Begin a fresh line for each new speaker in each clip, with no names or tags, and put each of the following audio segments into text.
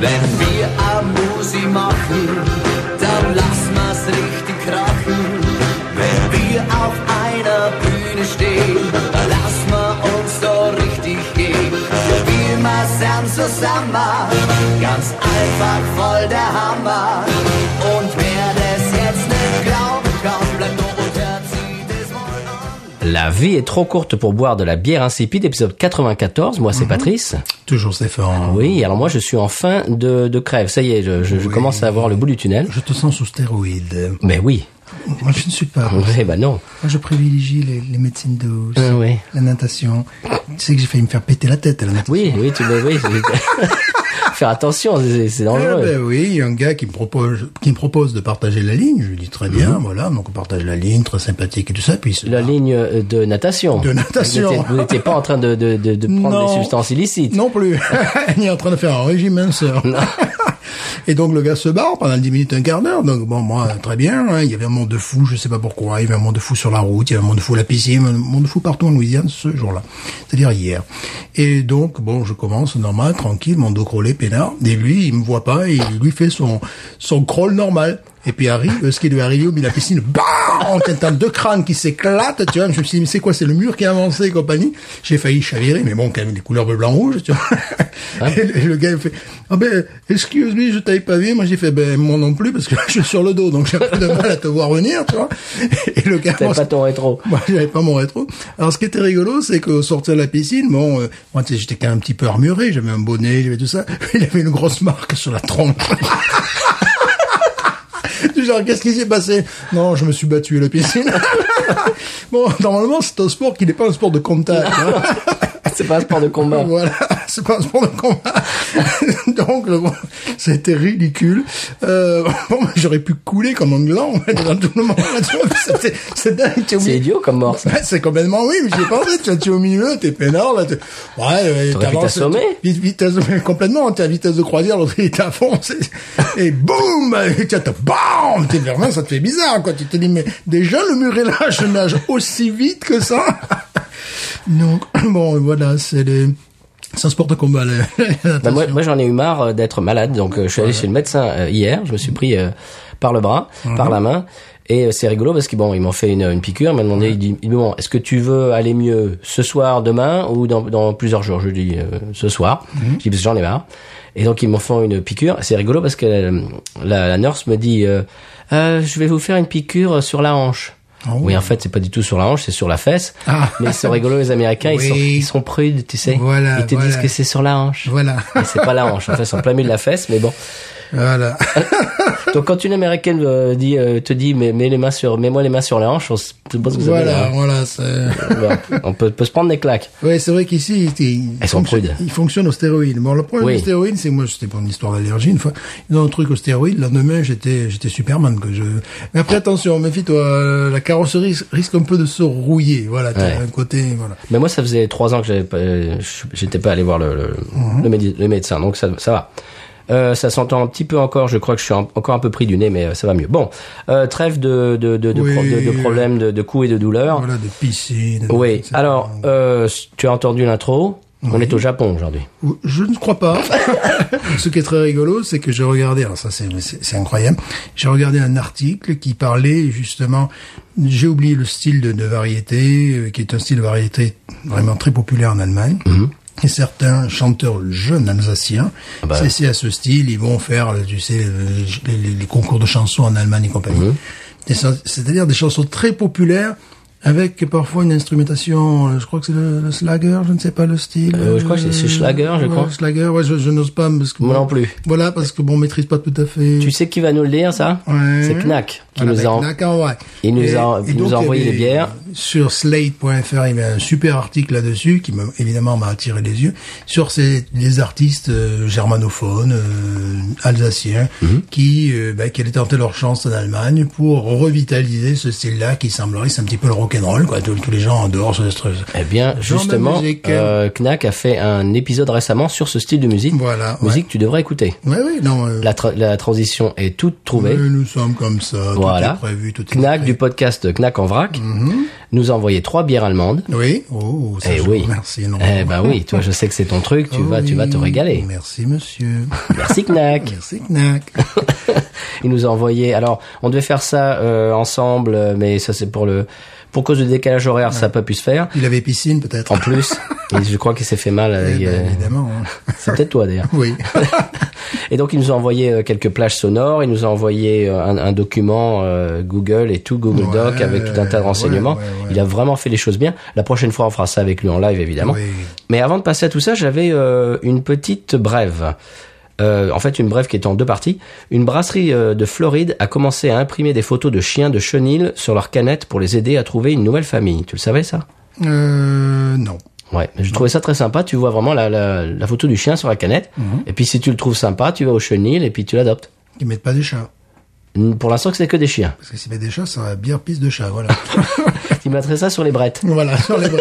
Wenn wir am Musi machen, dann lass mal's richtig krachen. Wenn wir auf einer Bühne stehen, dann lass mal uns so richtig gehen. Wir spielen mal Sam zusammen, ganz einfach voll der Hammer. Und wer das jetzt nicht glauben kann, bleibt doch und hört sich das mal an.
La vie est trop courte pour boire de la bière insipide, épisode 94. Moi, c'est
Mhm.
Patrice.
Toujours Stéphane.
Ah Oui, alors moi, je suis en fin de, de crève. Ça y est, je, je- je
Oui.
commence à voir le bout du tunnel.
Je te sens sous stéroïdes.
Mais oui.
Moi, je ne suis pas. Moi,
Ouais, bah non.
je privilégie les, les médecines douces,
Ah ouais.
la natation. Tu sais que j'ai failli me faire péter la tête à la natation.
Oui, oui, tu mais oui. c'est- Faire attention, c'est c'est
Eh
dangereux.
ben oui, il y a un gars qui me propose, qui me propose de partager la ligne. Je lui dis très bien, voilà, donc on partage la ligne, très sympathique et tout ça. Puis il se
Mhm. La
barre.
ligne euh, de natation.
De natation.
Vous n'étiez- Vous n'étiez pas en train de, de, de, de prendre
Non.
des substances illicites.
Non plus. Il est en train de faire un régime minceur. Et donc le gars se barre pendant 10 minutes, un quart d'heure. Donc bon, moi, très bien. hein. Il y avait un monde de fou, je sais pas pourquoi. Il y avait un monde de fou sur la route, il y avait un monde de fou à la piscine, un monde de fou partout en Louisiane ce jour-là. C'est-à-dire hier. Et donc, bon, je commence normal, tranquille, mon dos crawlé, peinard. Et lui, il me voit pas et il lui fait son, son crawl normal. Et puis arrive euh, ce qui lui est arrivé au milieu de la piscine, bam En tentant deux crânes qui s'éclatent, tu vois. Je me suis dit, mais c'est quoi C'est le mur qui a avancé et compagnie. J'ai failli chavirer, mais bon, quand même, les couleurs bleu, blanc, rouge, tu vois. Et le, le gars, il fait, ah ben, excuse me, je t'avais pas vu. Moi, j'ai fait, ben, moi non plus, parce que je suis sur le dos, donc j'ai un peu de mal à te voir venir, tu vois. Et le gars,
T'avais
moi,
pas ton rétro.
moi, j'avais pas mon rétro. Alors, ce qui était rigolo, c'est qu'au sortir de la piscine, bon, euh, moi, tu sais, j'étais quand même un petit peu armuré, j'avais un bonnet, j'avais tout ça. Il avait une grosse marque sur la tronche. Du genre, qu'est-ce qui s'est passé Non, je me suis battu à la piscine. bon, normalement, c'est un sport qui n'est pas un sport de contact. hein.
C'est pas un sport de combat.
Voilà, c'est pas un sport de combat. Donc, le- bon, c'était ridicule. Euh, bon, j'aurais pu couler comme un gland en fait, dans tout le monde. tu vois, c'était- C'est dingue, t'es
C'est
obligé-
idiot comme mort, ça.
Ouais, c'est complètement oui, mais j'ai pensé, tu vois, tu es au milieu, t'es peinard, là, t'es, ouais, euh,
T'aurais pu
t'avances,
t'assommer.
tu- Vite, vite, t'assommer complètement, t'es à vitesse de croisière, l'autre, il est à fond, c'est- et boum, et tu vois, t'as- bam, t'es vraiment, ça te fait bizarre, quoi, tu te dis, mais déjà, le mur est là, je nage aussi vite que ça. Donc, bon, voilà, c'est les, c'est un sport de combat, là.
Bah, moi, moi, j'en ai eu marre euh, d'être malade, donc euh, je suis allé chez le médecin euh, hier. Je me suis pris euh, par le bras,
Mhm.
par la main, et euh, c'est rigolo parce qu'ils bon, ils m'ont fait une, une piqûre. Ils m'ont demandé, il dit, il me demande, est-ce que tu veux aller mieux ce soir, demain ou dans, dans plusieurs jours Je lui dis euh, ce soir.
Mhm.
Je dis parce que j'en ai marre. Et donc ils m'ont fait une piqûre. C'est rigolo parce que euh, la, la nurse me dit, euh, Euh, je vais vous faire une piqûre sur la hanche.
Oh.
Oui, en fait, c'est pas du tout sur la hanche, c'est sur la fesse.
Ah.
Mais c'est rigolo, les Américains, ils, sont,
Oui.
ils sont prudes, tu sais.
Voilà,
ils te disent
voilà.
que c'est sur la hanche.
Voilà.
Mais c'est pas la hanche, en fait, c'est en plein milieu de la fesse, mais bon.
Voilà.
Ah, Donc quand une américaine euh, dit, euh, te dit, mets, mets les mains sur, mets-moi les mains sur la hanche, on se pose que vous avez
Voilà,
la-
voilà, c'est...
Bon, on peut, peut se prendre des claques.
Oui, c'est vrai qu'ici, ils, ils,
Elles sont
fonctionnent-
prudes.
ils fonctionnent aux stéroïdes. Bon, le problème
Oui.
des stéroïdes, c'est moi, c'était pour une histoire d'allergie une fois. Ils ont un truc aux stéroïdes. Le lendemain, j'étais, j'étais Superman que je. Mais après, attention, méfie-toi. euh, La carrosserie ris- risque un peu de se rouiller. Voilà, t'as
Ouais.
un côté, voilà.
Mais moi, ça faisait trois ans que j'avais pas- euh, je- j'étais pas allé voir le, le,
Mhm.
le médi- le médecin, donc ça, ça va. Euh, ça s'entend un petit peu encore. Je crois que je suis en- encore un peu pris du nez, mais euh, ça va mieux. Bon, euh, trêve de de de, de,
Oui.
pro- de- de problèmes, de, de coups et de douleurs.
Voilà, de piscine. de-
Oui.
etc.
Alors, euh, tu as entendu l'intro. On est au Japon aujourd'hui.
Ou- Je ne crois pas. Ce qui est très rigolo, c'est que j'ai regardé, alors ça c'est- c'est c'est incroyable, j'ai regardé un article qui parlait justement, j'ai oublié le style de, de variété, euh, qui est un style de variété vraiment très populaire en Allemagne. Et certains chanteurs jeunes alsaciens
bah.
s'essaient à ce style, ils vont faire, tu sais, euh, les, les- les concours de chansons en Allemagne et compagnie. Et ça- C'est-à-dire des chansons très populaires avec parfois une instrumentation, euh, je crois que c'est le, le Slager, je ne sais pas le style.
Euh, je crois que c'est- c'est Schlager, je
ouais,
crois.
Schlager, ouais, je, je n'ose pas parce que
Moi non plus.
Voilà, parce que bon, on maîtrise pas tout à fait.
Tu sais qui va nous le dire, ça
Ouais.
C'est Knack qui
Voilà,
nous
avec
en...
Knack hein, en vrai.
il nous a- il
donc,
nous
il
a
y
envoyé
avait-
les bières.
Sur slate.fr, il y avait un super article là-dessus qui, m'a- évidemment, m'a attiré les yeux sur ces, les artistes euh, germanophones, euh, alsaciens,
Mhm.
qui, euh, bah, qui allaient tenter leur chance en Allemagne pour revitaliser ce style-là qui semblerait, c'est un petit peu le rock'n'roll, quoi. Tous, tous les gens en dehors, ce, ce-
Eh bien,
Genre de
justement,
musique.
euh, Knack a fait un épisode récemment sur ce style de musique.
Voilà, ouais.
Musique que tu devrais écouter.
Ouais, ouais, non. euh,
La, tra- la transition est toute trouvée.
mais nous sommes comme ça.
Voilà.
Tout est prévu, tout est
Knack
prêt.
du podcast Knack en vrac nous a envoyé trois bières allemandes.
Oui. Oh, ça,
Eh
je
oui.
vous remercie, non.
Eh ben oui, toi je sais que c'est ton truc, tu
Oh
vas tu vas te
oui.
régaler.
Merci, monsieur.
Merci Knack.
Merci, Knack.
Il nous a envoyé. Alors, on devait faire ça euh, ensemble, euh, mais ça c'est pour le pour cause de décalage horaire, ça n'a pas pu se faire.
Il avait piscine, peut-être.
En plus, et je crois qu'il s'est fait mal.
Eh
avec,
ben,
euh,
évidemment. hein.
c'est peut-être toi d'ailleurs.
Oui.
Et donc il nous a envoyé euh, quelques plages sonores, il nous a envoyé euh, un, un document euh, Google et tout Google Doc
Ouais,
avec tout un tas de renseignements.
ouais, ouais, ouais.
Il a vraiment fait les choses bien. La prochaine fois on fera ça avec lui en live évidemment.
Oui.
Mais avant de passer à tout ça, j'avais euh, une petite brève. Euh, en fait, une brève qui est en deux parties. Une brasserie euh, de Floride a commencé à imprimer des photos de chiens de chenil sur leurs canettes pour les aider à trouver une nouvelle famille. Tu le savais ça
Euh, non.
Ouais, mais je trouvais ça très sympa. Tu vois vraiment la, la, la photo du chien sur la canette.
Mhm.
Et puis si tu le trouves sympa, tu vas au chenil et puis tu l'adoptes.
Ils mettent pas des chats.
Pour l'instant, c'est que des chiens.
Parce que s'ils mettent des chats, ça va bien pisse de chat, voilà.
Il mettrait ça sur les brettes.
voilà, sur les bras.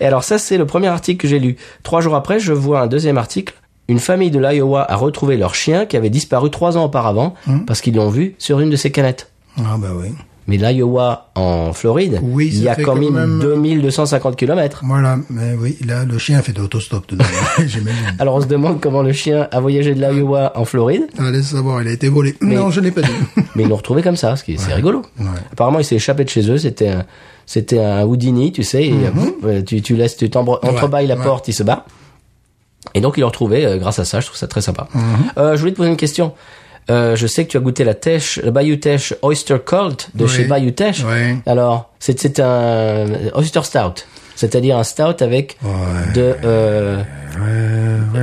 Et alors ça, c'est le premier article que j'ai lu. Trois jours après, je vois un deuxième article. Une famille de l'Iowa a retrouvé leur chien qui avait disparu trois ans auparavant
Mhm.
parce qu'ils l'ont vu sur une de ses canettes.
Ah, bah oui.
Mais l'Iowa en Floride,
Oui, ça
il y a
fait
quand
quand
même,
même- euh,
2250 kilomètres.
Voilà, mais oui, là, le chien a fait de l'autostop dedans, hein, j'imagine.
Alors on se demande comment le chien a voyagé de l'Iowa en Floride,
Allez savoir, il a été volé. Non, je n'ai pas dit.
mais ils l'ont retrouvé comme ça, ce qui c'est rigolo. Apparemment, il s'est échappé de chez eux, c'était un, c'était un Houdini, tu sais, et, euh, tu, tu laisses, tu t'embre- entrebâilles la
Mhm. ouais.
porte, il se bat. Et donc, il l'a retrouvé euh, grâce à ça. Je trouve ça très sympa.
Mhm.
Euh, je voulais te poser une question. Euh, je sais que tu as goûté la tèche, le Bayou Tèche Oyster Cold de
Oui.
chez Bayou Tèche.
Oui.
Alors, c'est c'est un Oyster Stout, c'est-à-dire un stout avec de euh,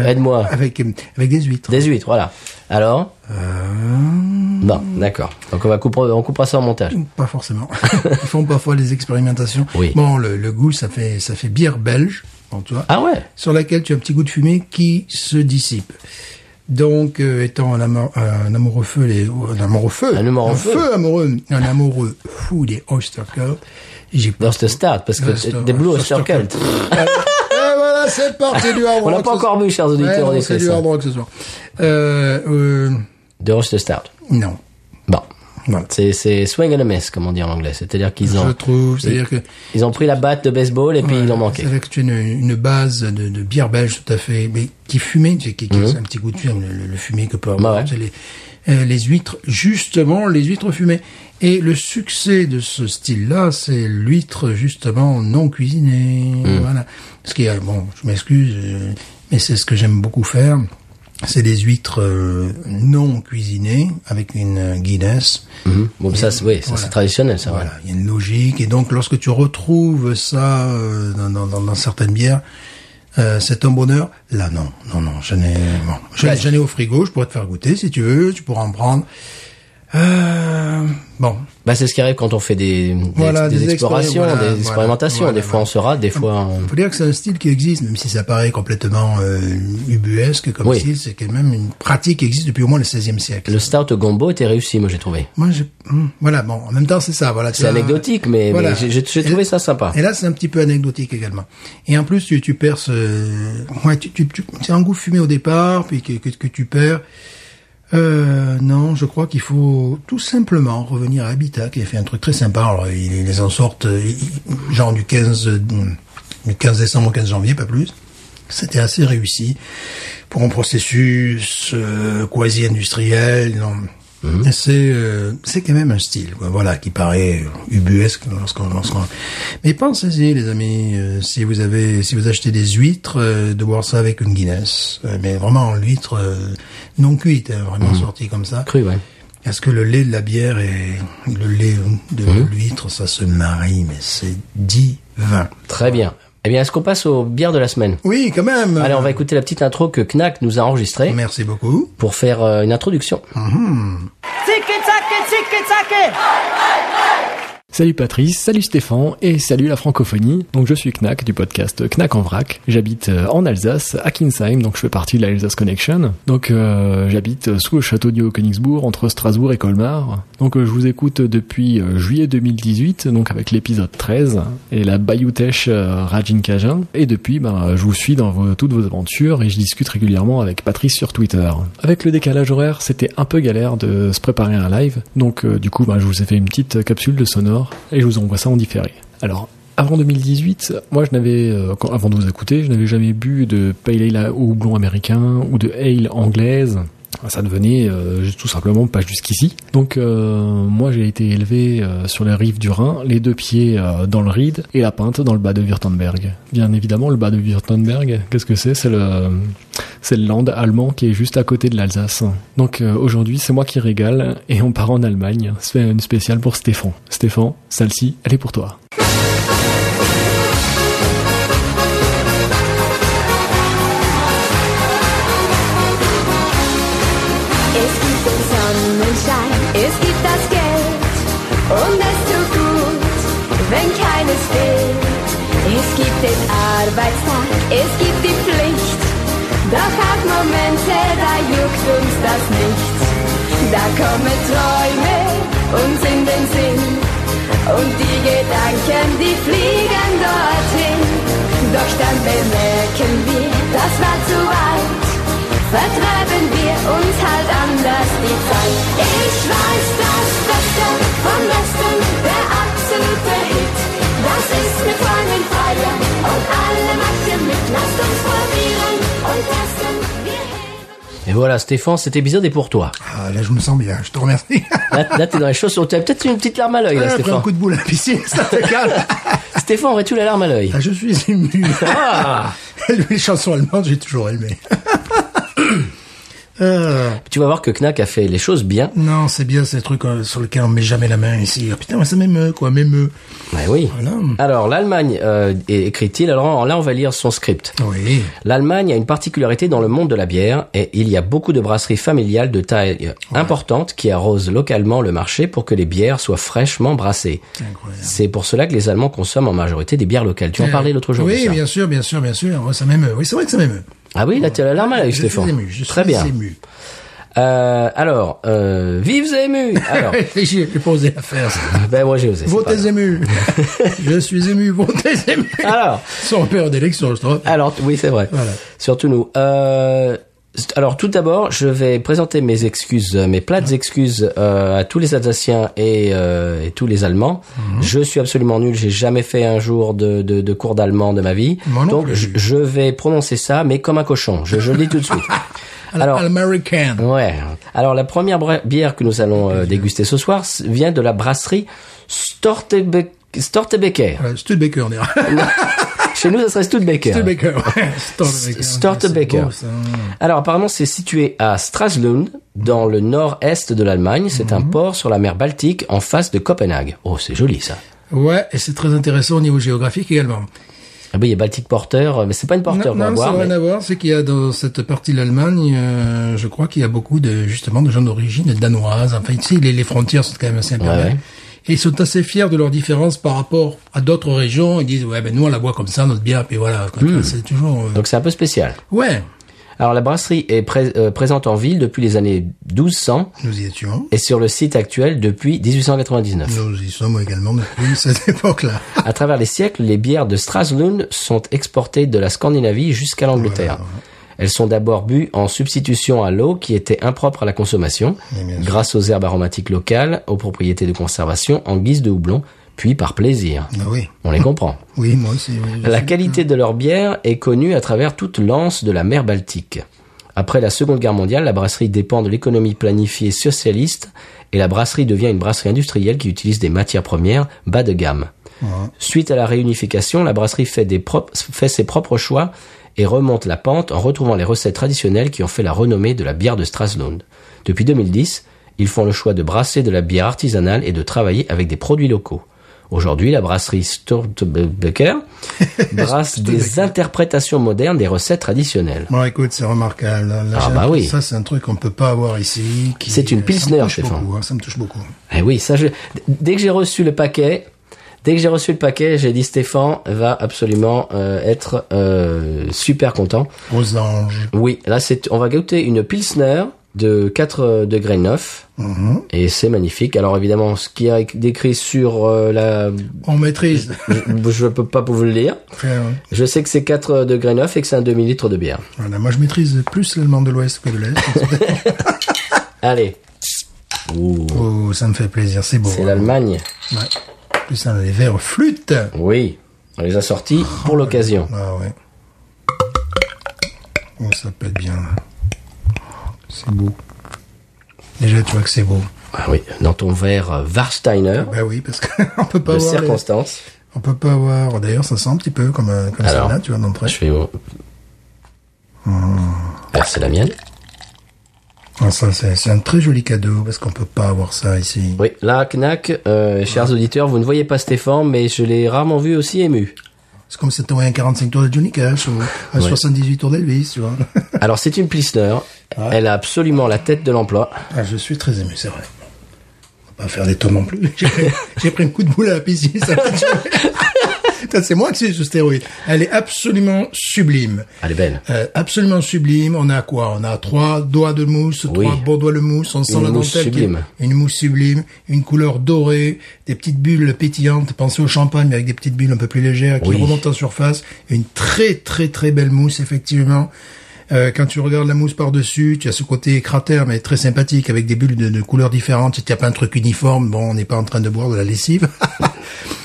aide-moi
Avec, euh, avec des huîtres.
des huîtres, voilà. Alors,
Euh.
bon, d'accord. Donc on va couper, on coupera ça en montage.
Pas forcément. Ils font parfois des expérimentations.
Oui.
Bon, le, le goût, ça fait, ça fait bière belge. Bon, tu vois.
Ah ouais.
sur laquelle tu as un petit goût de fumée qui se dissipe. Donc, euh, étant un, amor- un amoureux feu, les, un amoureux feu,
Un amoureux
un
feu.
amoureux, un amoureux fou des oyster Cult, j'ai
Dans ce start, parce que
Oyster-
des Blue
Oyster
Oyster Cult.
Et ah, voilà, c'est parti du hard
On l'a
rock
pas
ce
encore
soir.
bu, chers auditeurs,
Ouais,
on
non,
est
c'est du
fait ça.
hard rock ce soir. Euh, euh,
De Oyster Stout.
non,
Bon.
voilà.
C'est, c'est swing and a miss, comme on dit en anglais. C'est-à-dire qu'ils
Je
ont,
trouve, c'est-à-dire que
ils ont pris la batte de baseball et puis ils l'ont manqué.
C'est vrai que tu as une, une base de, de bière belge tout à fait, mais qui fumait, qui, qui, qui a un petit goût de fume, le, le- le fumé que peut avoir
Mhm. Bah ouais.
c'est les, euh, les huîtres, justement les huîtres fumées. Et le succès de ce style-là, c'est l'huître justement non cuisinée.
Mhm.
Voilà. Ce qui est, bon, je m'excuse, euh, mais c'est ce que j'aime beaucoup faire. C'est des huîtres euh, non cuisinées avec une euh, Guinness.
Mhm. Bon, ça, c'est, oui, ça,
Voilà.
c'est traditionnel, ça.
Voilà, il y a une logique. Et donc, lorsque tu retrouves ça euh, dans, dans, dans, dans certaines bières, euh, c'est un bonheur. Là, non, non, non, j'en ai, bon, j'en, j'en ai au frigo. Je pourrais te faire goûter si tu veux. Tu pourras en prendre. Euh, bon,
Bah, c'est ce qui arrive quand on fait des, des,
Voilà,
des
des
explorations,
expéri- voilà,
des expérimentations.
voilà,
des fois,
voilà.
on sera, des fois, on...
faut dire que c'est un style qui existe, même si ça paraît complètement euh, ubuesque comme
Oui.
style. C'est quand même une pratique qui existe depuis au moins le 16e siècle.
le stout au gombo était réussi, moi, j'ai trouvé.
Moi, j'ai, hum, voilà, bon, en même temps, c'est ça. Voilà, tu
C'est
as-
anecdotique, mais,
Voilà.
mais j'ai, j'ai- j'ai
Et-
trouvé ça sympa.
Et là, c'est un petit peu anecdotique également. Et en plus, tu, tu perds ce... Ouais, tu, tu, tu- c'est un goût fumé au départ, puis que, que, que tu perds. Euh, non, je crois qu'il faut tout simplement revenir à Habitat, qui a fait un truc très sympa. Alors, ils, ils les en sortent, euh, ils- genre du 15, euh, du 15 décembre au 15 janvier, pas plus. C'était assez réussi pour un processus euh, quasi-industriel. non.
Mhm.
Et C'est euh, c'est quand même un style, quoi, voilà, qui paraît ubuesque lorsqu'on lorsqu'on- Mais pensez-y, les amis, euh, si vous avez, si vous achetez des huîtres, euh, de boire ça avec une Guinness, Euh, mais vraiment l'huître euh, non cuite, hein, vraiment sortie comme ça.
Mhm. Cru, ouais.
Est-ce que le lait de la bière et le lait de
Mhm.
l'huître, ça se marie, mais c'est divin.
Très bien. Eh bien, est-ce qu'on passe aux bières de la semaine
Oui, quand même.
Allez, on va écouter la petite intro que Knack nous a enregistrée
Merci beaucoup.
pour faire euh, une introduction.
Salut Patrice, salut Stéphane et salut la francophonie. Donc je suis Knack du podcast Knack en vrac. J'habite euh, en Alsace, à Kinsheim, donc je fais partie de la Alsace Connection. Donc euh, j'habite sous le château du Haut-Königsbourg, entre Strasbourg et Colmar. Donc euh, je vous écoute depuis euh, juillet 2018, donc avec l'épisode 13 et la Bayoutèche euh, Rajin Cajun. Et depuis, ben, euh, je vous suis dans vos- toutes vos aventures et je discute régulièrement avec Patrice sur Twitter. Avec le décalage horaire, c'était un peu galère de se préparer à un live, donc euh, du coup, ben, je vous ai fait une petite capsule de sonore et je vous envoie ça en différé. Alors, avant 2018, moi je n'avais, euh, quand- avant de vous écouter, je n'avais jamais bu de pale ale à- au houblon américain ou de ale anglaise. Ça devenait euh, juste tout simplement pas jusqu'ici. Donc euh, moi j'ai été élevé euh, sur les rives du Rhin, les deux pieds euh, dans le ride et la pinte dans le bas de Württemberg. Bien évidemment le bas de Württemberg, qu'est-ce que c'est C'est le c'est le land allemand qui est juste à côté de l'Alsace. Donc euh, aujourd'hui c'est moi qui régale et on part en Allemagne. C'est une spéciale pour Stéphane. Stéphane, celle-ci, elle est pour toi.
Es gibt den Sonnenschein, es gibt das Geld und es tut gut, wenn keines fehlt. Es gibt den Arbeitstag, es gibt die Pflicht, doch hat Momente, da juckt uns das nicht. Da kommen Träume uns in den Sinn und die Gedanken, die fliegen dorthin. Doch dann bemerken wir, das war zu weit vertreiben wir uns halt anders die Zeit. Ich weiß, das Beste vom Besten, der absolute Hit. Das ist mit Freunden feier und alle machen mit. Lasst uns probieren und testen. Wir heben
Et voilà, Stéphane, cet épisode est pour toi.
Ah, là, je me sens bien. Je te remercie.
Là, là, t'es dans les chaussures. T'as peut-être une petite larme à l'œil, là,
Après un
Stéphane.
coup de boule à la piscine, ça te calme.
Stéphane, aurais-tu la larme à l'œil
Ah, je suis ému.
Ah
Les chansons allemandes, j'ai toujours aimé. Euh,
Tu vas voir que Knack a fait les choses bien.
non, c'est bien ces trucs euh, sur lesquels on met jamais la main ici. Ah, putain, mais ça m'émeut, quoi, m'émeut.
Ben oui.
Voilà.
Alors, l'Allemagne, euh, é- écrit-il, alors là, on va lire son script.
Oui.
L'Allemagne a une particularité dans le monde de la bière et il y a beaucoup de brasseries familiales de taille euh, importante qui arrosent localement le marché pour que les bières soient fraîchement brassées.
Incroyable.
C'est pour cela que les Allemands consomment en majorité des bières locales. Tu en parlais l'autre jour. de
Euh, Oui,
ça.
bien sûr, bien sûr, bien sûr. Ouais, ça m'émeut. Oui, c'est vrai que ça m'émeut.
Ah oui, là, tu as la larme à l'œil,
Je suis
Stéphane.
ému. Je suis
Très bien.
ému.
Euh, alors, euh, vive ému Alors,
J'ai posé l'affaire. ça.
ben moi j'ai osé. c'est pas
Votez
grave.
ému. je suis ému. Votez ému.
Alors,
Sans peur d'élection, je trouve.
Alors, oui, c'est vrai.
Voilà.
Surtout nous. Euh, alors, tout d'abord, je vais présenter mes excuses, euh, mes plates excuses euh, à tous les Alsaciens et, euh, et tous les Allemands.
Mhm.
Je suis absolument nul. J'ai jamais fait un jour de, de, de cours d'allemand de ma vie.
Moi non
Donc,
plus.
je, je vais prononcer ça, mais comme un cochon. Je, je le dis tout de suite. Alors,
American.
ouais. Alors, la première bra- bière que nous allons euh, déguster ce soir s- vient de la brasserie Stortebeker. Stortebeker.
Voilà, Euh, Studebaker, on dira.
Chez nous, ça serait Studebaker.
Studebaker. ouais. Studebaker.
Stortebeker.
C'est beau, ça.
Alors apparemment c'est situé à Stralsund, dans le nord-est de l'Allemagne. C'est
Mhm.
un port sur la mer Baltique en face de Copenhague. Oh c'est joli ça.
Ouais, et c'est très intéressant au niveau géographique également.
Ah oui, il y a Baltic Porter, mais c'est pas une porteur
non,
qu'on
non,
va
ça
voir.
n'a rien
mais-
à voir. C'est qu'il y a dans cette partie de l'Allemagne, euh, je crois qu'il y a beaucoup de justement de gens d'origine danoise. Enfin, tu sais, les, les frontières sont quand même assez imperméables.
Ouais, ouais.
Et ils sont assez fiers de leur différence par rapport à d'autres régions. Ils disent ouais, ben nous on la boit comme ça, notre bière, puis voilà. quoi. C'est toujours euh,
Hmm. Donc c'est un peu spécial.
ouais.
Alors la brasserie est pré- euh, présente en ville depuis les années 1200
Nous y étions.
et sur le site actuel depuis 1899.
Nous y sommes également depuis cette époque-là.
À travers les siècles, les bières de Stralsund sont exportées de la Scandinavie jusqu'à l'Angleterre. Elles sont d'abord bues en substitution à l'eau qui était impropre à la consommation, grâce aux herbes aromatiques locales, aux propriétés de conservation en guise de houblon, puis par plaisir.
Ah oui,
On les comprend.
oui, moi aussi. oui, je
La
suis-
qualité de leur bière est connue à travers toute l'anse de la mer Baltique. Après la Seconde Guerre mondiale, la brasserie dépend de l'économie planifiée socialiste et la brasserie devient une brasserie industrielle qui utilise des matières premières bas de gamme. Suite à la réunification, la brasserie fait, des propres- fait ses propres choix et remonte la pente en retrouvant les recettes traditionnelles qui ont fait la renommée de la bière de Stralsund. Depuis 2010, Ils font le choix de brasser de la bière artisanale et de travailler avec des produits locaux. Aujourd'hui, la brasserie Sturtbeker brasse des interprétations modernes des recettes traditionnelles.
Bon, écoute, c'est remarquable. Là,
Ah,
j'ai-
bah oui.
Ça, c'est un truc qu'on peut pas avoir ici. qui-
C'est une
ça me
Pilsner,
touche
Stéphane.
beaucoup, hein, ça me touche beaucoup.
Eh oui, ça, je... dès que j'ai reçu le paquet, dès que j'ai reçu le paquet, j'ai dit Stéphane va absolument euh, être euh, super content.
Aux anges.
Oui, là, c'est, on va goûter une Pilsner de 4 degrés 9
Mhm.
et c'est magnifique. Alors évidemment, ce qui est décrit sur euh, la,
On maîtrise. euh,
je ne peux pas vous le lire.
Enfin, ouais.
Je sais que c'est 4 degrés 9 et que c'est un demi litre de bière.
Voilà, moi, je maîtrise plus l'allemand de l'Ouest que de l'Est.
Allez, Ouh,
oh, ça me fait plaisir, c'est beau. hein.
c'est l'Allemagne.
Ouais. En Plus, on a des verres flûte.
Oui, on les a sortis pour l'occasion.
Ah ouais. Oh, ça peut être bien. là. C'est beau. Déjà, tu vois que c'est beau.
Ah oui, dans ton verre euh, Warsteiner
Bah oui, parce qu'on peut pas
de
avoir. les-
circonstance.
On peut pas avoir. D'ailleurs, ça sent un petit peu comme, euh, comme
Alors,
celle-là, tu vois, d'entrée.
Je vais vous-
Hmm.
verser la mienne.
Ah, ça, c'est c'est un très joli cadeau parce qu'on peut pas avoir ça ici.
Oui, là, Knack, euh, chers auditeurs, vous ne voyez pas Stéphane, mais je l'ai rarement vu aussi ému.
C'est comme si t'avais un 45 tours de Johnny Cash ou un 78 tours d'Elvis, tu vois.
Alors, c'est une Pilsner. Elle a absolument la tête de l'emploi.
Ah, je suis très ému, c'est vrai. On va pas faire des tours non plus. J'ai pris, j'ai pris un coup de boule à la piscine, ça m'a tué. Putain, C'est moi qui suis sous stéroïde. Elle est absolument sublime.
Elle est belle.
Euh, absolument sublime. On a quoi On a trois doigts de mousse,
Oui.
trois beaux doigts de mousse. On sent
Une
la
mousse
dentelle qui est-
sublime.
une mousse sublime, une couleur dorée, des petites bulles pétillantes. Pensez au champagne, mais avec des petites bulles un peu plus légères qui
Oui.
remontent en surface. Une très très très belle mousse, effectivement. Euh, quand tu regardes la mousse par-dessus, tu as ce côté cratère, mais très sympathique, avec des bulles de, de couleurs différentes. Tu n'as pas un truc uniforme. Bon, on n'est pas en train de boire de la lessive.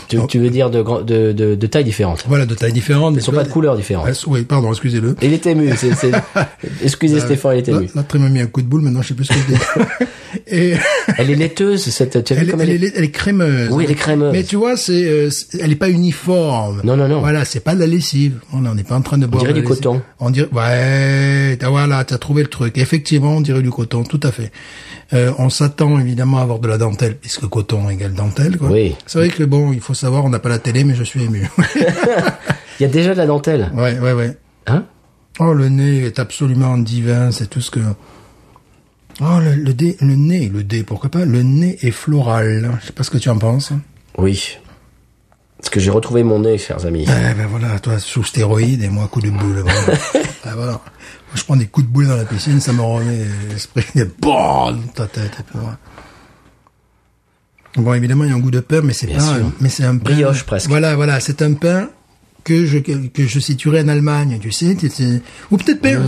Tu, tu veux dire de, grand- de, de, de taille différente.
voilà, de tailles différentes. Oh. mais
Elles sont
tu vois,
pas de couleurs différentes.
Elles sont- Oui, pardon, excusez-le.
Il est ému. c'est- c'est- Excusez
Euh,
Stéphane, il est
là,
ému.
là, tu m'as mis un coup de boule, maintenant je sais plus ce que je dis. Et
Elle est laiteuse, cette. Tu as vu
elle, est-
comme
elle est, elle est crémeuse.
Oui, elle est crémeuse.
Mais tu vois, c'est, euh, c'est- elle est pas uniforme.
Non, non, non.
Voilà, c'est pas de la lessive. On n'en est pas en train de boire.
dirait
de la
du
lessive.
coton.
On dirait, ouais, t'as, voilà, t'as trouvé le truc. Effectivement, on dirait du coton, tout à fait. Euh, on s'attend évidemment à avoir de la dentelle, puisque coton égale dentelle, quoi.
Oui.
C'est vrai que bon, il faut savoir, on n'a pas la télé, mais je suis ému.
Il y a déjà de la dentelle.
ouais, ouais, ouais.
Hein
Oh, le nez est absolument divin, c'est tout ce que... Oh, le, le, dé, le nez, le dé, pourquoi pas Le nez est floral. Je sais pas ce que tu en penses.
Oui. Parce que j'ai retrouvé mon nez, chers amis.
Eh ben voilà, toi, sous stéroïde et moi, coup de boule. voilà. Ah, voilà. Moi, je prends des coups de boule dans la piscine, ça me remet l'esprit des bon dans ta tête. et puis voilà. Bon, évidemment, il y a un goût de pain, mais c'est
Bien
pas,
sûr.
un- mais c'est un pain.
Brioche, presque.
Voilà, voilà, c'est un pain que je, que, que je situerais en Allemagne, tu sais, tu- tu- ou peut-être pain,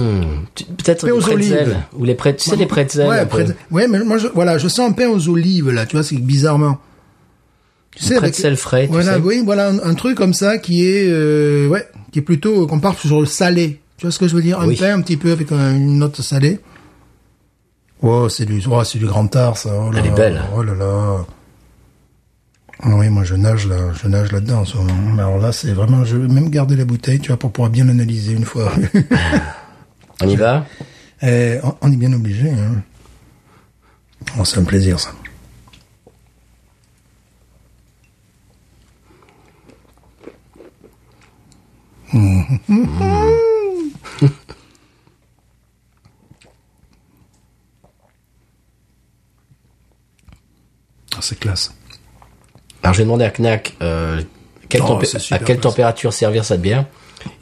Tu- Peut-être
Mais
les
aux
pretzels.
olives.
Ou les pretzels. Tu sais, Mmh. les pretzels.
Ouais,
un peu.
pretzel. ouais, mais moi, je, voilà, je sens un pain aux olives, là, tu vois, c'est bizarrement. Tu sais, avec-
Pretzel frais. tu
voilà,
sais.
oui, voilà, un, un truc comme ça qui est, euh, ouais, qui est plutôt, qu'on part sur le salé. Tu vois ce que je veux dire? Un
Oui.
pain un petit peu avec un- une note salée. Oh, c'est du, oh, c'est du grand tard, ça. Oh là
Elle est
là,
belle.
Oh là là. Ah oui, moi, je nage là, je nage là-dedans, en ce moment. Mais Alors là, c'est vraiment, je vais même garder la bouteille, tu vois, pour pouvoir bien l'analyser une fois.
On y va
Eh, on, on est bien obligé. Hein. Oh, c'est un plaisir, ça. Mmh. Ah, c'est classe.
Alors j'ai demandé à Knack euh, quelle
Oh,
tempé-
c'est
à
super
quelle
classe.
température servir cette bière.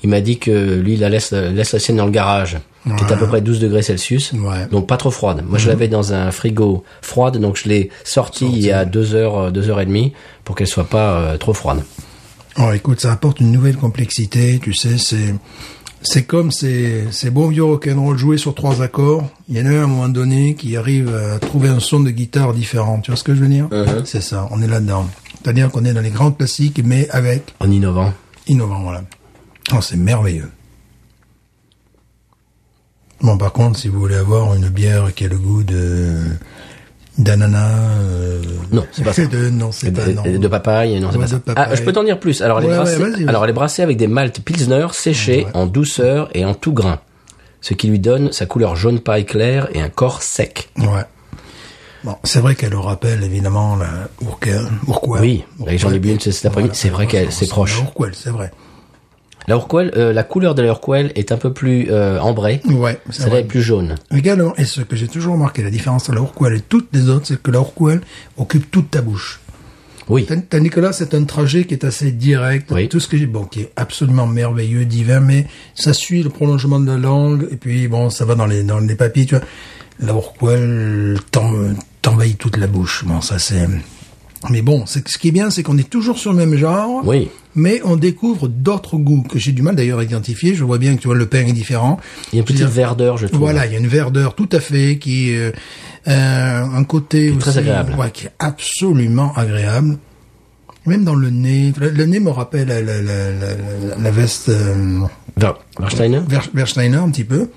Il m'a dit que lui, il la laisse, euh, laisse la sienne dans le garage, qui est à peu près 12 degrés Celsius,
Ouais. Mhm.
donc pas trop froide. Moi, je l'avais dans un frigo froide, donc je l'ai sortie il y a deux heures, euh, deux heures et demie, pour qu'elle soit pas euh, trop froide.
Oh, écoute, ça apporte une nouvelle complexité, tu sais, c'est c'est comme ces, ces bons vieux rock'n'roll joués sur trois accords. Il y en a un à un moment donné qui arrive à trouver un son de guitare différent. Tu vois ce que je veux dire
Uh-huh.
C'est ça, on est là-dedans. C'est-à-dire qu'on est dans les grands classiques, mais avec
En innovant.
innovant, voilà. Oh, c'est merveilleux. Bon, par contre, si vous voulez avoir une bière qui a le goût de d'ananas... euh,
Non, c'est pas ça.
de- non, c'est
Et
pas...
de,
non.
et de papaye, non, c'est
Ouais,
pas
de
ça.
papaye.
Ah, je peux t'en dire plus. Alors, elle,
Ouais,
est brassée,
ouais, vas-y, vas-y.
alors, elle est brassée avec des maltes pilsner séchées en douceur et en tout grain. Ce qui lui donne sa couleur jaune paille claire et un corps sec.
Ouais. Bon, c'est vrai qu'elle le rappelle évidemment la Urquell. Urquell.
Oui, et j'en ai bu une cet après-midi.
Voilà,
C'est vrai qu'elle, c'est proche.
La Urquell, c'est vrai.
La Urquell, euh, la couleur de la Urquell est un peu plus euh, ambrée.
Ouais, c'est
Celle-là
vrai.
est plus jaune.
Également, et ce que j'ai toujours remarqué, la différence entre la Urquell et toutes les autres, c'est que la Urquell occupe toute ta bouche.
Oui.
Tan- Tandis que là, c'est un trajet qui est assez direct.
Oui.
Tout ce que j'ai, bon, qui est absolument merveilleux, divin, mais ça suit le prolongement de la langue, et puis bon, ça va dans les, dans les papilles, tu vois. La Urquell t'en- t'envahit toute la bouche. Bon, ça c'est... Mais bon, c'est que ce qui est bien, c'est qu'on est toujours sur le même genre.
Oui.
Mais on découvre d'autres goûts que j'ai du mal d'ailleurs à identifier. Je vois bien que tu vois le pain est différent.
Il y a une petite
C'est-à-dire-
verdeur, je trouve.
voilà, il y a une verdeur tout à fait qui euh, euh, un côté
très
aussi,
agréable.
ouais, qui est absolument agréable. Même dans le nez, le, le nez me rappelle la, la, la, la, la- la veste euh,
Vin. Warsteiner
Ver- Versteiner un petit peu.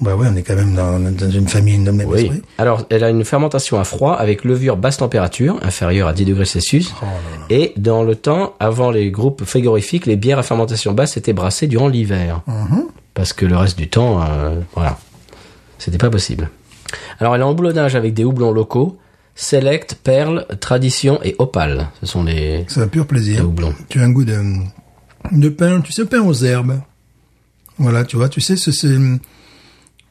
Bah ouais, on est quand même dans, dans une famille dans la même
Oui.
esprit.
Alors, elle a une fermentation à froid avec levure basse température, inférieure à 10 degrés Celsius.
Oh.
Et dans le temps, avant les groupes frigorifiques, les bières à fermentation basse étaient brassées durant l'hiver.
Mhm.
Parce que le reste du temps, euh, voilà. C'était pas possible. Alors, elle est en boulonnage avec des houblons locaux. Select, Perle, Tradition et Opale. Ce sont les...
C'est un pur plaisir.
Le houblon.
Tu as un goût de, de pain, tu sais, pain aux herbes. Voilà, tu vois, tu sais, c'est, c'est,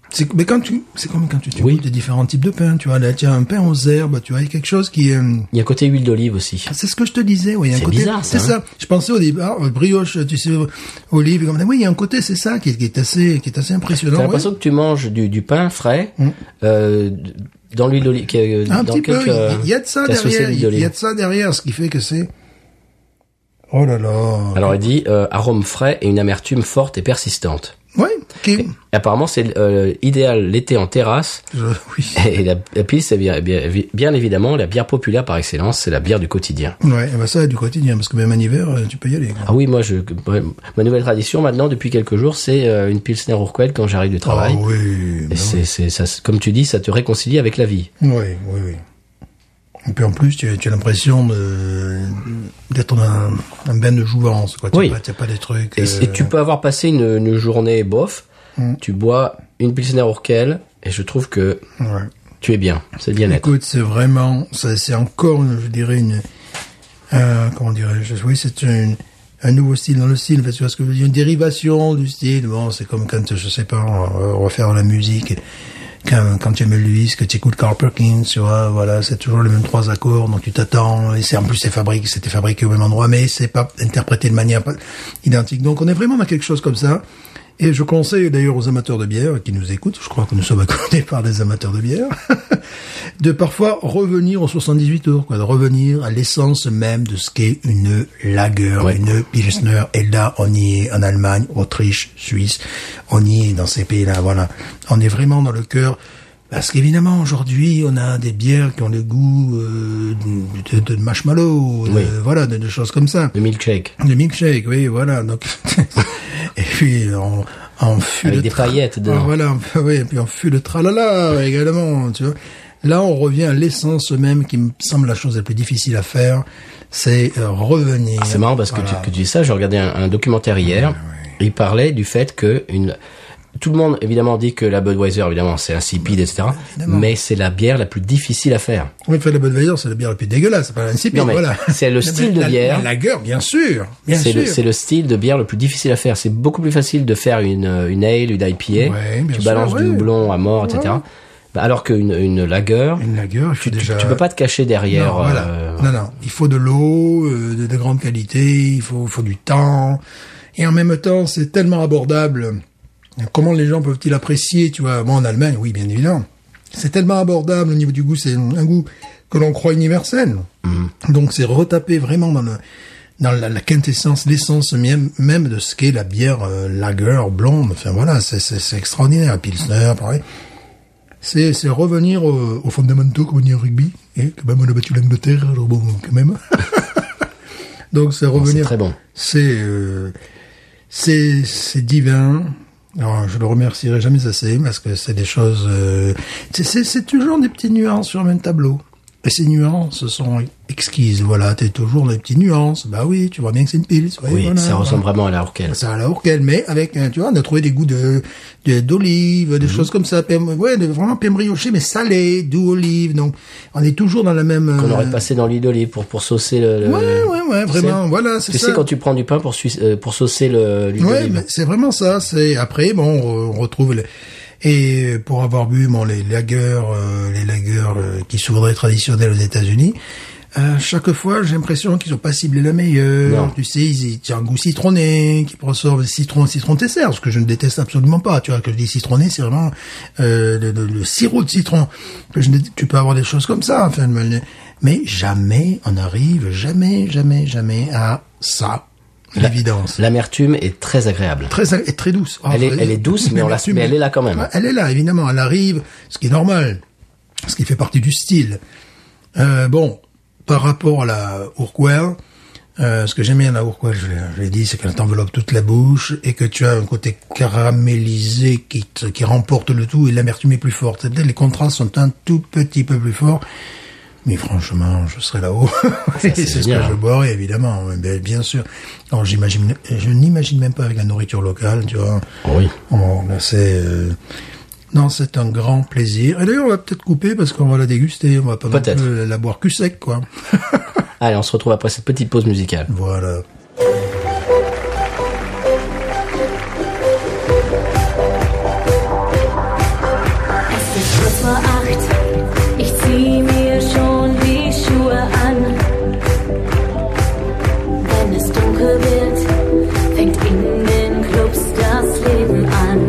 c'est- mais quand tu, c'est comme quand tu, tu
Oui.
goûtes des différents types de pain, tu vois, là, tu as un pain aux herbes, tu vois, il y a quelque chose qui, euh,
Il y a un côté huile d'olive aussi.
Ah, c'est ce que je te disais, oui, il y a un
C'est
côté,
bizarre, ça,
c'est
hein.
ça. Je pensais au départ, euh, brioche, tu sais, olive, comme ça. Oui, il y a un côté, c'est ça, qui, est- qui est assez, qui est assez impressionnant.
T'as
ouais.
l'impression que tu manges du, du pain frais euh, d- dans l'huile d'olive. qui est-
Mm. Un
dans
petit peu,
quelques, euh,
il y a de ça
t'as saucé
derrière,
l'huile
il y a
d'olive.
de ça derrière, ce qui fait que c'est, oh là là.
Alors elle dit euh, arôme frais et une amertume forte et persistante.
Oui, qui,
Et apparemment c'est euh, idéal l'été en terrasse.
je- oui.
Et la, la pils, c'est bien, bien, bien évidemment la bière populaire par excellence, c'est la bière du quotidien.
Ouais, eh ben ça du quotidien, parce que même en hiver, euh, tu peux y aller. quoi.
Ah oui, moi je ouais, ma nouvelle tradition maintenant depuis quelques jours, c'est euh, une pilsner Urquell quand j'arrive du travail.
Ah oui,
Et
ben
c'est c'est ça se- comme tu dis, ça te réconcilie avec la vie.
oui, oui, oui. Et puis en plus, tu, tu as l'impression de d'être dans un, un bain de jouvence, quoi. Tu
Oui.
as pas, tu as pas des trucs.
Et, et
euh, Mm.
tu peux avoir passé une, une journée bof, tu bois une pilsner Urquell et je trouve que
ouais.
tu es bien, c'est le bien-être.
Écoute, c'est vraiment, ça, c'est encore, une- je dirais une, euh, comment dirais-je, oui, c'est une, un nouveau style dans le style, parce que tu vois ce que je veux dire, une dérivation du style. Bon, c'est comme quand, je sais pas, on va refaire la musique. Quand, quand tu aimes Elvis, que tu écoutes Carl Perkins, tu vois, voilà, c'est toujours les mêmes trois accords, donc tu t'attends, et c'est, en plus, c'est fabriqué, c'était fabriqué au même endroit, mais c'est pas interprété de manière pas- identique. Donc, on est vraiment dans quelque chose comme ça. Et je conseille d'ailleurs aux amateurs de bière qui nous écoutent, je crois que nous sommes accompagnés par des amateurs de bière, de parfois revenir aux 78 tours, quoi, de revenir à l'essence même de ce qu'est une lager,
Ouais.
une pilsner. Et là, on y est en Allemagne, Autriche, Suisse, on y est dans ces pays-là, voilà. On est vraiment dans le cœur. Parce qu'évidemment, aujourd'hui, on a des bières qui ont le goût euh, de, de, de marshmallow, de-
Oui.
voilà, de, de choses comme ça.
Le milkshake
Le milkshake, oui, voilà. Donc, et puis on, on fut
avec
le
des
tra-
paillettes
Ah,
dedans.
voilà, oui, et puis on fut le tralala également, tu vois. Là, on revient à l'essence même qui me semble la chose la plus difficile à faire, c'est euh, revenir.
Ah, c'est marrant parce que,
Voilà.
tu, que tu dis ça. J'ai regardé un, un documentaire hier. Il parlait du fait que une tout le monde évidemment dit que la Budweiser évidemment c'est insipide
Bah,
etc. Mais c'est la bière la plus difficile à faire.
Oui, fait la bonne veilleur, c'est la bière la plus dégueulasse, c'est pas l'insipide,
Non, mais
voilà.
c'est le
Mais
style de
la-
bière.
La lager, bien sûr, bien
C'est
sûr.
le, c'est le style de bière le plus difficile à faire. C'est beaucoup plus facile de faire une euh, une ale, une IPA.
Ouais, bien
tu
sûr,
balances
ouais.
du houblon à mort etc. Bah, alors qu'une une lager,
Une lager, il faut
tu, tu-
déjà...
tu peux pas te cacher derrière.
Non, voilà.
euh,
non, non. Il faut de l'eau, euh, de, de grande qualité, il faut, faut du temps. Et en même temps, c'est tellement abordable. Comment les gens peuvent-ils apprécier, tu vois Moi, en Allemagne, oui, bien évidemment. C'est tellement abordable au niveau du goût, c'est un goût que l'on croit universel. Donc, c'est retapé vraiment dans le dans la, la quintessence, l'essence même, même de ce qu'est la bière euh, lager blonde. Enfin, voilà, c'est- c'est c'est extraordinaire. Pilsner, pareil. C'est, c'est revenir aux, aux fondamentaux comme on dit en rugby. Et quand même, on a battu l'Angleterre, alors bon, quand même. Donc, c'est
Ah, c'est
revenir.
très bon.
C'est, euh, c'est, c'est divin. Alors, je le remercierai jamais assez parce que c'est des choses. euh, c'est, c'est, c'est toujours des petites nuances sur le même tableau. Mais ces nuances sont exquises, voilà. T'es toujours dans les petites nuances. Bah oui, tu vois bien que c'est une pils.
Oui,
voilà,
ça ressemble
voilà.
vraiment à la Urkel.
Ça à la Urkel, mais avec, euh, tu vois, on a trouvé des goûts de de- d'olive,
Mhm.
des choses comme ça. Pem- ouais, de- vraiment pembrioché, mais salé, doux olive. Donc, on est toujours dans la même.
Qu'on
euh,
aurait passé dans l'huile d'olive pour, pour saucer le... le-
Ouais, ouais, ouais,
tu sais.
vraiment. Voilà, c'est
Tu
ça.
sais, quand tu prends du pain pour, sui- euh, pour saucer le- l'huile
Ouais,
d'olive.
mais c'est vraiment ça. C'est après, bon, on re- on retrouve les- et pour avoir bu bon les lagers, euh, les lagers euh, qui se voudraient traditionnels aux États-Unis. euh, chaque fois, j'ai l'impression qu'ils ont pas ciblé la meilleure.
Non.
Tu sais, ils, ils ont un goût citronné, qui ressort le citron, citron tesser, ce que je ne déteste absolument pas. Tu vois, que je dis citronné, c'est vraiment euh, le, le- le sirop de citron. Que je, ne- tu peux avoir des choses comme ça. Enfin, mais- mais jamais, on arrive jamais, jamais, jamais à ça. L'évidence
L'amertume est très agréable.
très et très douce. Ah,
Elle est-
très-
elle est douce, mais on la- mais elle est là quand même.
Ouais, Ah, Elle est là, évidemment. Elle arrive, ce qui est normal, ce qui fait partie du style. Euh, bon, par rapport à la Urquell, euh, ce que j'aime bien à la Urquell, je, l'ai- je l'ai dit, c'est qu'elle t'enveloppe toute la bouche et que tu as un côté caramélisé qui, te- qui remporte le tout et l'amertume est plus forte. C'est-à-dire, Les contrastes sont un tout petit peu plus forts. Mais franchement, je serais là-haut. Et C'est ce que
génial.
je boirais, évidemment. mais Bien, bien sûr. Alors, j'imagine, je n'imagine même pas avec la nourriture locale, tu vois.
Oui.
On, c'est, euh, non, c'est un grand plaisir. Et d'ailleurs, on va peut-être couper parce qu'on va la déguster. On va pas non
Peut-être.
plus la boire cul sec, quoi.
Allez, on se retrouve après cette petite pause musicale.
Voilà.
Kurz vor acht, ich zieh mir schon die Schuhe an. Wenn es dunkel wird, fängt in den Clubs das Leben an.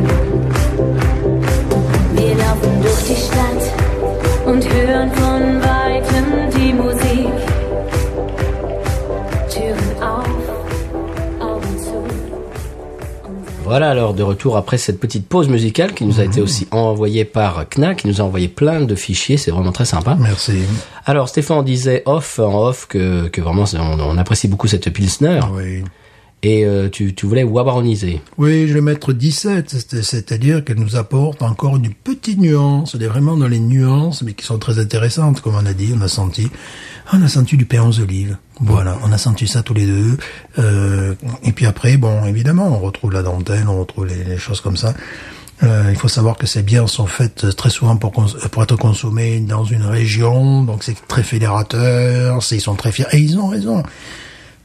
Wir laufen durch die Stadt und hören von weitem die Musik. Türen auf, Augen zu.
Voilà, alors de retour après cette petite pause musicale qui nous a été
Mhm.
aussi envoyée par Knack, qui nous a envoyé plein de fichiers, c'est vraiment très sympa.
Merci.
Alors Stéphane disait off en off que, que vraiment c'est- on, on apprécie beaucoup cette Pilsner
Oui.
et euh, tu, tu voulais wabaroniser.
Oui, je vais mettre 17, c'est- c'est-à-dire qu'elle nous apporte encore une petite nuance. Elle est vraiment dans les nuances, mais qui sont très intéressantes, comme on a dit, on a senti. On a senti du pain aux olives. Voilà, on a senti ça tous les deux. Euh, et puis après, bon, évidemment, on retrouve la dentelle, on retrouve les, les choses comme ça. Euh, il faut savoir que ces bières sont faites euh, très souvent pour, cons- euh, pour être consommées dans une région, donc c'est très fédérateur, c'est- ils sont très fiers, et ils ont raison.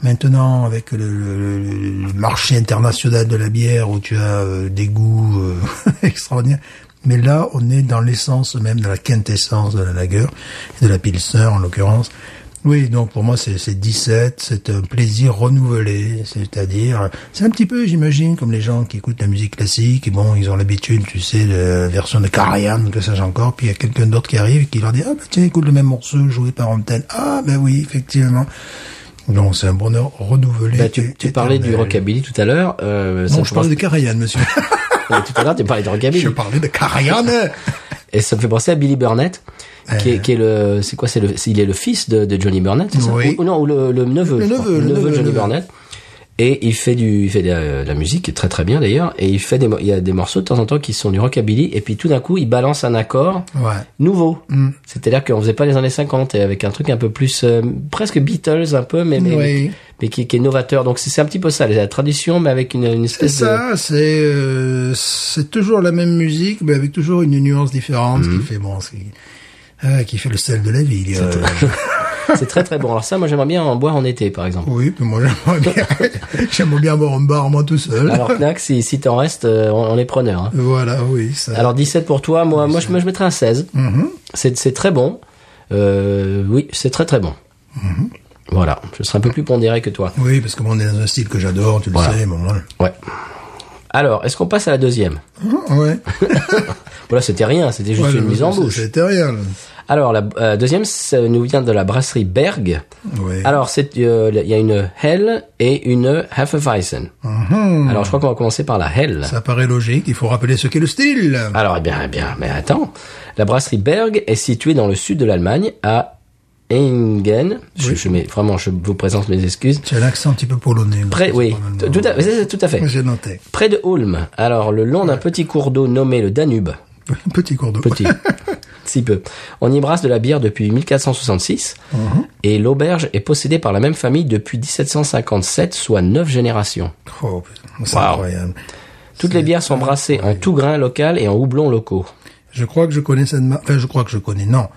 Maintenant, avec le, le- le- le marché international de la bière où tu as euh, des goûts euh, extraordinaires, mais là, on est dans l'essence même, dans la quintessence de la lager, de la pilsner en l'occurrence. Oui, donc pour moi, c'est c'est 17, c'est un plaisir renouvelé, c'est-à-dire, c'est un petit peu, j'imagine, comme les gens qui écoutent la musique classique, et bon, ils ont l'habitude, tu sais, de la version de Karajan, que sais-je encore, puis il y a quelqu'un d'autre qui arrive et qui leur dit, ah bah tiens, écoute le même morceau joué par Antenne, ah bah oui, effectivement. Donc c'est un bonheur renouvelé.
Bah, tu, tu parlais du rockabilly tout à l'heure. Euh, ça
Non,
me
je parlais de
fait
Karajan, monsieur.
penser- tout à l'heure tu parlais de rockabilly
je parlais de Karajan.
et ça me fait penser à Billy Burnett qui,
Euh.
est, qui est le c'est quoi c'est le il est le fils de, de Johnny Burnett c'est ça
Oui.
ou, ou non ou le, le neveu
Le
je crois.
neveu, le neveu,
de Johnny
le neveu.
Burnett et il fait du il fait de la, de la musique très très bien d'ailleurs et il fait des mo- il y a des morceaux de temps en temps qui sont du rockabilly et puis tout d'un coup il balance un accord
Ouais. Mm.
nouveau. C'est-à-dire qu'on faisait pas les années 50 et avec un truc un peu plus euh, presque Beatles un peu mais mais,
Oui.
mais qui, qui est novateur. Donc c'est c'est un petit peu ça la tradition mais avec une, une
C'est
espèce de
ça, c'est euh, c'est toujours la même musique, mais avec toujours une nuance différente,
Mhm.
ce qui fait bon, ce qui, ah, qui fait le sel de la ville. euh.
c'est très très bon. Alors ça moi j'aimerais bien en boire en été par exemple.
Oui, puis moi j'aimerais bien, j'aimerais bien avoir un bar moi tout seul.
Alors Knack si si t'en restes euh, on, on est preneur. hein.
voilà, oui. Ça. Mhm.
Alors 17 pour toi, moi moi je, moi, je mettrais un 16. C'est c'est très bon. Euh, oui, c'est très très bon. Voilà, je serais un peu plus pondéré que toi.
oui, parce que bon, on est dans un style que j'adore, tu le sais. Bon, voilà.
Ouais. Alors, est-ce qu'on passe à la deuxième
Ah, ouais.
Voilà, c'était rien, c'était juste
Ouais,
une
le-
mise en
c'est-
bouche.
C'était rien. là.
Alors, la euh, deuxième ça nous vient de la brasserie Berg.
Ouais.
Alors, c'est euh, il y a une Hell et une Hefeweizen.
Mhm.
Alors, je crois qu'on va commencer par la Hell.
Hmm. Ça paraît logique. Il faut rappeler ce qu'est le style.
Alors, eh bien, eh bien, mais attends. La brasserie Berg est située dans le sud de l'Allemagne, à Eingen. Je, je mets- vraiment, je vous présente mes excuses.
Tu as l'accent un petit peu polonais. là,
Près,
c'est
oui,
pas mal,
t-
non.
tout à, c'est- c'est tout à fait.
J'ai noté.
Près de Ulm. Alors, le long d'un petit cours d'eau nommé le Danube.
Petit cours d'eau.
Petit. si peu. On y brasse de la bière depuis 1466 et l'auberge est possédée par la même famille depuis 1757, soit neuf générations.
Oh, putain, c'est
Wow.
incroyable.
Toutes les bières sont brassées en tout grain local et en houblon locaux.
Je crois que je connais cette marque. Enfin, je crois que je connais. Non.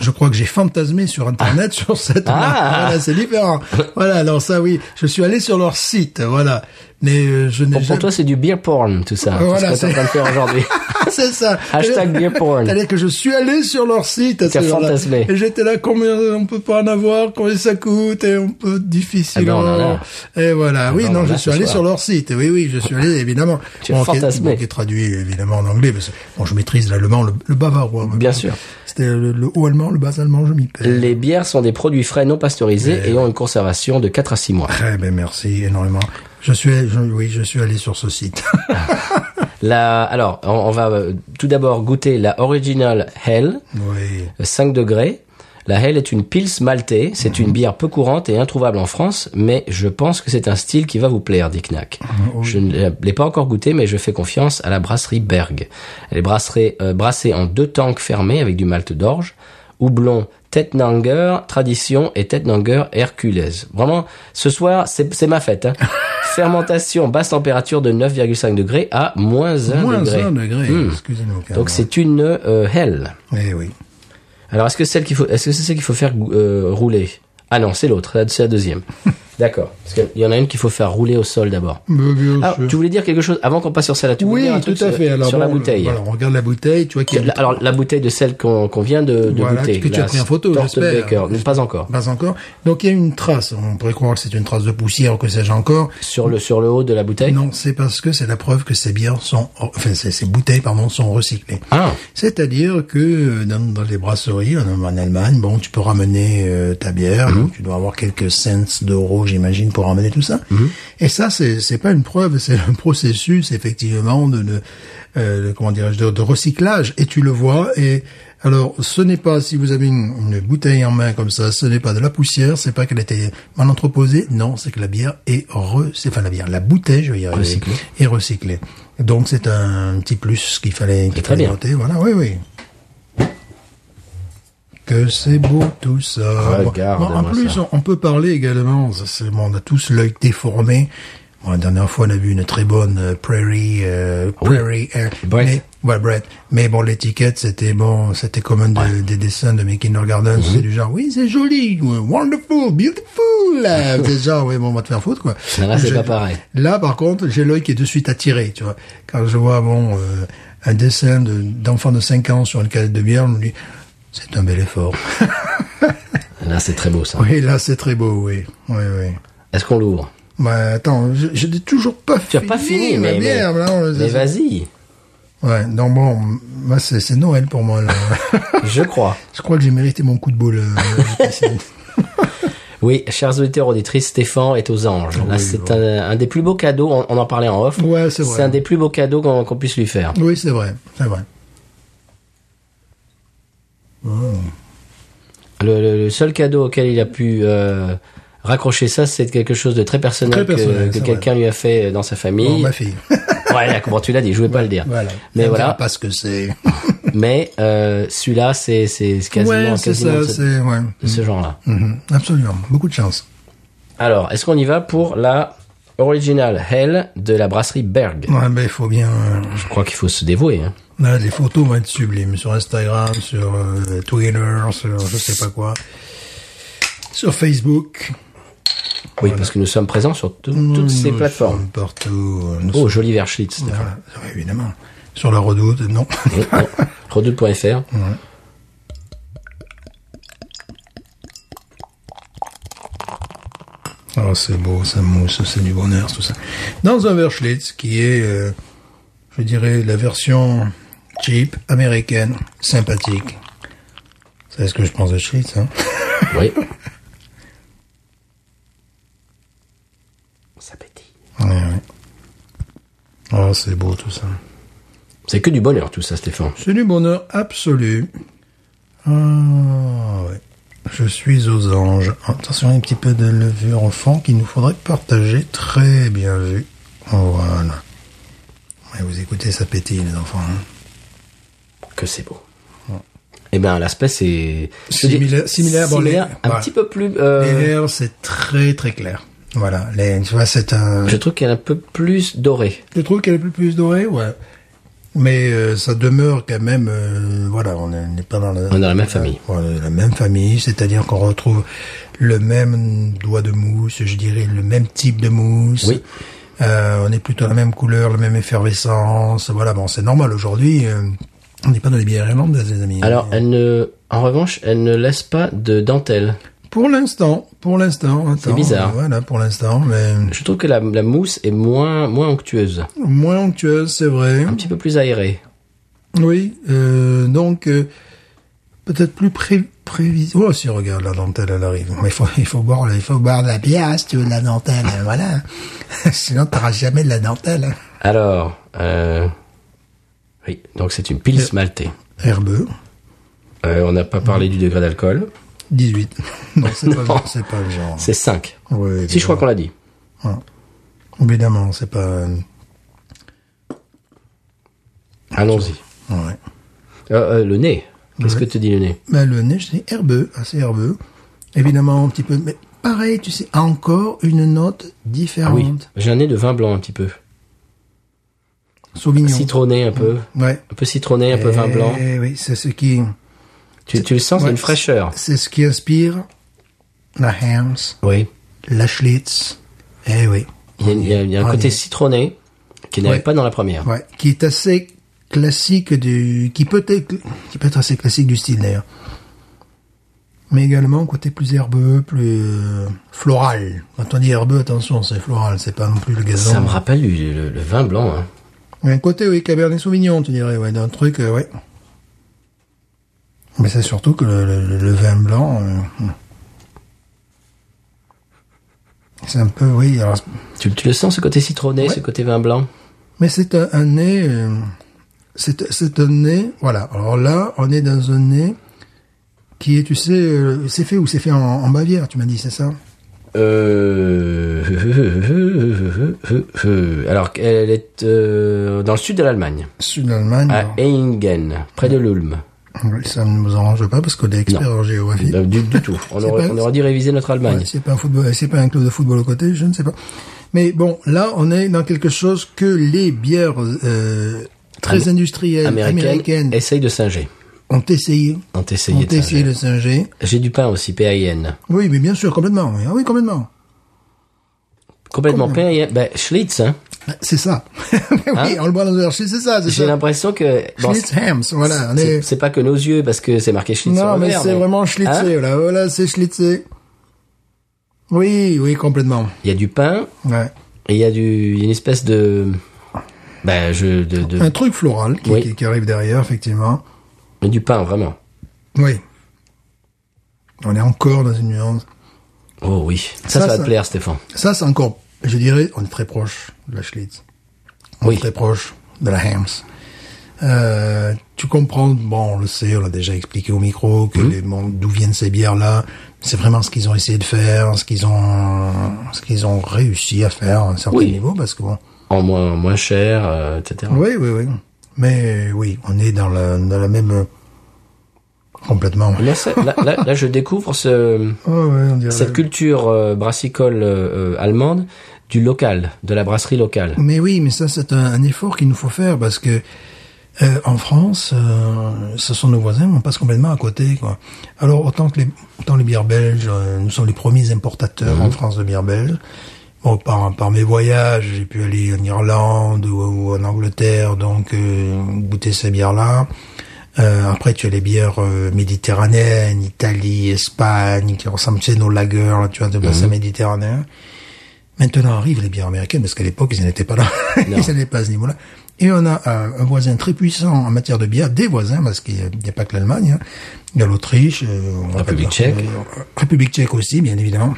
Je crois que j'ai fantasmé sur Internet sur cette
Ah.
marque. Voilà, c'est différent. voilà, alors ça, oui. Je suis allé sur leur site, voilà. Mais euh, je n'ai
Pour, pour
jamais...
toi, c'est du beer porn, tout ça.
Voilà,
Ah, c'est ce que t'es
c'est-
en train de faire aujourd'hui.
c'est ça.
Hashtag beer porn.
C'est-à-dire que je suis allé sur leur site. à
T'as
ce genre-là.
fantasmé.
Et j'étais là, combien on peut pas en avoir, combien ça coûte, et on peut difficilement.
Ah ben, on en
Et voilà. Oui,
ben, on
non,
en
je
a
suis
ce
allé
soir.
sur leur site. Oui, oui, je suis allé, évidemment.
Tu as
qui est-
fantasmé.
bon, qui est traduit, évidemment, en anglais. Parce que, bon, je maîtrise l'allemand, le, le bavarois.
Bien sûr.
C'était le, le haut allemand, le bas allemand, je m'y perds.
Les bières sont des produits frais non pasteurisés et ont une conservation de 4 à 6 mois.
Très bien, merci énormément. Je suis, je- oui, je suis allé sur ce site.
La, alors, on, on va euh, tout d'abord goûter la Original Hell,
oui.
euh, 5 degrés. La Hell est une pils maltée. C'est
Mhm.
une bière peu courante et introuvable en France, mais je pense que c'est un style qui va vous plaire, dit Knack.
Ah,
Je ne la- l'ai pas encore goûtée, mais je fais confiance à la brasserie Berg. Elle est brasserie- euh, brassée en deux tanks fermés avec du malt d'orge, houblon Tetnanger, Tradition et Tetnanger Hercules. Vraiment, ce soir, c'est c'est ma fête. hein. Fermentation, basse température de 9,5 degrés à moins 1
Moins
degré.
un degré.
Hmm.
Excusez-nous. carrément.
Donc c'est une euh, Hell.
Eh oui.
Alors, est-ce que c'est celle qu'il faut, est-ce que c'est celle qu'il faut faire euh, rouler Ah non, c'est l'autre, la- c'est la deuxième. D'accord. Parce qu'il y en a une qu'il faut faire rouler au sol d'abord.
Mais bien
Alors,
sûr.
tu voulais dire quelque chose avant qu'on passe sur celle-là Tu
Bah,
voulais
Oui,
dire un
tout
truc
à
sur-
fait. Alors,
sur la
bon,
bouteille.
voilà, on regarde la bouteille, tu vois qu'il y a
La-
du-
Alors, la bouteille de celle qu'on qu'on vient de, de
Voilà,
goûter.
que tu as
la
pris en photo,
Stort
j'espère.
Baker. Non, Pas encore.
pas encore. Donc il y a une trace. On pourrait croire que c'est une trace de poussière, que sais-je encore.
Sur le, sur le haut de la bouteille
Non, c'est parce que c'est la preuve que ces bières sont, enfin, ces, ces bouteilles, pardon, sont recyclées.
Ah.
C'est-à-dire que euh, dans, dans les brasseries, en, en Allemagne, bon, tu peux ramener euh, ta bière, donc tu dois avoir quelques cents d'euros, j'imagine, pour ramener tout ça. Et ça, c'est c'est pas une preuve, c'est un processus, effectivement, de, de, euh, de- comment dirais-je, de, de recyclage. Et tu le vois. Et alors, ce n'est pas si vous avez une, une bouteille en main comme ça, ce n'est pas de la poussière, c'est pas qu'elle était mal entreposée. Non, c'est que la bière est re, c'est- enfin la bière, la bouteille, je vais y arriver,
Recyclée.
est recyclée. Euh, Donc c'est un petit plus qu'il fallait, qu'il
très
fallait
bien.
noter. Voilà, oui, oui. Que c'est beau tout ça.
Regarde-moi
Bon, en plus,
ça.
on, on peut parler également. ça, c'est- bon, on a tous l'œil déformé. Bon, la dernière fois, on a vu une très bonne euh, Prairie, euh,
oui.
Prairie Air.
Brett.
Mais- Ouais, Brett. Mais bon, l'étiquette, c'était bon, c'était comme un de- des dessins de mes kindergarten.
Mhm.
C'est du genre, oui, c'est joli, ouais, wonderful, beautiful. là. c'est genre, oui, bon, on va te faire foutre, quoi.
Non, là, c'est
Je-
pas pareil.
Là, par contre, j'ai l'œil qui est de suite attiré, tu vois. Quand je vois, bon, euh, un dessin de- d'enfant de, 5 ans sur une canette de bière, on me dit, c'est un bel effort.
Là, c'est très beau ça.
oui, là, c'est très beau, oui. Oui, oui.
Est-ce qu'on l'ouvre
Bah, attends, je, je n'ai toujours pas
Tu as
fini.
pas fini,
ma
mais,
bière,
mais,
là, on-
mais vas-y.
Ouais, donc bon, moi, c'est c'est Noël pour moi, là.
Je crois.
Je crois que j'ai mérité mon coup de boule. euh,
Oui, chers auditeurs, auditrices, Stéphane est aux anges. Là, c'est un, un des plus beaux cadeaux. On, on en parlait en off.
Ouais, c'est vrai.
C'est un des plus beaux cadeaux qu'on qu'on puisse lui faire.
oui, c'est vrai, c'est vrai.
Le, le- le seul cadeau auquel il a pu euh, raccrocher ça, c'est quelque chose de très personnel,
Très personnel,
que, que
c'est
quelqu'un lui a fait dans sa famille.
Bon, ma fille.
ouais, d'accord, bon, tu l'as dit, je voulais pas le dire.
voilà.
Mais
Elle
voilà.
dira pas ce que c'est.
Mais euh, celui-là, c'est c'est quasiment,
Ouais, c'est
quasiment
ça,
de ce,
c'est ouais.
de ce genre-là.
Mhm, Absolument, beaucoup de chance.
Alors, est-ce qu'on y va pour la original Hell de la brasserie Berg
Ouais, ben il faut bien. euh,
Je crois qu'il faut se dévouer. hein.
Là, Ah, les photos vont être sublimes sur Instagram, sur euh, Twitter, sur je sais pas quoi, sur Facebook.
Oui, parce que nous sommes présents sur tout- toutes ces
Nous
plateformes.
sommes Partout. euh, nous
Oh, joli Verschlitz.
sommes- voilà, ouais, évidemment. Sur la redoute, non.
Redoute.fr.
Oh, c'est beau, ça mousse, c'est du bonheur, tout ça. Dans un Verschlitz qui est, euh, je dirais, la version cheap, américaine, sympathique. C'est ce que je pense de Schlitz, hein.
Oui. Ça pétille.
Ouais, ouais. Oh, c'est beau tout ça.
C'est que du bonheur tout ça, Stéphane.
C'est du bonheur absolu. Ah, ouais. Je suis aux anges. Attention, un petit peu de levure au fond qu'il nous faudrait partager. Très bien vu. Voilà. Et vous écoutez, ça pétille, les enfants. hein.
Que c'est beau. eh bien l'aspect c'est je dis-
Similaire- similaire, bon, les-
similaire, un
voilà.
petit peu plus. euh,
Les airs, c'est très très clair. Voilà, les, tu vois, c'est un.
Je trouve qu'elle est un peu plus dorée.
Tu trouves qu'elle est plus, plus dorée Ouais. Mais euh, ça demeure quand même, euh, voilà, on est- on n'est pas dans la, Euh,
On est dans la même famille.
Voilà, la même famille, c'est-à-dire qu'on retrouve le même doigt de mousse, je dirais le même type de mousse.
Oui.
Euh, on est plutôt la même couleur, la même effervescence. Voilà, bon, c'est normal aujourd'hui. euh, on n'est pas dans les bières irlandaises, les amis.
Alors elle ne, en revanche, elle ne laisse pas de dentelle.
pour l'instant, pour l'instant, attends,
bizarre.
Voilà, pour l'instant, mais
Je trouve que la, la mousse est moins moins onctueuse,
moins onctueuse, c'est vrai.
un petit peu plus aérée.
Oui, euh, donc euh, peut-être plus pré prévisible. Oh, si regarde la dentelle, elle arrive. Mais il faut, il faut boire, il faut boire de la bière si tu veux de la dentelle. hein, Voilà. Sinon, t'auras jamais de la dentelle. hein.
Alors, euh, oui, donc c'est une
Euh.
pils maltée.
Herbeux,
Euh, on n'a pas parlé du degré d'alcool.
18. Non, c'est
Non.
pas, c'est pas le genre.
C'est 5.
Oui,
Si je crois qu'on l'a dit.
Évidemment, c'est pas. euh,
Allons-y.
Ouais.
Euh, euh, le nez. Qu'est-ce que te dit le nez
Mais le nez, c'est herbeux, E, assez herbeux. Évidemment, un petit peu. Mais pareil, tu sais, encore une note
Ah oui.
différente.
J'ai un nez de vin blanc un petit peu.
Sauvignon.
Citronné un peu.
Ouais.
Un peu citronné, Ah un peu vin
Eh
blanc.
Oui, c'est ce qui.
Tu, tu le sens, c'est
Ouais,
une fraîcheur.
C'est ce qui inspire la Hams,
Oui.
la Schlitz. Eh oui.
Il y a, il y a- il y a un
Ah,
côté
oui.
citronné qui n'avait
Ouais.
pas dans la première.
Ouais, qui est assez classique du, qui peut être, qui peut être assez classique du style d'ailleurs. Mais également un côté plus herbeux, plus euh, floral. Quand on dit herbeux, attention, c'est floral, c'est pas non plus le gazon.
Ça me rappelle du- le, le vin blanc. hein.
Il y a un côté, oui, Cabernet Sauvignon, tu dirais, ouais, d'un truc, euh, ouais. Mais c'est surtout que le, le- le vin blanc, euh, hum. c'est un peu, oui. alors,
Tu, tu le sens, ce côté citronné, ce côté vin blanc
mais c'est un, un nez, euh, c'est c'est un nez, voilà. Alors là, on est dans un nez qui est, tu sais, euh, c'est fait ou c'est fait en, en Bavière, tu m'as dit, c'est ça
euh... Alors, elle est euh, dans le sud de l'Allemagne,
Sud d'Allemagne.
à
alors,
Eingen, près de l'Ulm.
oui, ça ne nous arrange pas parce qu'on est expert en géographie.
Euh, Du, du tout. On
C'est
aurait,
pas-
on aurait dû réviser notre Allemagne.
Ouais, c'est pas un football, c'est pas un club de football au côté, je ne sais pas. Mais bon, là, on est dans quelque chose que les bières euh, très industrielles
américaine,
américaines
essaye de singer.
ont essayé,
On
ont
t'essayait de
essayé
singer.
de singer.
J'ai du pain aussi, PIN.
Oui, mais bien sûr, complètement. Oui, Ah oui, complètement.
Complètement PIN. Ben, Schlitz, hein.
C'est ça. oui, on le voit dans le marché, c'est ça, c'est
J'ai
ça.
l'impression que... bon,
Schlitz Hams, voilà. on
c'est
est-
c'est pas que nos yeux, parce que c'est marqué Schlitz. sur
Non,
le
mais
verre,
c'est vraiment schlitzé,
Hein
voilà, voilà, c'est schlitzé. Oui, oui, complètement.
Il y a du pain,
Ouais.
et il y a du, il y a une espèce de... Ben, je... De, de-
Un truc floral qui-
Oui.
qui- qui arrive derrière, effectivement.
mais du pain, vraiment.
Oui. On est encore dans une nuance.
Oh oui. Ça, ça,
Ça,
va
ça-
te plaire, Stéphane.
Ça, c'est encore, je dirais, on est très proche de la Schlitz. On
Oui.
est très proche de la Hams. Euh, tu comprends, bon, on le sait, on l'a déjà expliqué au micro,
Mhm.
que les bon, d'où viennent ces bières-là. C'est vraiment ce qu'ils ont essayé de faire, ce qu'ils ont, ce qu'ils ont réussi à faire à un certain
Oui.
niveau, parce que bon.
En moins, moins cher, euh, etc.
Oui, oui, oui. Mais euh, oui, on est dans la, dans la même, euh, complètement. Ah
Là, ça- là, là- là, je découvre ce...
Ouais, ouais, on dirait-
cette culture euh, brassicole euh, euh, allemande du local, de la brasserie locale.
Mais oui, mais ça c'est un, un effort qu'il nous faut faire parce que euh, en France, euh, ce sont nos voisins, mais on passe complètement à côté. Quoi. Alors autant que les, autant les bières belges, euh, nous sommes les premiers importateurs en France de bières belges. Bon, par, par mes voyages, j'ai pu aller en Irlande ou, ou en Angleterre, donc euh, goûter ces bières-là. Euh, après, tu as les bières euh, méditerranéennes, Italie, Espagne, qui ressemblent, tu sais, nos lagers, là, tu vois, de bassin méditerranéen. Maintenant arrivent les bières américaines, parce qu'à l'époque, ils n'étaient pas là. ils n'étaient pas à ce niveau-là. Et on a euh, un voisin très puissant en matière de bière, des voisins, parce qu'il n'y a pas que l'Allemagne, hein. il y a l'Autriche, euh, on va pas
République
dire-
tchèque.
euh, République tchèque aussi, bien évidemment.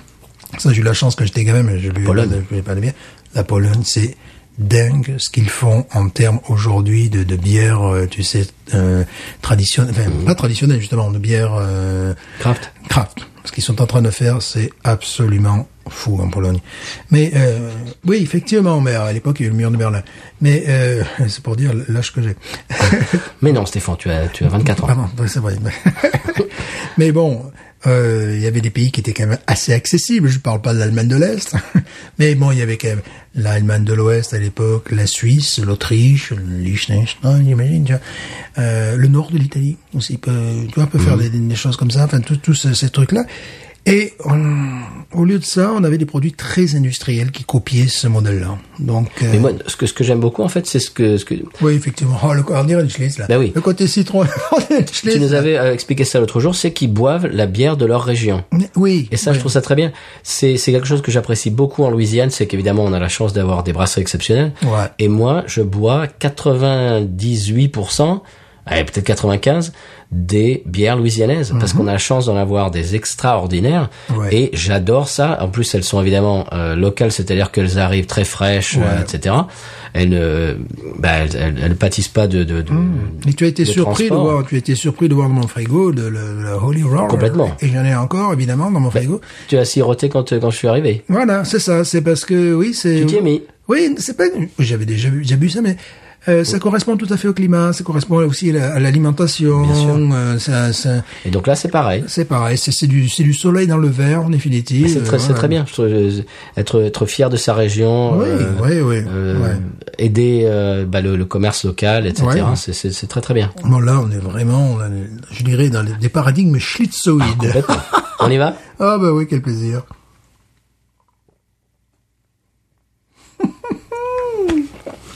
Ça, j'ai eu la chance que j'étais quand même, je buvais
Pologne.
pas de- je buvais pas de bière. La Pologne, c'est dingue ce qu'ils font en termes aujourd'hui de, de bière, euh, tu
Mmh.
sais, euh, traditionnelle, enfin, pas traditionnelle justement, de bière euh,
Kraft.
craft. Ce qu'ils sont en train de faire, c'est absolument fou en Pologne. Mais euh, oui, effectivement, mais à l'époque, il y a eu le mur de Berlin. Mais euh, c'est pour dire l'âge que j'ai.
Mais non, Stéphane, tu as, tu as 24 ans.
Pardon, ouais, Ah c'est vrai. Mais bon, euh, il y avait des pays qui étaient quand même assez accessibles. Je parle pas de l'Allemagne de l'Est, mais bon, il y avait quand même l'Allemagne de l'Ouest à l'époque, la Suisse, l'Autriche, le Liechtenstein, j'imagine, tu vois. Euh, le nord de l'Italie aussi, peut, tu vois, peut faire
Mhm.
des, des choses comme ça. Enfin, tous tous ces, ces trucs-là. Et on- au lieu de ça, on avait des produits très industriels qui copiaient ce modèle-là. Donc, euh,
Mais moi, ce que, ce que j'aime beaucoup, en fait, c'est ce que, ce que,
oui, effectivement. Oh, le, on dirait le Schlitz, là.
Ben oui.
Le côté citron.
tu nous avais euh, expliqué ça l'autre jour, c'est qu'ils boivent la bière de leur région.
Oui.
Et ça, je trouve ça très bien. C'est c'est quelque chose que j'apprécie beaucoup en Louisiane, c'est qu'évidemment, on a la chance d'avoir des brasseries exceptionnelles.
Ouais.
Et moi, je bois 98%, allez, peut-être 95, des bières louisianaises, parce qu'on a la chance d'en avoir des extraordinaires.
Mhm. Ouais.
Et j'adore ça. En plus, elles sont évidemment euh, locales, c'est-à-dire qu'elles arrivent très fraîches, euh, etc. Elles ne bah, elles, elles- elles pâtissent pas de... de, de-
Et tu as été
de
surpris
transport.
de voir, tu as été surpris de voir dans mon frigo le, le- le Holy Roller.
Complètement.
Et j'en ai encore évidemment dans mon
bah,
frigo.
Tu as siroté quand, euh, quand je suis arrivé.
Voilà, c'est ça. C'est parce que oui, c'est.
Tu t'y es mis.
Oui, c'est pas. J'avais déjà vu, j'ai vu ça, mais. euh, ça correspond tout à fait au climat, ça correspond aussi à la- à l'alimentation.
Bien sûr.
euh, ça- ça-
Et donc là, c'est pareil.
c'est pareil, c'est c'est du, c'est du soleil dans le verre en définitive.
C'est très,
euh,
c'est
voilà.
très bien. Je trouve, euh, être, être fier de sa région,
Oui,
euh,
oui, oui,
euh,
ouais.
aider euh, bah, le, le commerce local, etc.
Ouais.
C'est- C'est c'est très très bien.
Bon là, on est vraiment, on est, je dirais, dans les- des paradigmes schlitzoïdes.
Ah, Complètement. On y va
Ah bah oui, quel plaisir.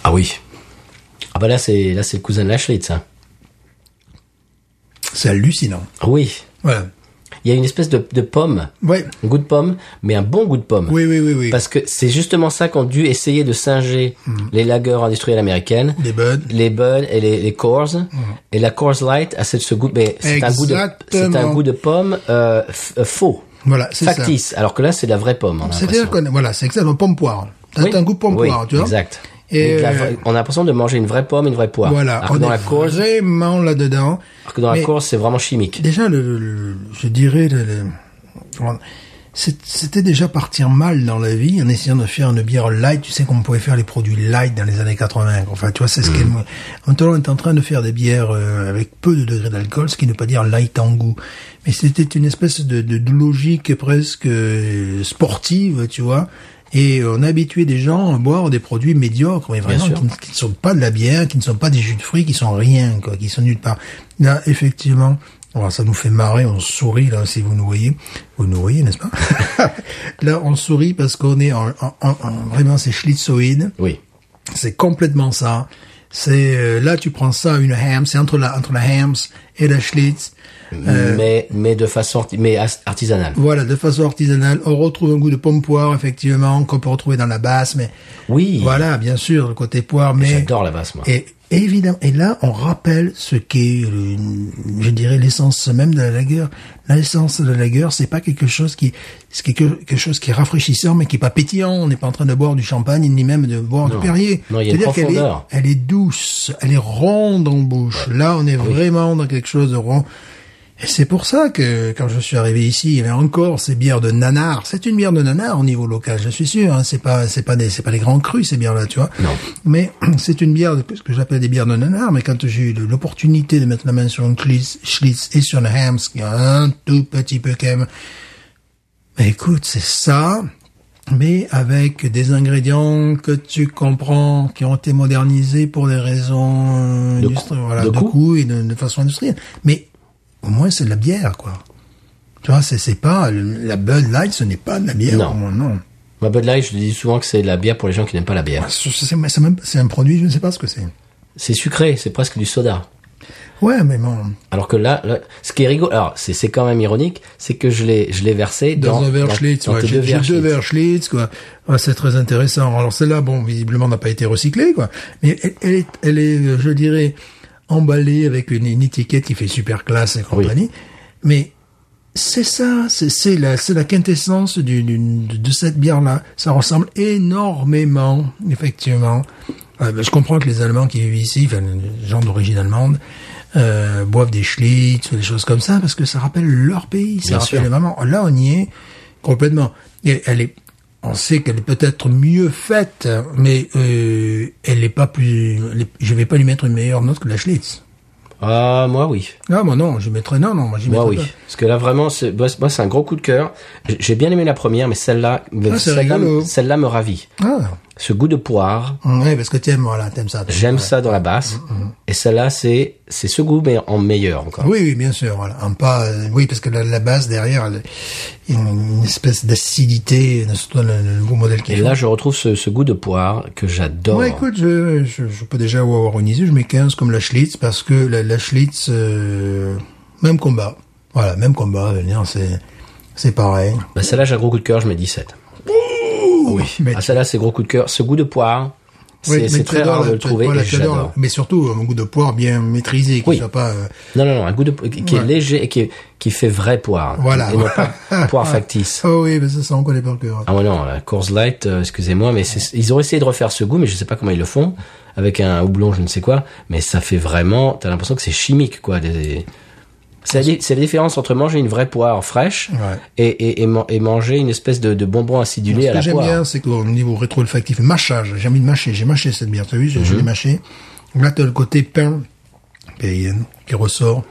Ah oui. Ah bah là c'est là c'est le cousin de la Schlitz. hein.
C'est hallucinant.
Ah Oui.
Voilà.
Il y a une espèce de, de pomme,
Ouais.
un goût de pomme, mais un bon goût de pomme.
Oui, oui, oui, oui. Mm.
Parce que c'est justement ça qu'ont dû essayer de singer les lagueurs industrielles américaines.
Des buds.
les Bud et les, les Coors.
Mm.
Et la Coors Light a ce, ce goût, mais c'est un goût de, c'est un
Exactement.
goût de pomme euh, f- euh, faux,
Voilà, c'est ça.
factice. Alors que là, c'est la vraie pomme. on a
C'est-à-dire
l'impression.
que voilà, c'est exactement pomme poire. T'as
Oui.
un goût pomme
Oui,
poire, tu vois.
Exact.
Et
Donc, la
euh,
vraie- on a l'impression de manger une vraie pomme, et une vraie poire.
voilà,
Alors que
on
dans
est
la Coors,
vraiment là dedans.
alors que dans la
Mais-
Coors, c'est vraiment chimique.
Déjà, le, le- le- je dirais, le- le- comment- c'est- c'était déjà partir mal dans la vie en essayant de faire une bière light. Tu sais qu'on pouvait faire les produits light dans les années 80. Enfin, tu vois, c'est ce qu'elle... Maintenant, on est en train de faire des bières euh, avec peu de degrés d'alcool, ce qui ne veut pas dire light en goût. Mais c'était une espèce de, de- de logique presque euh, sportive, tu vois. Et on a habitué des gens à boire des produits médiocres, mais vraiment,
sûr.
qui ne- qui ne sont pas de la bière, qui ne sont pas des jus de fruits, qui sont rien, quoi, qui sont nulle part. Là, effectivement, alors ça nous fait marrer, on sourit, là, si vous nous voyez. Vous nous voyez, n'est-ce pas Là, on sourit parce qu'on est en, en- en- en- vraiment, c'est schlitzoïde.
Oui.
C'est complètement ça. C'est euh, là tu prends ça une ham, c'est entre la entre la hams et la schlitz. Euh,
Mais, mais de façon, arti- mais as- artisanale.
Voilà, de façon artisanale, on retrouve un goût de pomme poire effectivement qu'on peut retrouver dans la basse, mais
Oui.
voilà, bien sûr, le côté poire, mais
J'adore la basse, moi.
et évidemment, et là, on rappelle ce qu'est, le- je dirais, l'essence même de la lagueur. L'essence de la lagueur, c'est pas quelque chose qui, c'est quelque, quelque chose qui est rafraîchissant, mais qui est pas pétillant. On n'est pas en train de boire du champagne, ni même de boire
Non.
du Perrier.
Non, il y a une
C'est-à-dire qu'elle est,
profondeur.
elle est douce, elle est ronde en bouche. Là, on est
Ah
vraiment dans quelque chose de rond. Et c'est pour ça que quand je suis arrivé ici, il y avait encore ces bières de nanar. C'est une bière de nanar au niveau local, je suis sûr. Hein. C'est pas, c'est pas des, c'est pas des grands crus ces bières-là, tu vois. Mais c'est une bière, de- ce que j'appelle des bières de nanar. Mais quand j'ai eu le- l'opportunité de mettre la main sur une Schlitz, Schlitz et sur une Hams, qui est un tout petit peu quand même, bah, écoute, c'est ça, mais avec des ingrédients que tu comprends, qui ont été modernisés pour des raisons
De
industrie-
coût.
voilà,
De
de
coût.
coût et de, de façon industrielle. Mais au moins, c'est de la bière, quoi. Tu vois, c'est c'est pas le- la Bud Light, ce n'est pas de la bière.
Non.
moi, non.
Ma Bud Light, je dis souvent que c'est la bière pour les gens qui n'aiment pas la bière.
C'est- C'est mais c'est même- c'est un produit, je ne sais pas ce que c'est.
C'est sucré, c'est presque du soda.
Ouais, mais bon,
Alors que là, là, ce qui est rigolo, alors c'est c'est quand même ironique, c'est que je l'ai je l'ai versé dans,
dans un verre Schlitz,
dans
ouais,
tes
j'ai
deux
j'ai
verres
deux
Schlitz.
verres Schlitz, quoi. Ouais, c'est très intéressant. Alors celle-là, bon, visiblement n'a pas été recyclée, quoi. Mais elle, elle est, elle est, euh, je dirais, emballée avec une, une étiquette qui fait super classe et compagnie. Mais c'est ça, c'est c'est la, c'est la quintessence du, du- de de cette bière-là. Ça ressemble énormément, effectivement. Euh, ben, je comprends que les Allemands qui vivent ici, enfin, les gens d'origine allemande, euh, boivent des schlitz ou des choses comme ça, parce que ça rappelle leur pays, ça
Bien
rappelle
sûr.
vraiment. Là, on y est complètement. Et elle est, on sait qu'elle est peut-être mieux faite, mais euh, elle est pas plus. elle est- je vais pas lui mettre une meilleure note que la schlitz.
Ah, moi, oui.
Non, moi non, je mettrais non, non, moi j'y
Moi,
mettrais
oui.
pas.
Parce que là, vraiment, c'est- moi, c'est moi, c'est un gros coup de cœur. J'ai- J'ai bien aimé la première, mais celle-là,
Ah, c'est
celle-là,
rigolo.
celle-là me ravit.
Ah,
Ce goût de poire,
ouais, parce que t'aimes, voilà, t'aimes ça. t'aimes
j'aime
ça.
ça dans la basse. Et celle-là, c'est, c'est ce goût, mais en meilleur encore.
Mm, Oui, oui, bien sûr. Voilà. Un pas, euh, oui, parce que la, la base derrière, elle, il y a une, une espèce d'acidité, surtout le, le nouveau modèle qui
Et
est
là, je retrouve ce, ce goût de poire que j'adore.
Ouais, écoute, je, je, je peux déjà avoir organisé. Je mets 15 comme la Schlitz parce que la, la Schlitz, euh, même combat. Voilà, même combat. je veux dire, C'est, c'est pareil.
Bah, celle-là, j'ai un gros coup de cœur, je mets 17. oui.
mais
Ah,
tu-
celle-là, c'est gros coup de cœur. Ce goût de poire,
Ouais,
c'est
mais
c'est
tu
très
adores
rare
la-
de le trouver
voilà,
et
tu adores,
j'adore.
Mais surtout, un goût de poire bien maîtrisé, qui
Oui.
soit pas, euh,
Non, non, non, un goût de, qui qui est
Ouais.
léger et qui, est- qui fait vrai poire.
Voilà.
Et non pas poire factice.
ah oui, mais ça, ça, on connaît par cœur.
Ah ouais, non, la Coors Light, euh, excusez-moi, mais c'est- ils ont essayé de refaire ce goût, mais je sais pas comment ils le font, avec un houblon, je ne sais quoi, mais ça fait vraiment, t'as l'impression que c'est chimique, quoi. des- des- C'est la, di- c'est la différence entre manger une vraie poire fraîche
Ouais.
et, et, et man- et manger une espèce de, de bonbon acidulé
Ce
à
que
la
j'aime
poire.
bien, c'est qu'au niveau rétro-olfactif, mâchage, j'ai envie de mâcher, j'ai mâché cette bière, t'as vu,
Mhm.
je, je l'ai mâché. Là, t'as le côté pain, payenne, qui ressort,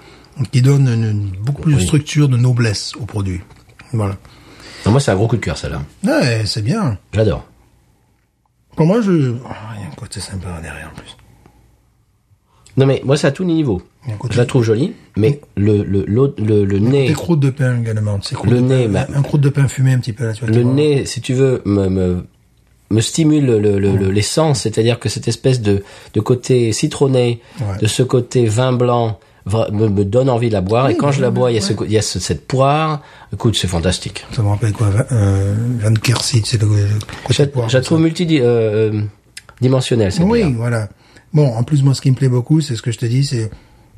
qui donne une- une- beaucoup plus de
Oui.
structure, de noblesse au produit. Voilà.
Non, moi, c'est un gros coup de cœur, celle-là.
Ouais, c'est bien.
J'adore.
Pour moi, je... oh, il y a un côté sympa derrière, en plus.
Non, mais moi, c'est à tous les niveaux.
Il y a un côté-
Je la trouve jolie, mais le, le, l'autre- le, le nez.
Des croûtes de pain, également. tu sais, croûtes
Le
de
nez,
pain,
bah-
Un croûte de pain fumé, un petit peu, là, tu vois.
le
tu vois.
nez, si tu veux, me, me, me stimule le, le, le- les sens, c'est-à-dire que cette espèce de, de côté citronné,
Ouais.
de ce côté vin blanc, vra- me, me donne envie de la boire. et quand je la bois, il y a, ce, co- il y a ce- cette poire. Écoute, c'est fantastique.
Ça me rappelle quoi, vingt- euh, Van Kersit, c'est le le
Je,
côté de poire,
je la
ça.
trouve multidimensionnelle, cette
Oui,
bière.
voilà. Bon, en plus, moi, ce qui me plaît beaucoup, c'est ce que je te dis, c'est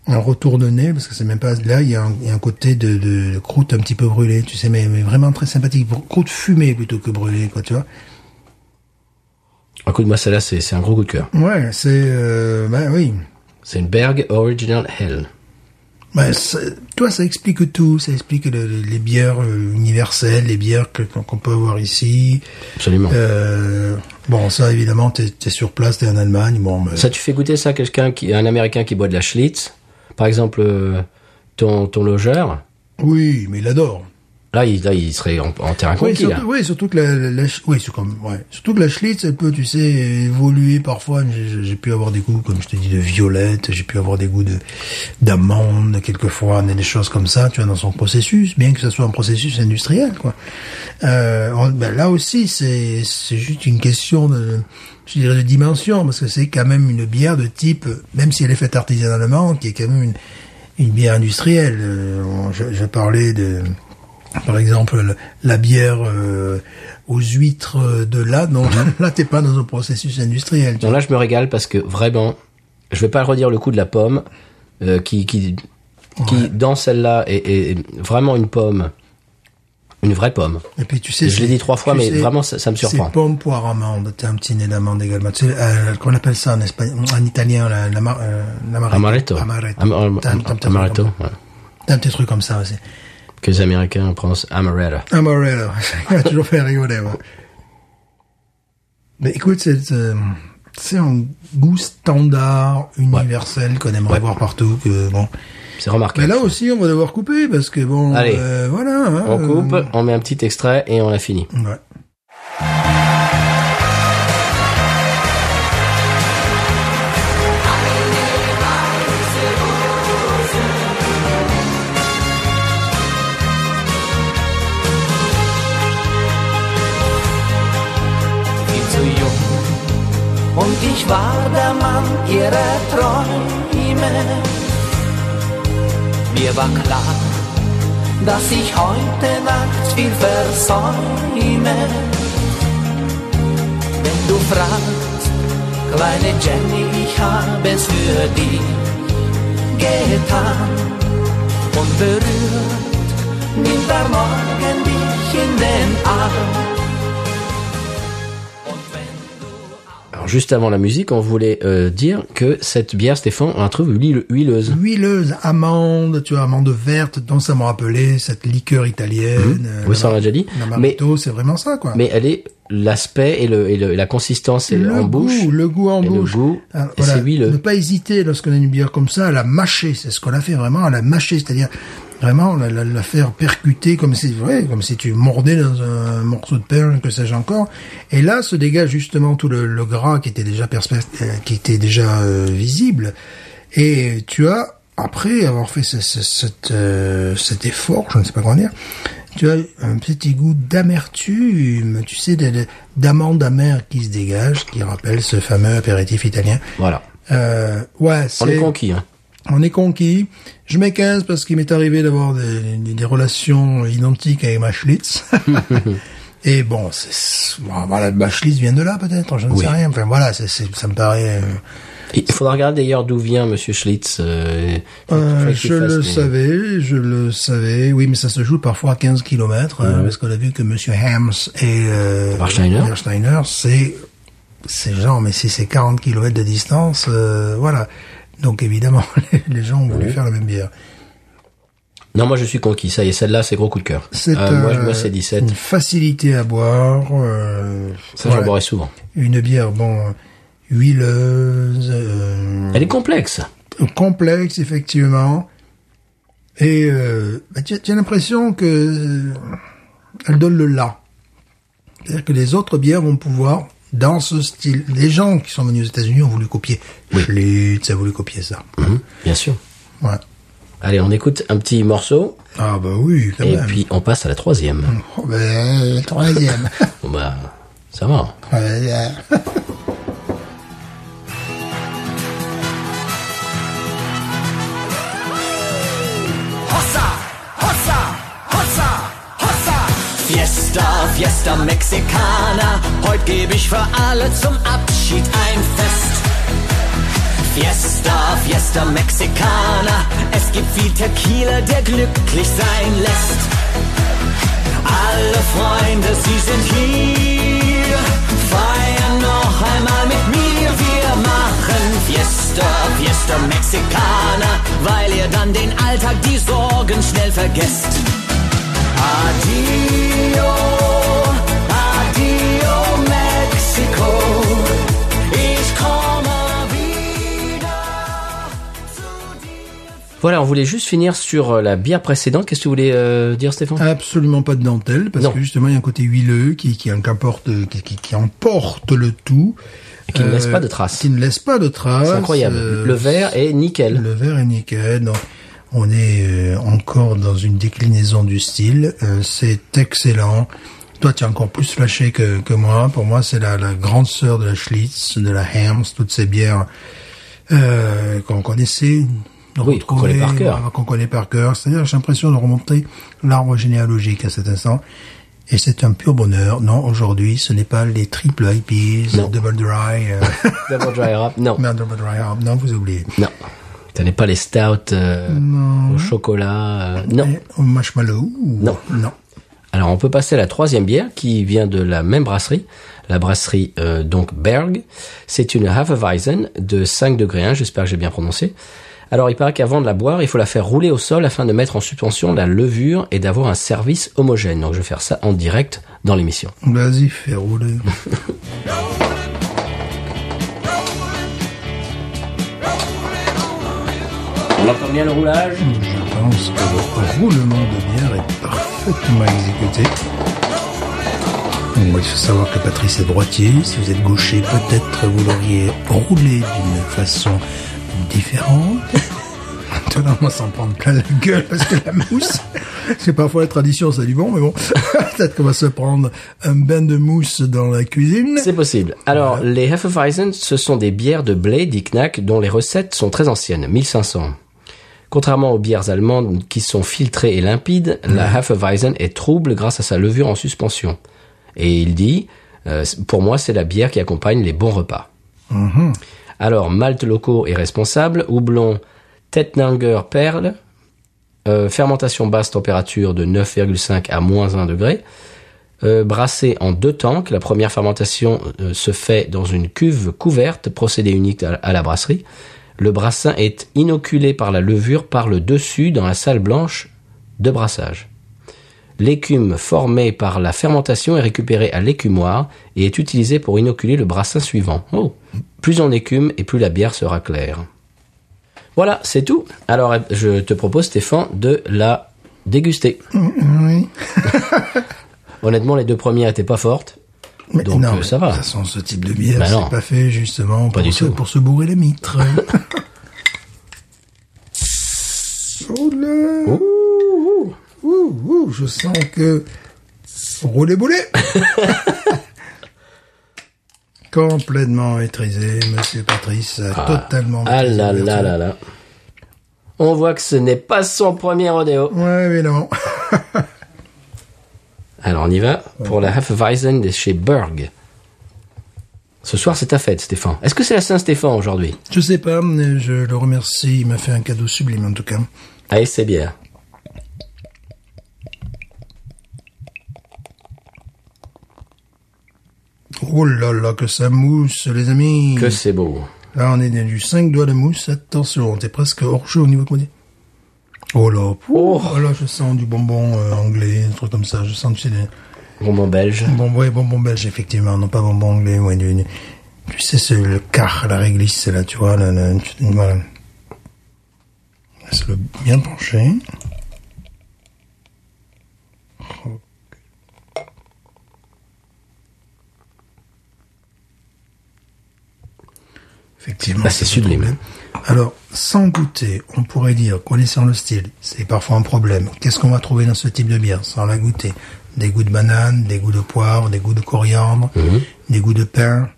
un retour de nez, parce que c'est même pas là, il y, a un- il y a un côté de, de, de croûte un petit peu brûlée, tu sais, mais, mais vraiment très sympathique. Br- Croûte fumée plutôt que brûlée, quoi, tu vois.
Écoute, moi, celle-là, c'est c'est un gros coup de cœur.
Ouais, c'est, euh, ben oui.
C'est une Berg Original Hell.
Ben, c'est- toi, ça explique tout, ça explique le- le- les bières euh, universelles, les bières que- qu'on qu'on peut avoir ici.
Absolument.
Euh, bon, ça, évidemment, t'es es sur place, t'es en Allemagne, bon, ben,
Ça, tu fais goûter ça à quelqu'un qui, un Américain qui boit de la Schlitz. Par exemple, euh, ton, ton logeur.
oui, mais il adore.
Là, il, là, il serait en, en terrain
Oui
conquis, là.
surtout, oui, surtout que la, la- la ch- oui, c'est comme, ouais. surtout que la Schlitz, elle peut, tu sais, évoluer parfois. J'ai- J'ai j'ai pu avoir des goûts, comme je te dis, de violette. J'ai pu avoir des goûts de d'amande, quelquefois, des des choses comme ça. Tu vois, dans son processus, bien que ce soit un processus industriel, quoi. Euh, on- ben là aussi, c'est c'est juste une question de, je dirais, de dimension, parce que c'est quand même une bière de type, même si elle est faite artisanalement, qui est quand même une une bière industrielle. Euh, on- je, je parlais de par exemple, le- la bière euh, aux huîtres euh, de là, non,
Mhm.
là t'es pas dans un processus industriel. tu
Non, là, je me régale parce que vraiment, je vais pas redire le coup de la pomme euh, qui, qui, qui dans celle-là, est, est vraiment une pomme, une vraie pomme.
Et puis tu sais,
Je l'ai
c'est-
dit trois fois,
tu
mais vraiment, ça- ça me surprend.
C'est pomme, poire, amande. T'as un petit nez d'amande également. Tu sais, euh, qu'on appelle ça en espagnol, en italien, la, la, mar- euh, l'amaretto. Amaretto.
Amaretto. Am- am-
T'as- t'as un petit truc
amaretto,
comme-
ouais.
T'as un petit truc comme ça aussi.
que les Américains prononcent amaretto.
Amaretto. Ça m'a toujours fait rigoler, moi. Mais écoute, c'est, euh, c'est un goût standard, universel, qu'on aimerait voir partout, que bon.
C'est
Mais
remarquable.
Bah, là aussi, on va devoir couper, parce que bon,
Allez.
euh, voilà. hein,
on coupe,
euh,
on met un petit extrait et on a fini.
ouais.
viel zu jung. Und ich war der Mann ihrer Träume. Mir war klar, dass ich heute Nacht viel versäume. Wenn du fragst, kleine Jenny, ich habe es für dich getan. Und berührt nimmt der Morgen dich in den Arm.
Alors, juste avant la musique, on voulait euh, dire que cette bière, Stéphane, on la trouve huile- huileuse.
Mmh. Huileuse, amande, tu vois, amande verte, dont ça m'a rappelé cette liqueur italienne. euh,
Mhm. Oui, ça on
la-
l'a déjà dit. Mais,
L'amaretto, c'est vraiment ça, quoi.
mais elle est l'aspect et, le, et le- la consistance et
hein. le
en
goût,
bouche.
le goût en
et
bouche.
Le goût,
Ah,
et
voilà,
c'est huileux.
Ne pas hésiter lorsqu'on a une bière comme ça à la mâcher. C'est ce qu'on a fait vraiment, à la mâcher, c'est-à-dire vraiment la, la- la faire percuter comme si, ouais, comme si tu mordais dans un morceau de pain, que sais-je encore. Et là, se dégage justement tout le, le gras qui était déjà perspe- euh, qui était déjà euh, visible. Et tu as après avoir fait ce- ce- cette, euh, cet effort, je ne sais pas comment dire, tu as un petit goût d'amertume, tu sais, de- de- d'amande amère qui se dégage, qui rappelle ce fameux apéritif italien.
Voilà.
Euh, ouais,
On est
c'est-
conquis. hein.
on est conquis. Je mets 15 parce qu'il m'est arrivé d'avoir des, des- des relations identiques avec ma Schlitz. Et bon, c'est- bon, voilà, ma Schlitz vient de là peut-être, je ne sais rien. Enfin voilà, c'est- c'est- ça me paraît... euh,
Il faudra regarder d'ailleurs d'où vient Monsieur Schlitz. euh, faut-
Euh,
faut qu'il
je
fasse
le
des-
savais, je le savais. Oui, mais ça se joue parfois à 15 km, parce qu'on a vu que Monsieur Hams et euh,
Warsteiner.
Warsteiner, c'est c'est genre, mais si c'est 40 km de distance, euh, voilà. Donc évidemment, les, les gens ont voulu faire la même bière.
Non, moi je suis conquis. Ça y est, celle-là, c'est gros coup de cœur.
C'est
Euh, moi, je-
euh,
moi, c'est 17.
une facilité à boire. euh,
Ça,
voilà.
j'en boirai souvent.
Une bière, bon, huileuse. euh,
Elle est complexe.
complexe effectivement et euh, bah, tu as- tu as l'impression que euh, elle donne le là c'est-à-dire que les autres bières vont pouvoir dans ce style les gens qui sont venus aux États-Unis ont voulu copier Schlitz a voulu copier ça
Bien sûr.
ouais.
Allez, on écoute un petit morceau
ah bah oui quand
et
même
puis on passe à la troisième.
Oh, bah, troisième
Bon bah, ça va.
Voilà.
Hossa, Hossa, Hossa, Hossa. Fiesta, Fiesta Mexicana. Heute gebe ich für alle zum Abschied ein Fest. Fiesta, Fiesta Mexicana. Es gibt viel Tequila, der glücklich sein lässt. Alle Freunde, sie sind hier. Feiern noch einmal mit mir. Wir machen Fiesta, Fiesta Mexicana, weil ihr dann den Alltag, die Sorgen schnell vergesst. Adio, adio Mexiko. Ich komme wieder zu dir.
Voilà, on voulait juste finir sur euh, la bière précédente. Qu'est-ce que tu voulais euh, dire, Stéphane
absolument pas de dentelle parce
Non.
que justement il y a un côté huileux qui qui emporte qui, qui, qui emporte le tout
Qui ne laisse
Euh,
pas de traces.
qui ne laisse pas de traces
C'est incroyable.
Euh,
Le verre est nickel.
Le verre est nickel. Donc, on est euh, encore dans une déclinaison du style. Euh, c'est excellent. Toi, tu es encore plus flashé que, que moi. Pour moi, c'est la, la grande sœur de la Schlitz, de la Herms, toutes ces bières euh, qu'on connaissait. de
Oui, qu'on
retrouver,
connaît par cœur.
voilà, Qu'on connaît par cœur. C'est-à-dire, j'ai l'impression de remonter l'arbre généalogique à cet instant. Et c'est un pur bonheur. Non, aujourd'hui, ce n'est pas les triple IPs,
Non.
double dry, euh,
D'abord dry rap. Non,
merde, double dry. ah, Non, vous oubliez.
non. Ce n'est pas les stouts euh, au chocolat. euh, non.
Eh, Au marshmallow ou-
Non.
Non.
Alors on peut passer à la troisième bière qui vient de la même brasserie, la brasserie euh, donc Berg. C'est une Hefeweizen de 5 degrés 1, j'espère que j'ai bien prononcé. Alors il paraît qu'avant de la boire, il faut la faire rouler au sol afin de mettre en suspension la levure et d'avoir un service homogène. Donc je vais faire ça en direct dans l'émission.
Vas-y, fais rouler.
On entend bien le roulage
Je pense que le roulement de bière est parfaitement exécuté. Bon, il faut savoir que Patrice est droitier. Si vous êtes gaucher, peut-être vous l'auriez roulé d'une façon différente. Maintenant, on va s'en prendre plein la gueule parce que la mousse, c'est parfois la tradition, ça dit bon, mais bon, peut-être qu'on va se prendre un bain de mousse dans la cuisine.
C'est possible. Alors, les Hefeweizen, ce sont des bières de blé d'Iknac dont les recettes sont très anciennes, 1500. Contrairement aux bières allemandes qui sont filtrées et limpides, la Hefeweizen est trouble grâce à sa levure en suspension. Et il dit, euh, pour moi, c'est la bière qui accompagne les bons repas. Alors, malt locaux et responsable, houblon Tettnanger perle, euh, fermentation basse température de 9,5 à moins 1 degré, euh, brassée en deux tanks. La première fermentation euh, se fait dans une cuve couverte, procédé unique à, à la brasserie. Le brassin est inoculé par la levure par le dessus dans la salle blanche de brassage. L'écume formée par la fermentation est récupérée à l'écumoire et est utilisée pour inoculer le brassin suivant. Oh. Plus on écume et plus la bière sera claire. Voilà, c'est tout. Alors, je te propose, Stéphane, de la déguster.
Oui.
Honnêtement, les deux premières étaient pas fortes.
Mais
Donc,
non,
euh,
mais
ça
De
va.
toute façon, ce type de bière,
Bah non.
c'est pas fait justement
Pas
pour,
du
se,
tout.
pour se bourrer la mitre. oh là ouh, ouh, ouh, Je sens que... Roulez boulet Complètement maîtrisé, monsieur Patrice. totalement
Ah
maîtrisé,
là là
merci.
là là. On voit que ce n'est pas son premier rodéo.
Ouais, évidemment.
Alors, on y va pour la Hefeweizen de chez Berg. Ce soir, c'est ta fête, Stéphane. Est-ce que c'est la Saint-Stéphane aujourd'hui
Je sais pas, mais je le remercie. Il m'a fait un cadeau sublime en tout cas.
Allez, Ah, c'est bien.
Oh là là, que ça mousse, les amis.
Que c'est beau.
Là, on est dans du 5 doigts de mousse. Attention, t'es presque hors jeu au niveau qu'on dit. Oh là, oh. là, je sens du bonbon euh, anglais, un truc comme ça. Je sens, tu sais, des
Roman belge.
bonbons, ouais, bonbons belges, effectivement. Non, pas bonbon anglais, ouais, du- du- tu sais, c'est le car, la réglisse, là, tu vois, là, là, tu- voilà. Laisse-le bien penché. Effectivement.
Bah, c'est
le
sublime.
problème. Alors, sans goûter, on pourrait dire, connaissant le style, c'est parfois un problème. Qu'est-ce qu'on va trouver dans ce type de bière sans la goûter Des goûts de banane, des goûts de poivre, des goûts de coriandre, des goûts de pain.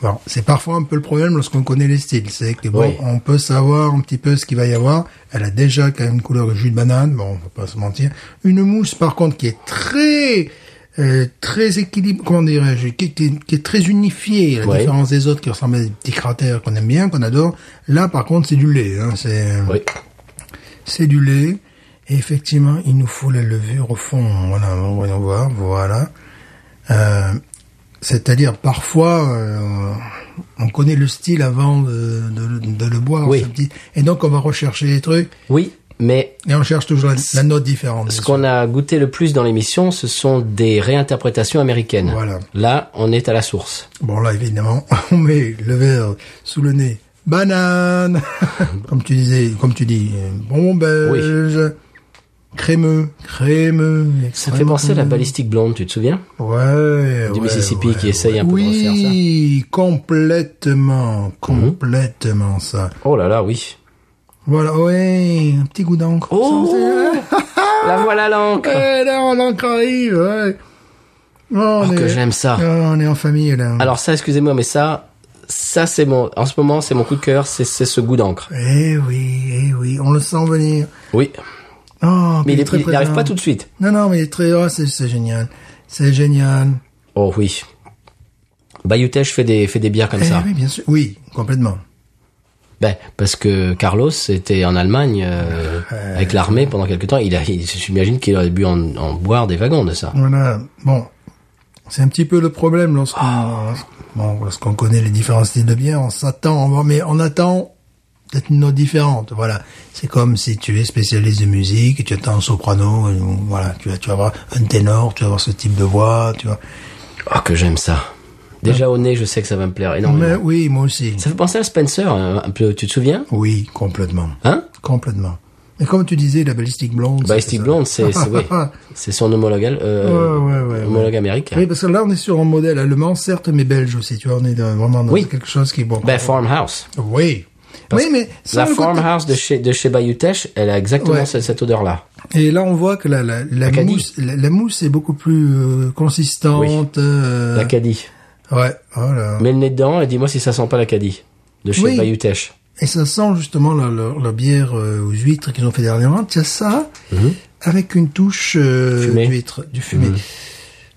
Bon, c'est parfois un peu le problème lorsqu'on connaît les styles. C'est que bon,
Oui.
on peut savoir un petit peu ce qu'il va y avoir. Elle a déjà quand même une couleur de jus de banane. Bon, on va pas se mentir. Une mousse, par contre, qui est très, euh, très équilibrée. Comment dirais-je qui, qui- qui est très unifiée. À la
Ouais.
différence des autres qui ressemblent à des petits cratères qu'on aime bien, qu'on adore. Là, par contre, c'est du lait. Hein, c'est
Oui.
c'est du lait. Et effectivement, il nous faut la levure au fond. Voilà, on va voir. Voilà. Euh, C'est-à-dire, parfois, euh, on connaît le style avant de, de- de le boire.
Oui.
ce petit- Et donc, on va rechercher des trucs.
Oui, mais
Et on cherche toujours la, la note différente.
ce qu'on a goûté le plus dans l'émission, ce sont des réinterprétations américaines.
Voilà.
Là, on est à la source.
Bon, là, évidemment, on met le verre sous le nez. Banane Comme tu disais, comme tu dis, euh, bonbon belge. Crémeux, crémeux.
Ça fait
extrêmement
penser à la
crémeux.
balistique blonde, tu te souviens
Ouais,
Du
ouais,
Mississippi
ouais,
qui
ouais.
essaye un peu de refaire ça. Mhm.
Oui, complètement, complètement ça.
Oh là là, oui.
Voilà, ouais, un petit goût d'encre.
Oh La voilà l'encre
Ouais, là, on l'encre arrive, ouais. Oh,
Oh, que j'aime ça.
Oh, on est en famille, là.
Alors ça, excusez-moi, mais ça, ça c'est mon, en ce moment, c'est mon coup de cœur, c'est c'est ce goût d'encre.
Eh oui, eh oui, on le sent venir.
Oui,
Oh,
mais
puis
il
est très
n'arrive
présent.
pas tout de suite.
Non, non, mais il est très, oh, c'est c'est génial. C'est génial.
Oh oui. Bayutech fait des, fait des bières comme
eh
ça.
oui, bien sûr. Oui, complètement.
Ben, parce que Carlos était en Allemagne euh, avec l'armée pendant quelque temps. Il a, il- j'imagine qu'il aurait bu en, en boire des wagons de ça.
Voilà. Bon, c'est un petit peu le problème lorsqu'on
Ah.
bon, lorsqu'on connaît les différents styles de bière, on s'attend, on va- mais on attend peut-être une note différente. Voilà. C'est comme si tu es spécialiste de musique et tu attends un soprano, euh, voilà, tu vas, tu vas avoir un ténor, tu vas avoir ce type de voix, tu vois.
Oh que j'aime ça. Déjà au nez, je sais que ça va me plaire énormément.
Mais oui, moi aussi.
Ça fait penser à Spencer, un, un peu. Tu te souviens
Oui, complètement.
Hein
Complètement. Et comme tu disais, la balistique blonde.
Ballistic
ça.
Blonde, c'est, c'est, oui. c'est son homologue, al- euh,
Ouais, ouais, ouais,
homologue
ouais.
américain.
Oui, parce que là, on est sur un modèle allemand, certes, mais belge aussi. Tu vois, on est dans- vraiment dans
Oui.
quelque chose qui est bon.
Ben, Farmhouse.
Oui. oui, mais sans
La
le côté-
farmhouse de chez, de chez Bayutech, elle a exactement
Ouais.
cette, cette odeur-là.
Et là, on voit que la, la, la
Acadie.
mousse, la, la mousse est beaucoup plus euh, consistante. euh,
L'Acadie.
ouais. Voilà.
Mets le nez dedans et dis-moi si ça sent pas l'Acadie. De chez
Oui.
Bayutech.
Et ça sent justement la, la, la bière euh, aux huîtres qu'ils ont fait dernièrement. Tiens ça, avec une touche euh,
Mhm. Fumée. Mhm.
d'huître, du fumé.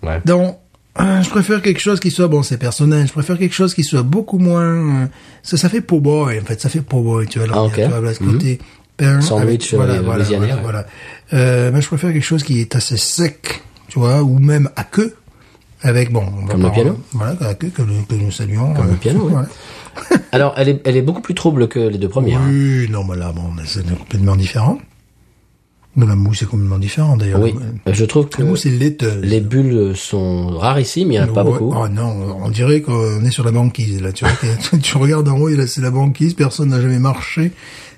Ouais.
Donc, euh, je préfère quelque chose qui soit, bon, c'est personnel, je préfère quelque chose qui soit beaucoup moins... euh, ça, ça fait po' boy, en fait, ça fait po' boy, tu vois, là,
Ah,
il y a,
ok.
tu vois, là, ce
Mhm.
côté pain avec-
Sandwich, euh,
voilà,
les-
voilà,
louisianais,
voilà,
ouais.
voilà. Euh, mais je préfère quelque chose qui est assez sec, tu vois, ou même à queue. Avec, bon, on va
Comme le
pas-
piano.
Voilà, à queue que, nous- que nous saluons. euh,
Comme le piano, oui.
voilà.
Alors, elle est, elle est beaucoup plus trouble que les deux premières. hein.
Oui, non, mais là, bon, c'est complètement différent. Mais la mousse est complètement différente, d'ailleurs.
Ah Oui, Euh,
La-
je trouve que
La mousse est laiteuse.
les bulles sont rarissimes, il n'y en a pas
Ouais.
beaucoup.
Ah non, on dirait qu'on est sur la banquise, là. Tu, tu- tu regardes en haut, et là, c'est la banquise. Personne n'a jamais marché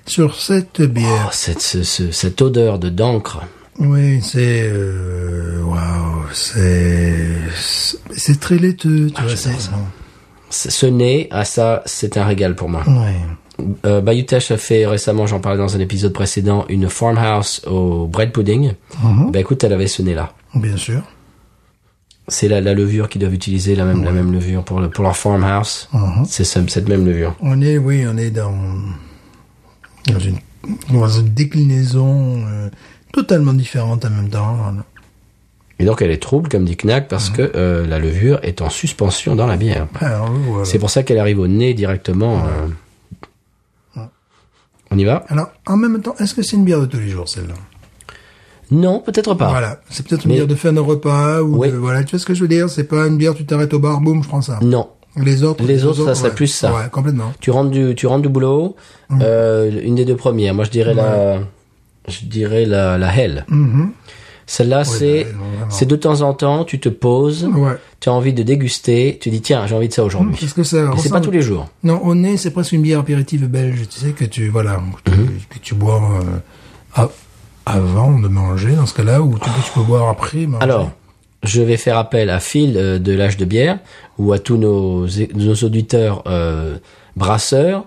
sur cette
Oh,
bière.
cette, ce- ce- cette odeur de d'encre.
Oui, c'est, euh, waouh, c'est, c'est- c'est très laiteux,
Ah,
tu vois. C'est,
Ce ce nez, à ça, c'est un régal pour moi.
ouais.
Euh, Bayutash a fait récemment, j'en parlais dans un épisode précédent, une farmhouse au bread pudding.
Mm-hmm.
Bah écoute, elle avait ce nez-là.
Bien sûr.
C'est la, la levure qu'ils doivent utiliser, la même, la même levure pour, le, pour leur farmhouse.
Mhm.
C'est ce- cette même levure.
On est, oui, on est dans, dans une, dans une déclinaison euh, totalement différente en même temps. Voilà.
Et donc elle est trouble, comme dit Knack, parce
Mhm.
que euh, la levure est en suspension dans la bière.
Alors, voilà.
C'est pour ça qu'elle arrive au nez directement. euh. On y va
Alors, en même temps, est-ce que c'est une bière de tous les jours, celle-là
Non, peut-être pas.
Voilà, c'est peut-être une
Ah. Mais-
bière de fin de repas ou
Oui.
de- voilà, tu vois ce que je veux dire C'est pas une bière, tu t'arrêtes au bar, boum, je prends ça.
Non.
Les autres,
Les autres, ça serait
ouais.
plus ça.
Ouais, complètement.
Tu rentres du, tu rentres du boulot,
Mhm.
euh, une des deux premières. Moi, je dirais la, je dirais la, la hell. Celle-là, c'est,
Mhm. bah, non, vraiment.
c'est de temps en temps, tu te poses,
Ouais.
tu as envie de déguster, tu dis tiens, j'ai envie de ça aujourd'hui.
Est-ce que ça
Hum. Et c'est pas
ressemble-
tous les jours.
Non, au nez, c'est presque une bière apéritive belge, tu sais que tu voilà, que tu,
Mhm.
que tu bois euh, à- avant de manger dans ce cas-là ou tu, que tu peux boire après. manger.
Alors, je vais faire appel à Phil euh, de l'âge de bière ou à tous nos, nos auditeurs euh, brasseurs.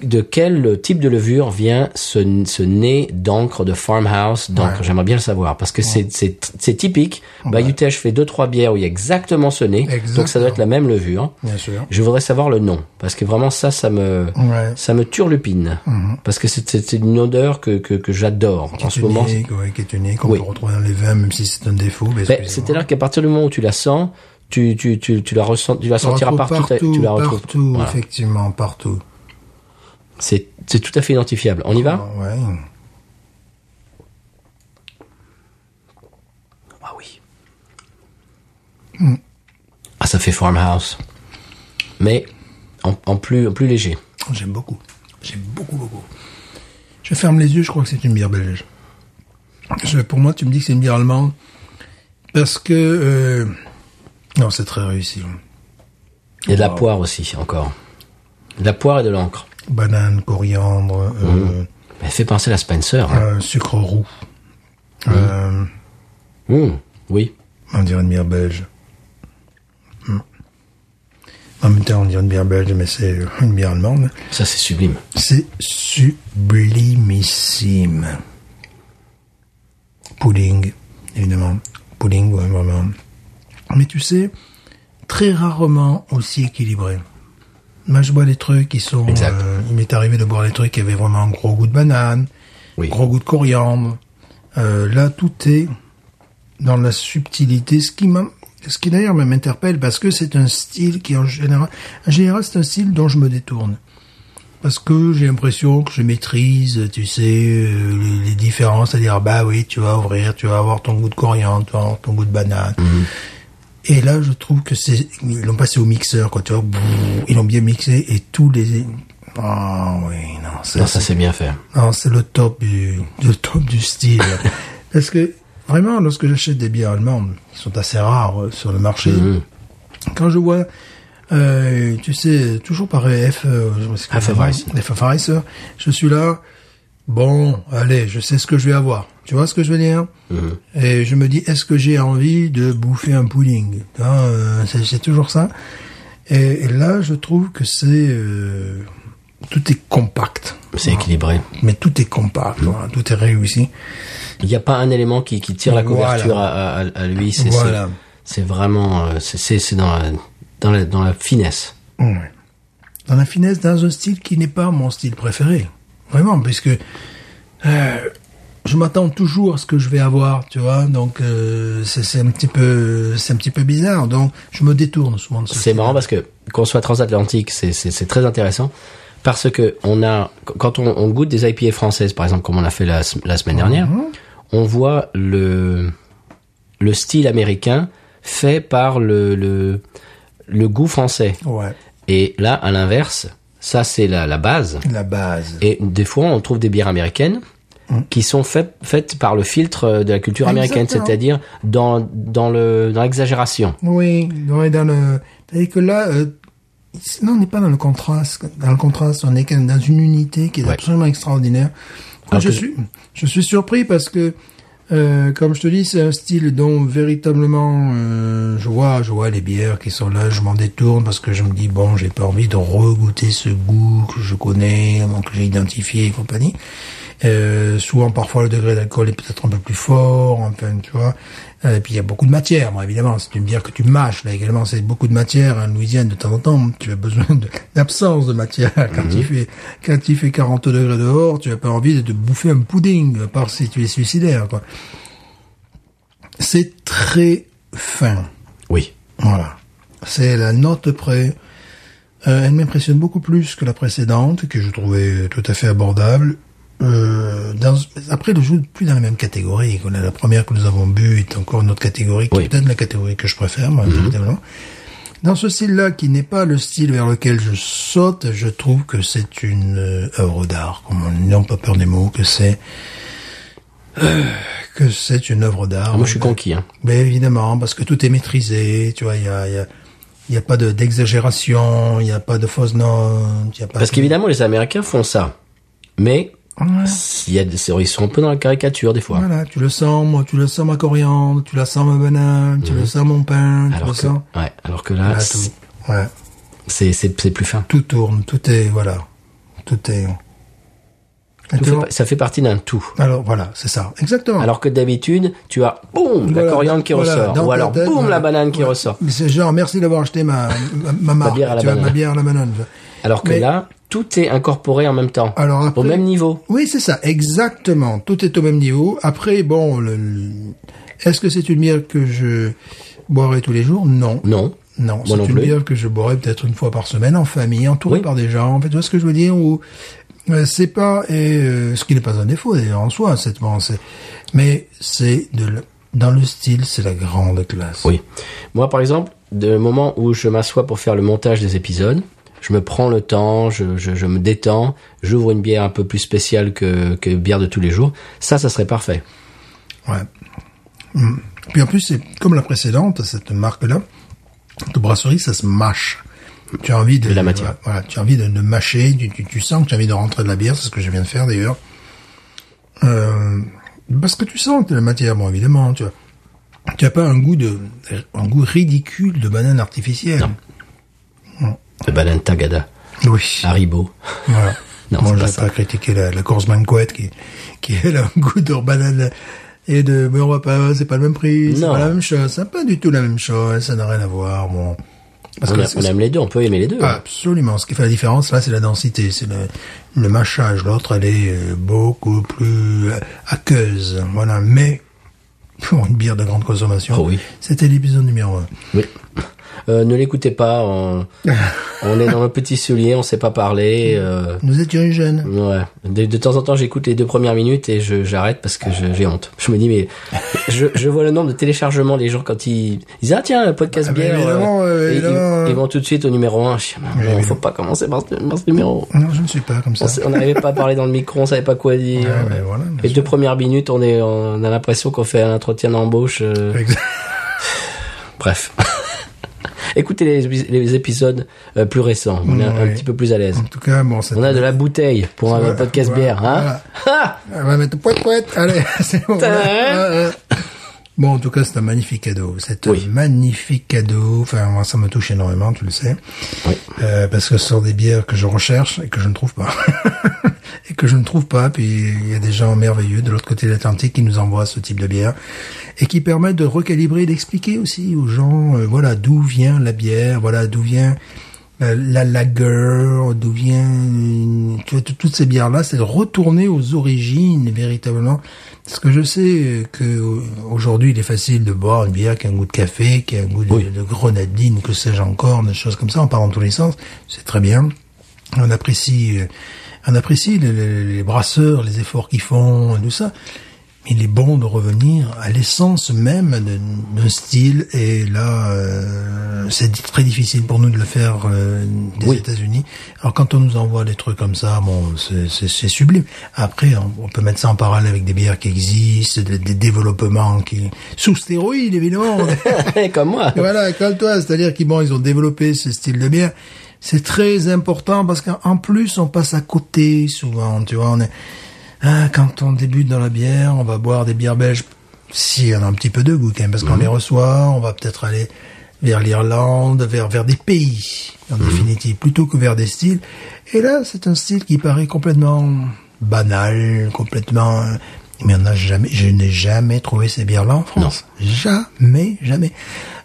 De quel type de levure vient ce, ce nez d'encre de farmhouse d'encre J'aimerais bien le savoir parce que c'est- c'est c'est typique. Bah, UTH fait deux trois bières où il y a exactement ce nez, donc ça
Exactement.
doit être la même levure.
bien sûr.
Je voudrais savoir le nom parce que vraiment ça, ça me
Ouais. Mhm.
ça me turlupine parce que c'est- c'est c'est une odeur que que, que j'adore en
Qui
ce
est
moment.
unique, ouais, qui est unique, qu'on
Oui.
peut retrouver dans les vins, même si c'est un défaut. mais
Ben,
excusez-moi.
C'est-à-dire qu'à partir du moment où tu la sens, tu, tu, tu, tu la ressens, tu la
On la
sentiras
retrouve
partout, ta-
partout,
tu la retrouves.
partout,
Voilà.
effectivement, partout.
C'est c'est tout à fait identifiable. On y va
Ouais.
Ah oui. Ah, ça fait farmhouse. Mais en, en plus, en plus léger.
J'aime beaucoup. J'aime beaucoup, beaucoup. Je ferme les yeux, je crois que c'est une bière belge. Je- pour moi, tu me dis que c'est une bière allemande. Parce que... euh, Non, c'est très réussi.
Il y a de la poire aussi, encore. De la poire et de l'encre.
Banane, coriandre, euh,
Elle fait penser à la Spencer. hein.
euh, sucre roux. Euh,
Mmh. Oui.
on dirait une bière belge. Hmm. En même temps, on dirait une bière belge, mais c'est euh, une bière allemande.
Ça, c'est sublime.
C'est sublimissime. Pudding, évidemment. Pudding, ouais, vraiment. Mais tu sais, très rarement aussi équilibré. Moi, je bois des trucs qui sont...
Exact.
euh, il m'est arrivé de boire des trucs qui avaient vraiment un gros goût de banane,
Oui.
gros goût de coriandre. Euh, là, tout est dans la subtilité, ce qui m'in- ce qui d'ailleurs me m'interpelle parce que c'est un style qui en général, en général c'est un style dont je me détourne. Parce que j'ai l'impression que je maîtrise, tu sais, euh, les, les différences, c'est-à-dire, ah bah oui, tu vas ouvrir, tu vas avoir ton goût de coriandre, tu vas avoir ton goût de banane.
Mhm.
Et là, je trouve que c'est, ils l'ont passé au mixeur, quoi, tu vois, brrr, ils l'ont bien mixé et tous les, ah oui, non,
Non, ça, c'est bien fait.
non, c'est le top du, le top du style. Parce que vraiment, lorsque j'achète des bières allemandes, qui sont assez rares euh, sur le marché, quand je vois, euh, tu sais, toujours pareil, F, euh, je sais pas comment-
Hefeweizen.
Hefeweizen, je suis là, bon, allez, je sais ce que je vais avoir. Tu vois ce que je veux dire Et je me dis, est-ce que j'ai envie de bouffer un pudding Tu vois, euh, C'est c'est toujours ça. Et, et là, je trouve que c'est... euh, tout est compact
C'est équilibré.
mais tout est compact, voilà, tout est réussi.
Il n'y a pas un élément qui, qui tire la couverture à, à- à lui. C'est c'est-
Voilà.
c'est vraiment euh, c'est- c'est c'est dans la, dans la dans la finesse.
Ouais. Dans la finesse, dans un style qui n'est pas mon style préféré, vraiment, puisque euh, je m'attends toujours à ce que je vais avoir, tu vois. Donc euh, c'est c'est un petit peu, c'est un petit peu bizarre. Donc je me détourne souvent de ce.
C'est
style.
marrant parce que qu'on soit transatlantique, c'est c'est c'est très intéressant parce que on a quand on, on goûte des IPA françaises par exemple comme on l'a fait la, se- la semaine dernière, on voit le le style américain fait par le, le, le goût français.
Ouais.
Et là, à l'inverse, ça c'est la, la base.
La base.
Et des fois, on trouve des bières américaines
Mmh.
qui sont faites, faites par le filtre euh, de la culture américaine,
Ah, Exactement.
c'est-à-dire dans, dans le dans l'exagération.
Oui, ouais, dans le. C'est-à-dire que là, euh, c'est- non, on n'est pas dans le contraste. Dans le contraste, on est quand même dans une unité qui est
Ouais.
absolument extraordinaire.
Alors
je
que-
suis, je suis surpris parce que, euh, comme je te dis, c'est un style dont véritablement, euh, je vois, je vois les bières qui sont là, je m'en détourne parce que je me dis bon, j'ai pas envie de regoûter ce goût que je connais, que j'ai identifié et compagnie. Euh, souvent, parfois, le degré d'alcool est peut-être un peu plus fort, enfin, tu vois. Euh, Et puis, il y a beaucoup de matière. Bon, évidemment, c'est une bière que tu mâches. Là, également, c'est beaucoup de matière. En Louisiane, de temps en temps, tu as besoin de- d'absence de matière. Quand il fait, quand il fait 40 degrés dehors, tu as pas envie de te bouffer un pudding, à part si tu es suicidaire, quoi. C'est très fin.
Oui.
Voilà. C'est la note près. Euh, elle m'impressionne beaucoup plus que la précédente, que je trouvais tout à fait abordable. Euh, dans, après, le jeu n'est plus dans la même catégorie. qu'on a La première que nous avons bu est encore une autre catégorie, qui
Oui. Mhm.
est peut-être la catégorie que je préfère, moi, véritablement. Dans ce style-là, qui n'est pas le style vers lequel je saute, je trouve que c'est une euh, œuvre d'art. Comme on n'a pas peur des mots, que c'est euh, que c'est une œuvre d'art.
Ah, moi, je suis
Euh,
conquis. Hein.
mais évidemment, parce que tout est maîtrisé, tu vois, il y a, il y a, il y a pas de- d'exagération, il n'y a pas de fausses notes, il y a pas
Parce
de-
qu'évidemment, les Américains font ça, mais
Ouais.
il y a, des- ils sont un peu dans la caricature des fois.
Voilà, tu le sens, moi, tu le sens ma coriandre, tu la sens ma banane, tu le sens mon pain, tu le
Mhm. Alors que,
sens.
ouais, alors que là,
Voilà,
c'est-
tout, ouais,
c'est c'est c'est plus fin.
tout tourne, tout est, voilà, tout est.
Tout fait
Exactement.
pa- ça fait partie d'un tout.
Alors voilà, c'est ça, exactement.
Alors que d'habitude, tu as
Oh.
boum la
Voilà,
coriandre qui
voilà,
ressort,
dans
ou
ta
alors
tête,
boum
voilà.
la banane qui
Ouais.
ressort.
C'est genre merci d'avoir acheté ma ma, ma marque,
bière à la
tu vois, ma
banane.
bière à la banane.
Alors que
Mais-
là, tout est incorporé en même temps,
Alors
au
après-
même niveau.
Oui, c'est ça, exactement. Tout est au même niveau. Après, bon, le- le- est-ce que c'est une bière que je boirai tous les jours Non.
Non.
Non,
Moi
c'est
non
une
plus.
bière que je boirai peut-être une fois par semaine en famille, entouré
Oui.
par des gens. En fait, tu vois ce que je veux dire Ou euh, c'est pas et euh, ce qui n'est pas un défaut d'ailleurs en soi, cette pensée. Mais c'est de la- dans le style, c'est la grande classe.
Oui. Moi, par exemple, de moment où je m'assois pour faire le montage des épisodes, je me prends le temps, je, je, je me détends, j'ouvre une bière un peu plus spéciale que, que bière de tous les jours. Ça, ça serait parfait.
Ouais. Mm. Puis en plus, c'est comme la précédente, cette marque-là, de brasserie, ça se mâche. Tu as envie de,
De la matière.
Voilà, tu as envie de, de mâcher, tu, tu, tu sens que tu as envie de rentrer de la bière, c'est ce que je viens de faire d'ailleurs. Euh, parce que tu sens que la matière, bon évidemment, tu as, tu as pas un goût de, un goût ridicule de banane artificielle.
Le banane tagada,
Oui.
haribo.
Voilà.
Non,
Moi,
c'est
je
pas
vais
ça.
pas critiquer la, la course Manquette qui, qui elle, a un goût de banane et de, mais on va pas, c'est pas le même prix, c'est
Non.
pas la même chose, c'est pas du tout la même chose, ça n'a rien à voir, bon. Parce
On, a-
c'est- Ah.
on aime les deux, on peut aimer les deux.
Absolument. Ce qui fait la différence, là, c'est la densité, c'est le, le mâchage. L'autre, elle est euh, beaucoup plus euh, aqueuse. Voilà. Mais, pour une bière de grande consommation.
Oh oui.
C'était l'épisode numéro un.
Oui. Euh, ne l'écoutez pas, on, on est dans le petit soulier, on sait pas parler. euh,
Nous étions jeunes.
Ouais. De, de temps en temps, j'écoute les deux premières minutes et je j'arrête parce que je- j'ai honte. Je me dis mais je, je vois le nombre de téléchargements les gens quand ils ils disent ah tiens podcast
Ah, mais
bière. euh,
évidemment, euh,
et ils-
évidemment,
ils,
euh.
vont tout de suite au numéro un. Je dis, Ah, non, faut pas commencer par ce, par ce numéro.
Non, je ne suis pas comme ça.
On s- On n'arrivait pas à parler dans le micro, on savait pas quoi dire.
Ouais, mais voilà, bien
les
sûr.
deux premières minutes, on est on a l'impression qu'on fait un entretien d'embauche. euh,
Exact.
Bref. Écoutez les, épis- les épisodes euh, plus récents, on est un, un
Ouais.
petit peu plus à l'aise.
En tout cas, bon, c'est
On a de la bouteille pour un
Voilà,
podcast
voilà,
bière, hein
Elle va mettre Ah poète poète. Allez, c'est bon. Euh, euh. Bon, en tout cas, c'est un magnifique cadeau. C'est
Oui.
un magnifique cadeau. Enfin, moi, ça me touche énormément, tu le sais.
Oui.
Euh, parce que ce sont des bières que je recherche et que je ne trouve pas. et que je ne trouve pas. Puis, il y a des gens merveilleux de l'autre côté de l'Atlantique qui nous envoient ce type de bière et qui permettent de recalibrer, et d'expliquer aussi aux gens, euh, voilà, d'où vient la bière, voilà, d'où vient la, Euh, la lager, d'où vient euh, tu vois, tout- toutes ces bières là, c'est de retourner aux origines véritablement. Parce que je sais euh, que euh, aujourd'hui il est facile de boire une bière qui a un goût de café, qui a un goût de, de grenadine, que sais-je encore, des choses comme ça, on part dans tous les sens, c'est très bien. On apprécie, euh, on apprécie le- le- les brasseurs, les efforts qu'ils font, et tout ça. Mais il est bon de revenir à l'essence même de- d'un style et là euh, c'est très difficile pour nous de le faire euh, des États-Unis. Alors quand on nous envoie des trucs comme ça, bon, c'est- c'est c'est sublime. Après, on, on peut mettre ça en parallèle avec des bières qui existent, des, des développements qui sous stéroïdes évidemment.
Comme moi. Bah,
Voilà, colle-toi. C'est-à-dire qu'ils bon, ils ont développé ce style de bière. C'est très important parce qu'en en plus, on passe à côté souvent. Tu vois, on est Ah, quand on débute dans la bière, on va boire des bières belges si on a un petit peu de goût quand même, parce qu'on les reçoit. On va peut-être aller vers l'Irlande, vers vers des pays en définitive, plutôt que vers des styles. Et là, c'est un style qui paraît complètement banal, complètement. euh, Mais on n'a jamais, je n'ai jamais trouvé ces bières-là en France. Jamais, jamais.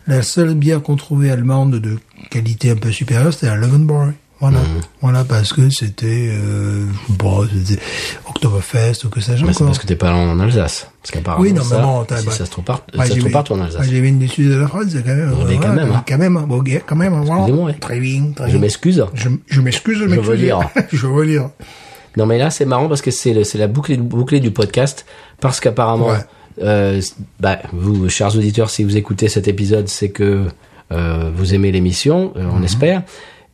La seule bière qu'on trouvait allemande de qualité un peu supérieure, c'était la Löwenbräu. Voilà,
Mhm.
voilà, parce que c'était euh, bon, c'était Oktoberfest ou que sais-je
Mais c'est
encore.
parce que t'es pas allé en Alsace. Parce qu'apparemment,
Oui, non,
ça,
mais bon, t'as-
si
bah,
ça se trouve pas,
moi,
ça se
j'ai
trouve
vu-
pas, toi, en
moi,
Alsace.
j'ai vu une du sud de la France, c'est quand même.
Oui, quand même, hein.
Quand même, hein, bon, gay, quand même. voilà.
Excusez-moi, oui.
Très bien, très
Je
bien.
m'excuse.
Je, je m'excuse, je
veux
m'excuse.
lire.
je veux lire.
Non, mais là, c'est marrant parce que c'est le- c'est la boucle bouclée du podcast parce qu'apparemment,
Ouais.
euh, bah, vous, chers auditeurs, si vous écoutez cet épisode, c'est que euh, vous aimez l'émission, euh, on
Mhm.
espère.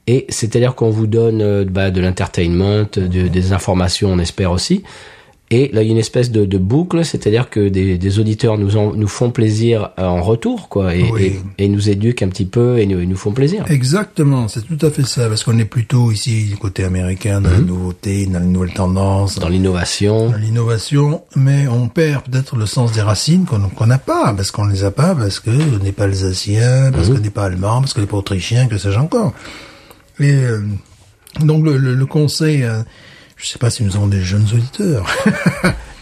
Et c'est-à-dire qu'on vous donne euh, bah, de l'entertainment, de- des informations, on espère aussi. Et là, il y a une espèce de, de boucle, c'est-à-dire que des, des auditeurs nous, en- nous font plaisir euh, en retour, quoi, et,
Oui.
et- et nous éduquent un petit peu et nous, et nous font plaisir.
Exactement, c'est tout à fait ça, parce qu'on est plutôt ici du côté américain, dans la nouveauté, dans les nouvelles tendances,
Mhm. Dans l'innovation.
dans l'innovation, mais on perd peut-être le sens des racines qu'on qu'on n'a pas, parce qu'on ne les a pas, parce que on n'est pas alsacien,
Mhm.
parce qu'on n'est pas allemand, parce qu'on n'est pas autrichien, que sais-je encore. Et euh, donc le, le- le conseil, euh, je sais pas si nous avons des jeunes auditeurs,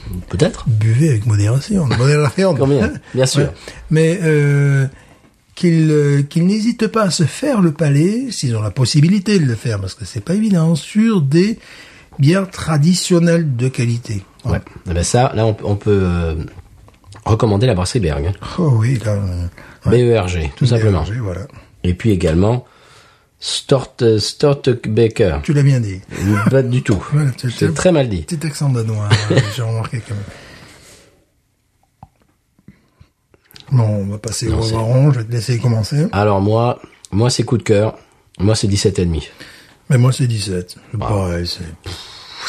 Peut-être.
buvez avec modération, modération.
Quand même, bien sûr.
Ouais. Mais euh, qu'ils euh, qu'ils n'hésitent pas à se faire le palais, s'ils ont la possibilité de le faire, parce que c'est pas évident, sur des bières traditionnelles de qualité.
Ouais. Eh ben ça, là, on, on peut euh, recommander la brasserie Berg, hein.
Oh oui, là, euh, ouais.
BERG, tout simplement.
Mélangé, voilà.
Et puis également Stort euh, Stortbeker.
Tu l'as bien dit.
Pas du tout.
Voilà, tu-
C'est
tu-
très mal dit.
Petit accent danois, euh, j'ai remarqué quand même. Bon, on va passer au Varon, je vais te laisser commencer.
Alors moi, moi c'est coup de cœur. Moi c'est 17 et demi.
Mais moi, c'est 17. C'est pareil, c'est, pff,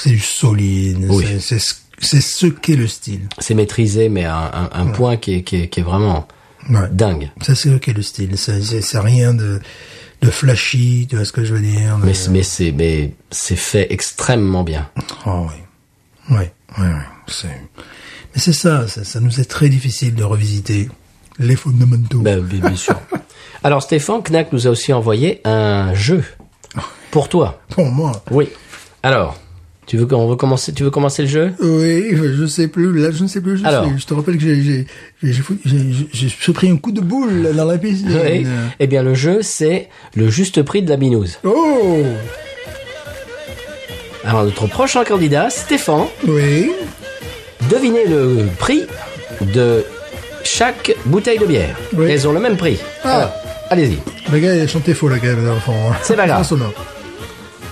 c'est du solide.
Ah. Oui.
c'est- C'est, ce- c'est ce qu'est le style.
C'est maîtrisé, mais à un, un- un point qui est, qui est, qui est vraiment
Ouais.
dingue.
C'est ce qu'est le style. C'est, c'est, c'est rien de, de flashy, tu vois ce que je veux dire. de-
Mais, c'est- mais c'est mais c'est fait extrêmement bien.
Ah oui. Oui, oui, oui. C'est... Mais c'est ça, ça, ça nous est très difficile de revisiter les fondamentaux.
Ben, bien bien sûr. Alors Stéphane Knack nous a aussi envoyé un jeu pour toi.
Pour moi.
Oui. Alors, tu veux qu'on recommencer Tu veux commencer le jeu
Oui, je sais plus, là je ne sais plus, je,
Alors.
sais, je te rappelle que j'ai, j'ai, j'ai, j'ai, foutu- j'ai- j'ai- j'ai pris un coup de boule là, dans la piscine.
Oui. Eh bien, le jeu, c'est le juste prix de la binouse.
Oh
Alors, notre prochain candidat, Stéphane,
Oui,
devinez le prix de chaque bouteille de bière.
Oui. Ah.
Elles ont le même prix. Alors, allez-y.
le gars il a chanté faux là quand même dans le fond. hein.
C'est pas grave.
Ah, sonore.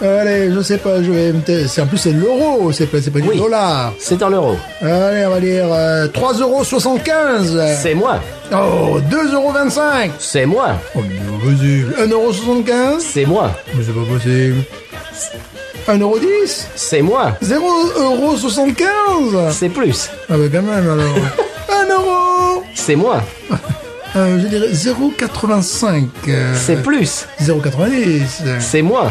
Allez, je sais pas, je vais me tais- c'est En plus c'est de l'euro, c'est pas, c'est pas du
Oui.
dollar.
C'est dans l'euro.
Allez, on va dire euh, 3,75€. Euh.
C'est moi.
Oh, 2,25€.
C'est moi.
Oh, mais c'est pas possible. 1,75€
C'est moi.
Mais c'est pas possible. 1,10€
C'est moi.
0,75€
C'est plus.
Ah bah quand même alors. 1 euro
C'est moi.
Euh, Je dirais 0,85. euh,
C'est plus.
0,90. euh,
C'est moi.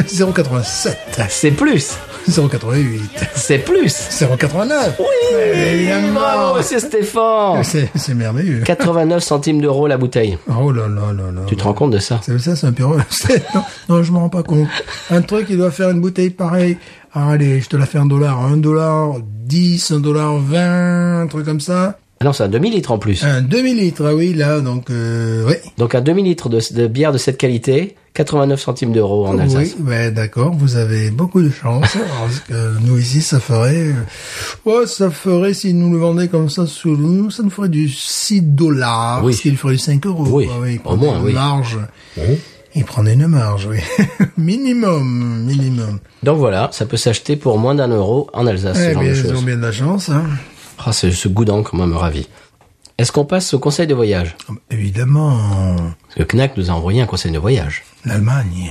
0,87.
C'est plus.
0,88.
C'est plus.
0,89. Oui
Bravo,
Évidemment
monsieur Stéphane.
C'est c'est merveilleux.
89 centimes d'euros la bouteille.
Oh là là là là.
Tu te rends compte de ça
C'est ça, c'est un pire. c'est- Non, non, je me rends pas compte. Un truc, il doit faire une bouteille pareille. Ah, allez, je te la fais un dollar, un dollar, 10, un dollar, 20, un truc comme ça.
Ah non, c'est un demi-litre en plus.
Un demi-litre, ah oui, là, donc, euh, oui.
Donc un demi-litre de, de bière de cette qualité, 89 centimes d'euros en Alsace.
Oui, ouais, d'accord, vous avez beaucoup de chance. parce que nous ici, ça ferait, euh, ouais, ça ferait, si nous le vendait comme ça sous nous, ça nous ferait du 6 dollars.
Oui.
Ce qui lui ferait du 5 euros.
Oui,
quoi, il
au
prendrait
moins,
une
oui. Oh.
marge. Il prendrait une marge, oui. minimum, minimum.
Donc voilà, ça peut s'acheter pour moins d'un euro en Alsace,
Eh
ce genre
bien,
de
ils ont
choses.
bien de la chance. Hein.
Ah, c'est ce goudan quand même ravi. Est-ce qu'on passe au conseil de voyage
Évidemment,
Parce que Knack nous a envoyé un conseil de voyage.
l'Allemagne.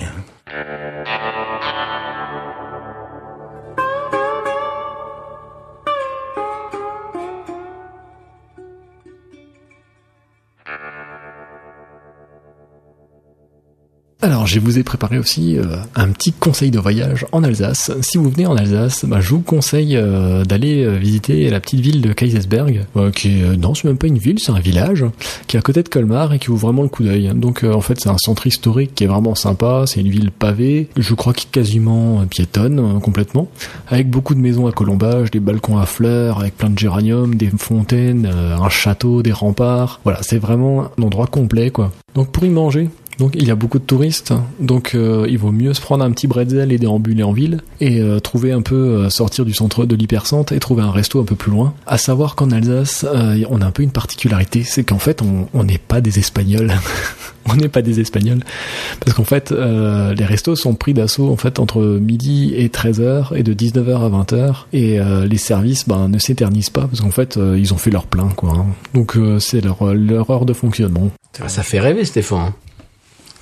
Alors, je vous ai préparé aussi euh, un petit conseil de voyage en Alsace. Si vous venez en Alsace, bah, je vous conseille euh, d'aller euh, visiter la petite ville de Kaisersberg, euh, qui est, euh, non, c'est même pas une ville, c'est un village, qui est à côté de Colmar et qui vaut vraiment le coup d'œil. Donc, euh, en fait, c'est un centre historique qui est vraiment sympa. C'est une ville pavée, je crois qu'il est quasiment euh, piétonne, euh, complètement, avec beaucoup de maisons à colombage, des balcons à fleurs, avec plein de géraniums, des fontaines, euh, un château, des remparts. Voilà, c'est vraiment un endroit complet, quoi. Donc, pour y manger, donc il y a beaucoup de touristes, donc euh, il vaut mieux se prendre un petit bretzel et déambuler en ville et euh, trouver un peu euh, sortir du centre de l'hypercentre et trouver un resto un peu plus loin. À savoir qu'en Alsace, euh, on a un peu une particularité, c'est qu'en fait on on n'est pas des Espagnols, on n'est pas des Espagnols parce qu'en fait euh, les restos sont pris d'assaut en fait entre midi et 13h et de 19h à 20h et euh, les services ben ne s'éternisent pas parce qu'en fait euh, ils ont fait leur plein quoi. hein. Donc euh, c'est leur leur heure de fonctionnement.
Ah, ça fait rêver Stéphane.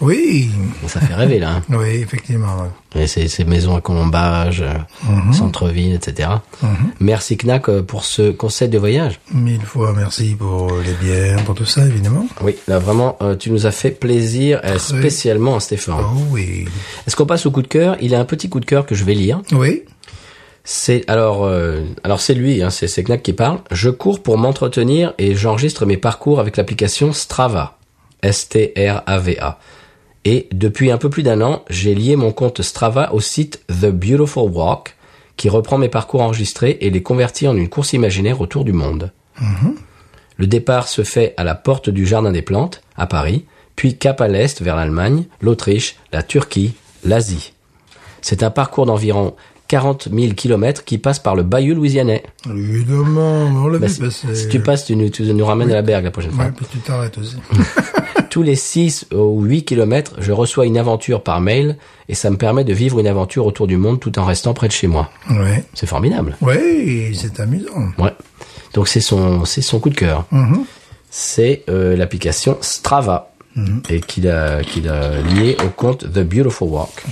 Oui,
Ça fait rêver là. hein.
oui, effectivement.
Et ces, ces maisons à colombage, euh,
Mhm.
centre-ville, etc. Merci Knack euh, pour ce conseil de voyage.
Mille fois merci pour les bières, pour tout ça, évidemment.
Oui, là vraiment, euh, tu nous as fait plaisir, euh, spécialement à Stéphane.
Oh oui.
Est-ce qu'on passe au coup de cœur Il a un petit coup de cœur que je vais lire.
Oui.
C'est alors, euh, alors c'est lui, hein, c'est c'est Knack qui parle. Je cours pour m'entretenir et j'enregistre mes parcours avec l'application Strava, S-T-R-A-V-A. Et depuis un peu plus d'un an, j'ai lié mon compte Strava au site The Beautiful Walk, qui reprend mes parcours enregistrés et les convertit en une course imaginaire autour du monde. Le départ se fait à la porte du Jardin des Plantes, à Paris, puis cap à l'est vers l'Allemagne, l'Autriche, la Turquie, l'Asie. C'est un parcours d'environ 40 000 kilomètres qui passe par le Bayou louisianais.
Ah Évidemment, on l'a
Bah,
vu
si,
passer.
si tu passes, tu nous, tu nous ramènes à la bergue la prochaine fois.
Ouais, puis tu t'arrêtes aussi.
Tous les 6 ou 8 kilomètres, je reçois une aventure par mail et ça me permet de vivre une aventure autour du monde tout en restant près de chez moi.
oui.
C'est formidable.
Oui, c'est amusant.
Ouais. Donc c'est son, c'est son coup de cœur. C'est euh, l'application Strava et qu'il a, qu'il a lié au compte The Beautiful Walk.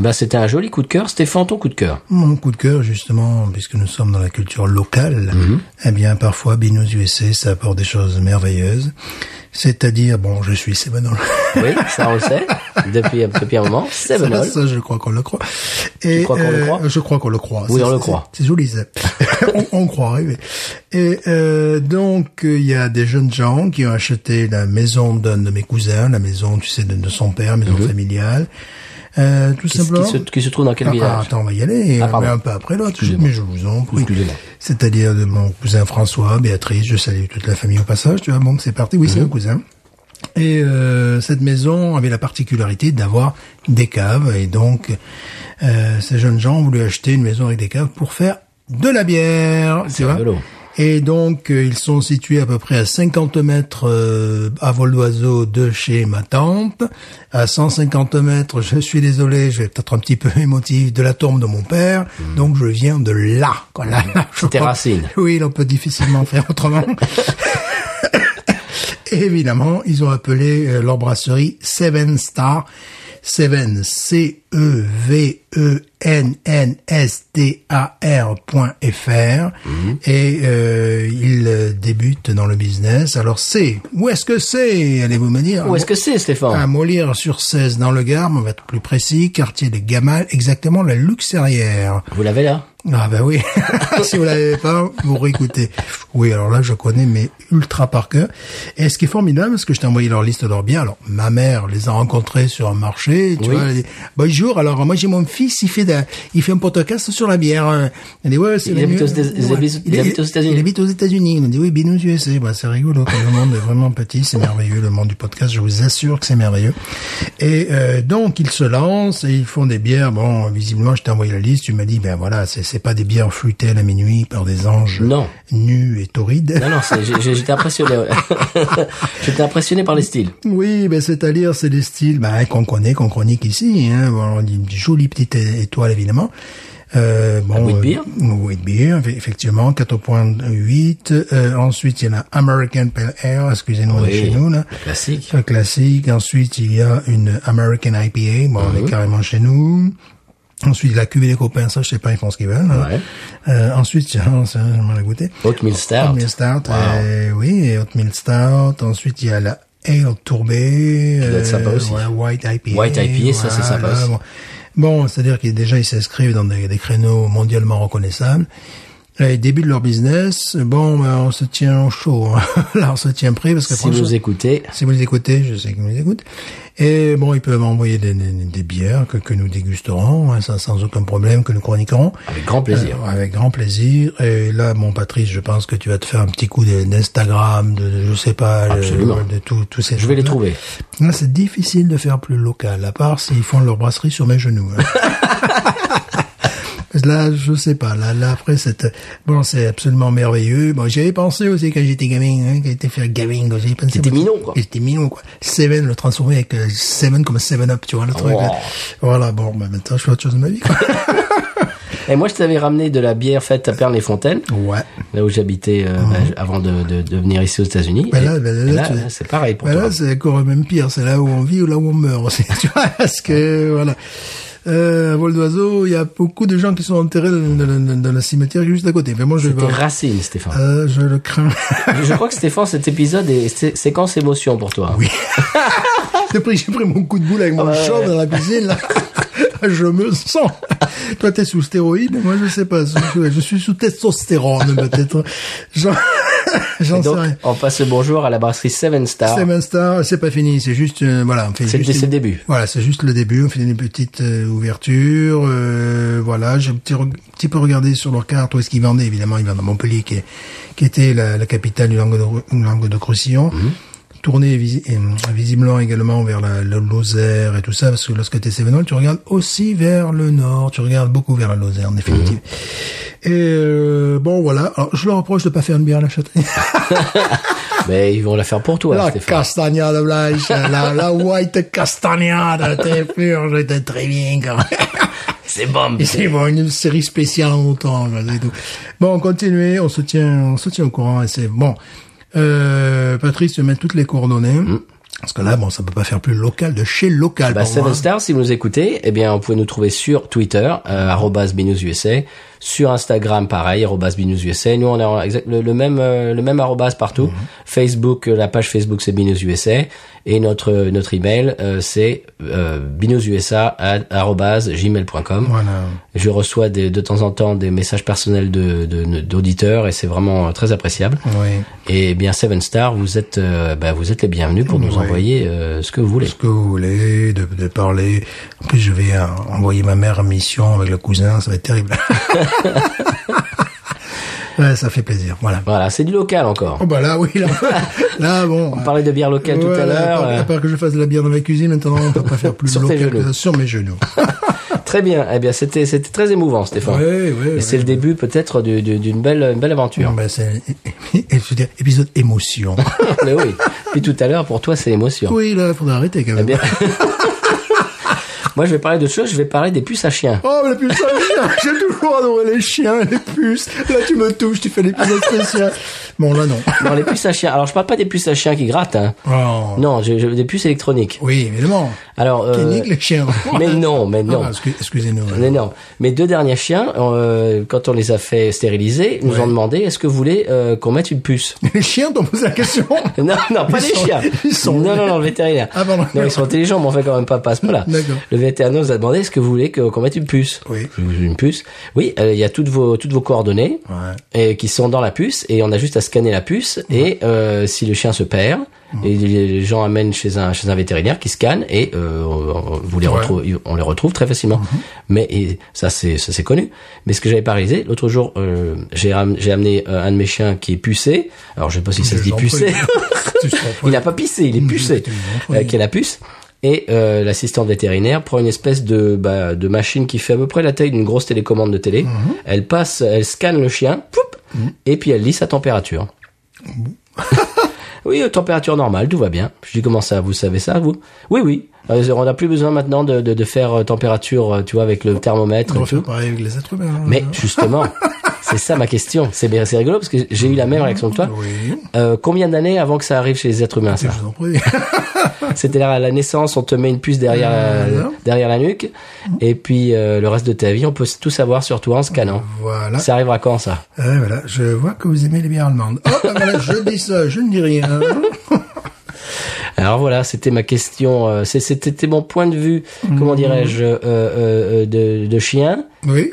Ben, c'était un joli coup de cœur. Stéphane, ton coup de cœur.
Mon coup de cœur, justement, puisque nous sommes dans la culture locale,
Mhm.
eh bien, parfois, Binous USA, ça apporte des choses merveilleuses. C'est-à-dire, bon, je suis Sébanol.
Oui, ça on le sait. Depuis, depuis un moment, c'est
Ça,
Benol.
Ça, je crois qu'on le croit. Et,
crois qu'on le
euh,
croit
Je crois qu'on le croit.
Oui,
Ça,
on le
c'est-
croit.
C'est joli, ça. on, on croit, oui. mais- Et euh, donc, euh, il y a des jeunes gens qui ont acheté la maison d'un de mes cousins, la maison, tu sais, de, de son père, maison familiale. Euh, tout
Mhm. Qui,
simplement.
se, qui se trouve dans quel
Ah,
village
attends, on va y aller,
Ah,
euh,
pardon.
mais un peu après l'autre.
Excusez-moi.
Mais je vous en prie.
Excusez-moi.
C'est-à-dire de mon cousin François, Béatrice, je salue toute la famille au passage. Tu vois, bon, c'est parti. Oui, c'est
Mhm.
un cousin. Et euh, cette maison avait la particularité d'avoir des caves, et donc euh, ces jeunes gens ont voulu acheter une maison avec des caves pour faire de la bière. Tu vois.
rigolo.
Et donc, euh, ils sont situés à peu près à 50 mètres euh, à vol d'oiseau de chez ma tante, à 150 mètres, je suis désolé, je vais peut-être un petit peu émotif, de la tombe de mon père, donc je viens de là. quoi, là, je
Hmm. Tes
crois-
racines.
Oui, on peut difficilement faire autrement. Et évidemment, ils ont appelé euh, leur brasserie Seven Star. Seven, C-E-V-E-N-N-S-T-A-R.fr. Et euh, ils euh, débutent dans le business. Alors, c'est, où est-ce que c'est Allez-vous me dire
Où est-ce que c'est, Stéphane
à Molière-sur-Cèze, dans le Gard, mais on va être plus précis, quartier des Gamales, exactement la Luxerrière.
Vous l'avez là
Ah bah oui, si vous l'avez pas, vous réécoutez. Oui, alors là, je connais mes ultra par cœur. Et ce qui est formidable, c'est que je t'ai envoyé leur liste de leurs biens. Alors, ma mère les a rencontrés sur un marché, tu
Oui.
vois. Elle dit, bonjour, alors moi j'ai mon fils, il fait, de- il fait un podcast sur la bière. Elle dit, ouais, c'est
Il
la
habite
mieux-
aux États- il
Ouais.
habite- il habite aux États-Unis.
Il habite aux États-Unis. Il me dit, oui, Binous USA. Bah, c'est rigolo. Le monde est vraiment petit. C'est merveilleux. Le monde du podcast, je vous assure que c'est merveilleux. Et, euh, donc, ils se lancent et ils font des bières. Bon, visiblement, je t'ai envoyé la liste. Tu m'as dit, ben voilà, c'est, c'est pas des bières flûtées à la minuit par des anges
Non.
nus et torrides.
Non, non, c'est- j'ai- j'ai- j'étais impressionné. ouais. j'étais impressionné par les styles.
Oui, ben c'est-à-dire c'est des styles ben, qu'on connaît, qu'on chronique ici. Hein, Bon, on dit une jolie petite é- étoile évidemment. Euh, bon,
Wheat Beer.
euh, Wheat Beer, eff- effectivement, 4.8. Euh, ensuite, il y a la American Pale Ale, excusez-nous,
Oui.
de chez nous. Là.
Classique.
Un classique. Ensuite, il y a une American IPA.
Ah
Bon, on est carrément chez nous. Ensuite, la cuvée des copains, ça, je sais pas, ils font ce qu'ils veulent. hein.
Ouais.
Euh, ensuite, ça, j'aimerais la goûter.
Oatmeal Stout.
Oatmeal Stout,
Wow.
euh, oui, et Oatmeal Stout. Ensuite, il y a la Ale Tourbée.
doit être sympa aussi.
ouais, White IPA.
White IPA, ça, c'est sympa aussi.
Bon, Bon, c'est-à-dire qu'ils déjà, ils s'inscrivent dans des, des créneaux mondialement reconnaissables. Et début de leur business, bon, ben, on se tient au chaud. hein. Là, on se tient prêt parce que
Si vous écoutez,
si vous les écoutez, je sais qu'ils nous écoutent. Et bon, ils peuvent m'envoyer des, des- des bières que, que nous dégusterons, hein, ça, sans aucun problème, que nous chroniquerons.
avec grand plaisir.
Euh, avec grand plaisir. Et là, mon Patrice, je pense que tu vas te faire un petit coup de- d'Instagram, de, de- je sais pas, de-
Absolument.
de, tout, tous ces
Je vais les
trucs-là.
trouver.
Là, c'est difficile de faire plus local, à part s'ils font leur brasserie sur mes genoux. hein. Là, je sais pas. Là, là après, c'est bon, c'est absolument merveilleux. Bon, j'avais pensé aussi quand j'étais gamin, hein, quand j'étais faire gamin, quand j'avais pensé.
C'était mignon, quoi.
J'étais mignon, quoi. Seven, le transformer avec euh, Seven comme Seven Up, tu vois le truc.
Oh.
là. Voilà. Bon, bah, maintenant, je fais autre chose de ma vie. Quoi.
Et moi, je t'avais ramené de la bière faite à Pernes-les-Fontaines,
ouais.
là où j'habitais euh, bah, avant de, de, de venir ici aux États-Unis.
Ben
Et-
là, ben là,
et là,
tu-
là, c'est pareil pour
Ben
toi.
là, c'est encore même pire. C'est là où on vit ou là où on meurt aussi. Tu vois, parce que, voilà. Euh, à vol d'oiseau, il y a beaucoup de gens qui sont enterrés dans, dans- dans- dans le cimetière juste à côté. Mais moi, je
C'était
vais.
Racine, Stéphane.
Euh, je le crains. Euh.
Je crois que Stéphane, cet épisode est sé- séquence émotion pour toi. hein Oui.
J'ai pris, j'ai pris mon coup de boule avec mon
Ah ouais,
chauve
ouais.
dans la piscine, là. je me sens. Toi, t'es sous stéroïde. Moi, je sais pas. Je, je suis sous testostérone, peut-être. J'en, j'en sais
donc,
rien.
on passe le bonjour à la brasserie Seven Star.
Oh, C'est Star, c'est pas fini, c'est juste euh, voilà, on fait
C'est-
juste
c'est le
une-
début.
Voilà, c'est juste le début. On fait une petite euh, ouverture, euh, voilà. J'ai un petit, re- petit peu regardé sur leur carte où est-ce qu'ils vendaient. Évidemment, ils vendent à Montpellier, qui, est- qui était la, la capitale du Languedoc-Roussillon.
Mhm.
Tourné visi- et, hum, visiblement également vers la, la Lozère et tout ça, parce que lorsque tu es Cévenol, tu regardes aussi vers le nord, tu regardes beaucoup vers la Lozère, en
Mhm.
définitive. Et euh, bon, voilà. Alors, je leur reproche de pas faire une bière à la châtaigne.
Mais ils vont la faire pour toi,
La
Stéphane.
castagnade blanche, la, la white castagnade, t'es pur, j'étais très bien, quand même.
C'est bon.
Et c'est bon, une série spéciale en longtemps, voilà, et tout. Bon, on continue, on se tient, on se tient au courant, et c'est bon. Euh, Patrice, tu mets toutes les coordonnées. Parce que là, bon, ça peut pas faire plus local de chez local.
Mm. Bah,
pour moi.
Seven Star, si vous nous écoutez, eh bien, vous pouvez nous trouver sur Twitter, euh, arrobas binoususa, sur Instagram, pareil, arrobas binoususa. Nous, on a exact- le, le même, euh, le même arrobas partout.
Mhm.
Facebook, euh, la page Facebook, c'est binoususa. Et notre, notre email, euh, c'est, euh, binoususa, arrobas, gmail.com.
Voilà.
Je reçois des- de temps en temps des messages personnels de, de- d'auditeurs et c'est vraiment euh, très appréciable.
Oui.
Et eh bien, Seven Star, vous êtes, euh, bah, vous êtes les bienvenus pour nous
Ouais.
envoyer euh, ce que vous voulez.
ce que vous voulez, de, de parler. En plus, je vais euh, envoyer ma mère en mission avec le cousin, ça va être terrible. ouais, ça fait plaisir, voilà.
Voilà, c'est du local encore.
Oh bah là, oui, là, là bon.
On parlait de bière locale tout à
Voilà,
l'heure.
part-
euh,
À part que je fasse de la bière dans ma cuisine, maintenant, on peut pas faire plus
Sur tes
local que
genoux.
ça, sur mes genoux.
Très bien. Eh bien, c'était c'était très émouvant, Stéphane.
Ouais, ouais,
Et c'est
ouais.
le début peut-être du- du- d'une belle une belle aventure.
Non, bah, c'est, je veux dire, épisode émotion.
Mais oui. Puis tout à l'heure, pour toi, c'est l'émotion.
oui, là, faudrait arrêter quand
Eh
même.
bien. Moi, je vais parler d'autre chose. Je vais parler des puces à chiens.
Oh, mais la puce à chien J'ai toujours adoré les chiens, les puces. Là, tu me touches, tu fais l'épisode spécial. Bon, là, non.
Non, les puces à chiens. Alors, je parle pas des puces à chiens qui grattent. Hein.
Oh.
Non, je- je- des puces électroniques.
Oui, évidemment.
Alors, euh,
Clinique, les chiens.
mais non, mais non.
Ah, excu- Excusez-nous.
Mais non. Mes deux derniers chiens, euh, quand on les a fait stériliser, ils nous ont demandé est-ce que vous voulez euh, qu'on mette une puce
Les chiens t'ont posé la question.
Non, non, pas
Ils
les
sont-
chiens.
ils sont-
Non, non, non, le vétérinaire.
Ah, pardon.
Non, ils sont intelligents, mais enfin quand même pas, pas à ce point-là.
D'accord.
Le vétérinaire nous a demandé est-ce que vous voulez que- qu'on mette une puce
Oui.
Je vous- Une puce. Oui, euh, il y a toutes vos toutes vos coordonnées et qui sont dans la puce et on a juste à scanner la puce et euh, si le chien se perd. Et les les gens amènent chez un chez un vétérinaire qui scanne et euh, on, on- vous les
Ouais. Mhm.
retrouve, on les retrouve très facilement. Mais et ça c'est ça c'est connu. Mais ce que j'avais pas réalisé l'autre jour, euh, j'ai ram- j'ai amené euh, un de mes chiens qui est pucé. Alors je sais pas si ça se dit
J'en prie.
pucé.
Tu te comprends.
Il n'a pas pissé, il est pucé,
Mmh.
euh, qui est la puce. Et euh, l'assistante vétérinaire prend une espèce de, bah, de machine qui fait à peu près la taille d'une grosse télécommande de télé. Elle passe, elle scanne le chien, poup, et puis elle lit sa température. Oui, euh, température normale, tout va bien. Je dis comment ça, vous savez ça, vous Oui, oui. Euh, on n'a plus besoin maintenant de, de, de faire euh, température, euh, tu vois, avec le thermomètre. et
On
tout.
fait pareil avec les êtres humains. hein.
Mais justement, c'est ça ma question. C'est bien- c'est rigolo parce que j'ai eu la même réaction que toi.
Oui.
Euh, combien d'années avant que ça arrive chez les êtres humains
Je
ça
vous en prie.
C'était à la naissance, on te met une puce derrière
Ah,
la,
Voilà.
derrière la nuque,
Mm.
et puis euh, le reste de ta vie, on peut tout savoir sur toi en scannant.
Voilà.
Ça arrivera quand ça
Euh, voilà. Je vois que vous aimez les bières allemandes. Oh, bah voilà, je dis ça, je ne dis rien.
Alors voilà, c'était ma question. euh, c'est- c'était mon point de vue,
Mm.
comment dirais-je, euh, euh, euh, de, de chien,
Oui.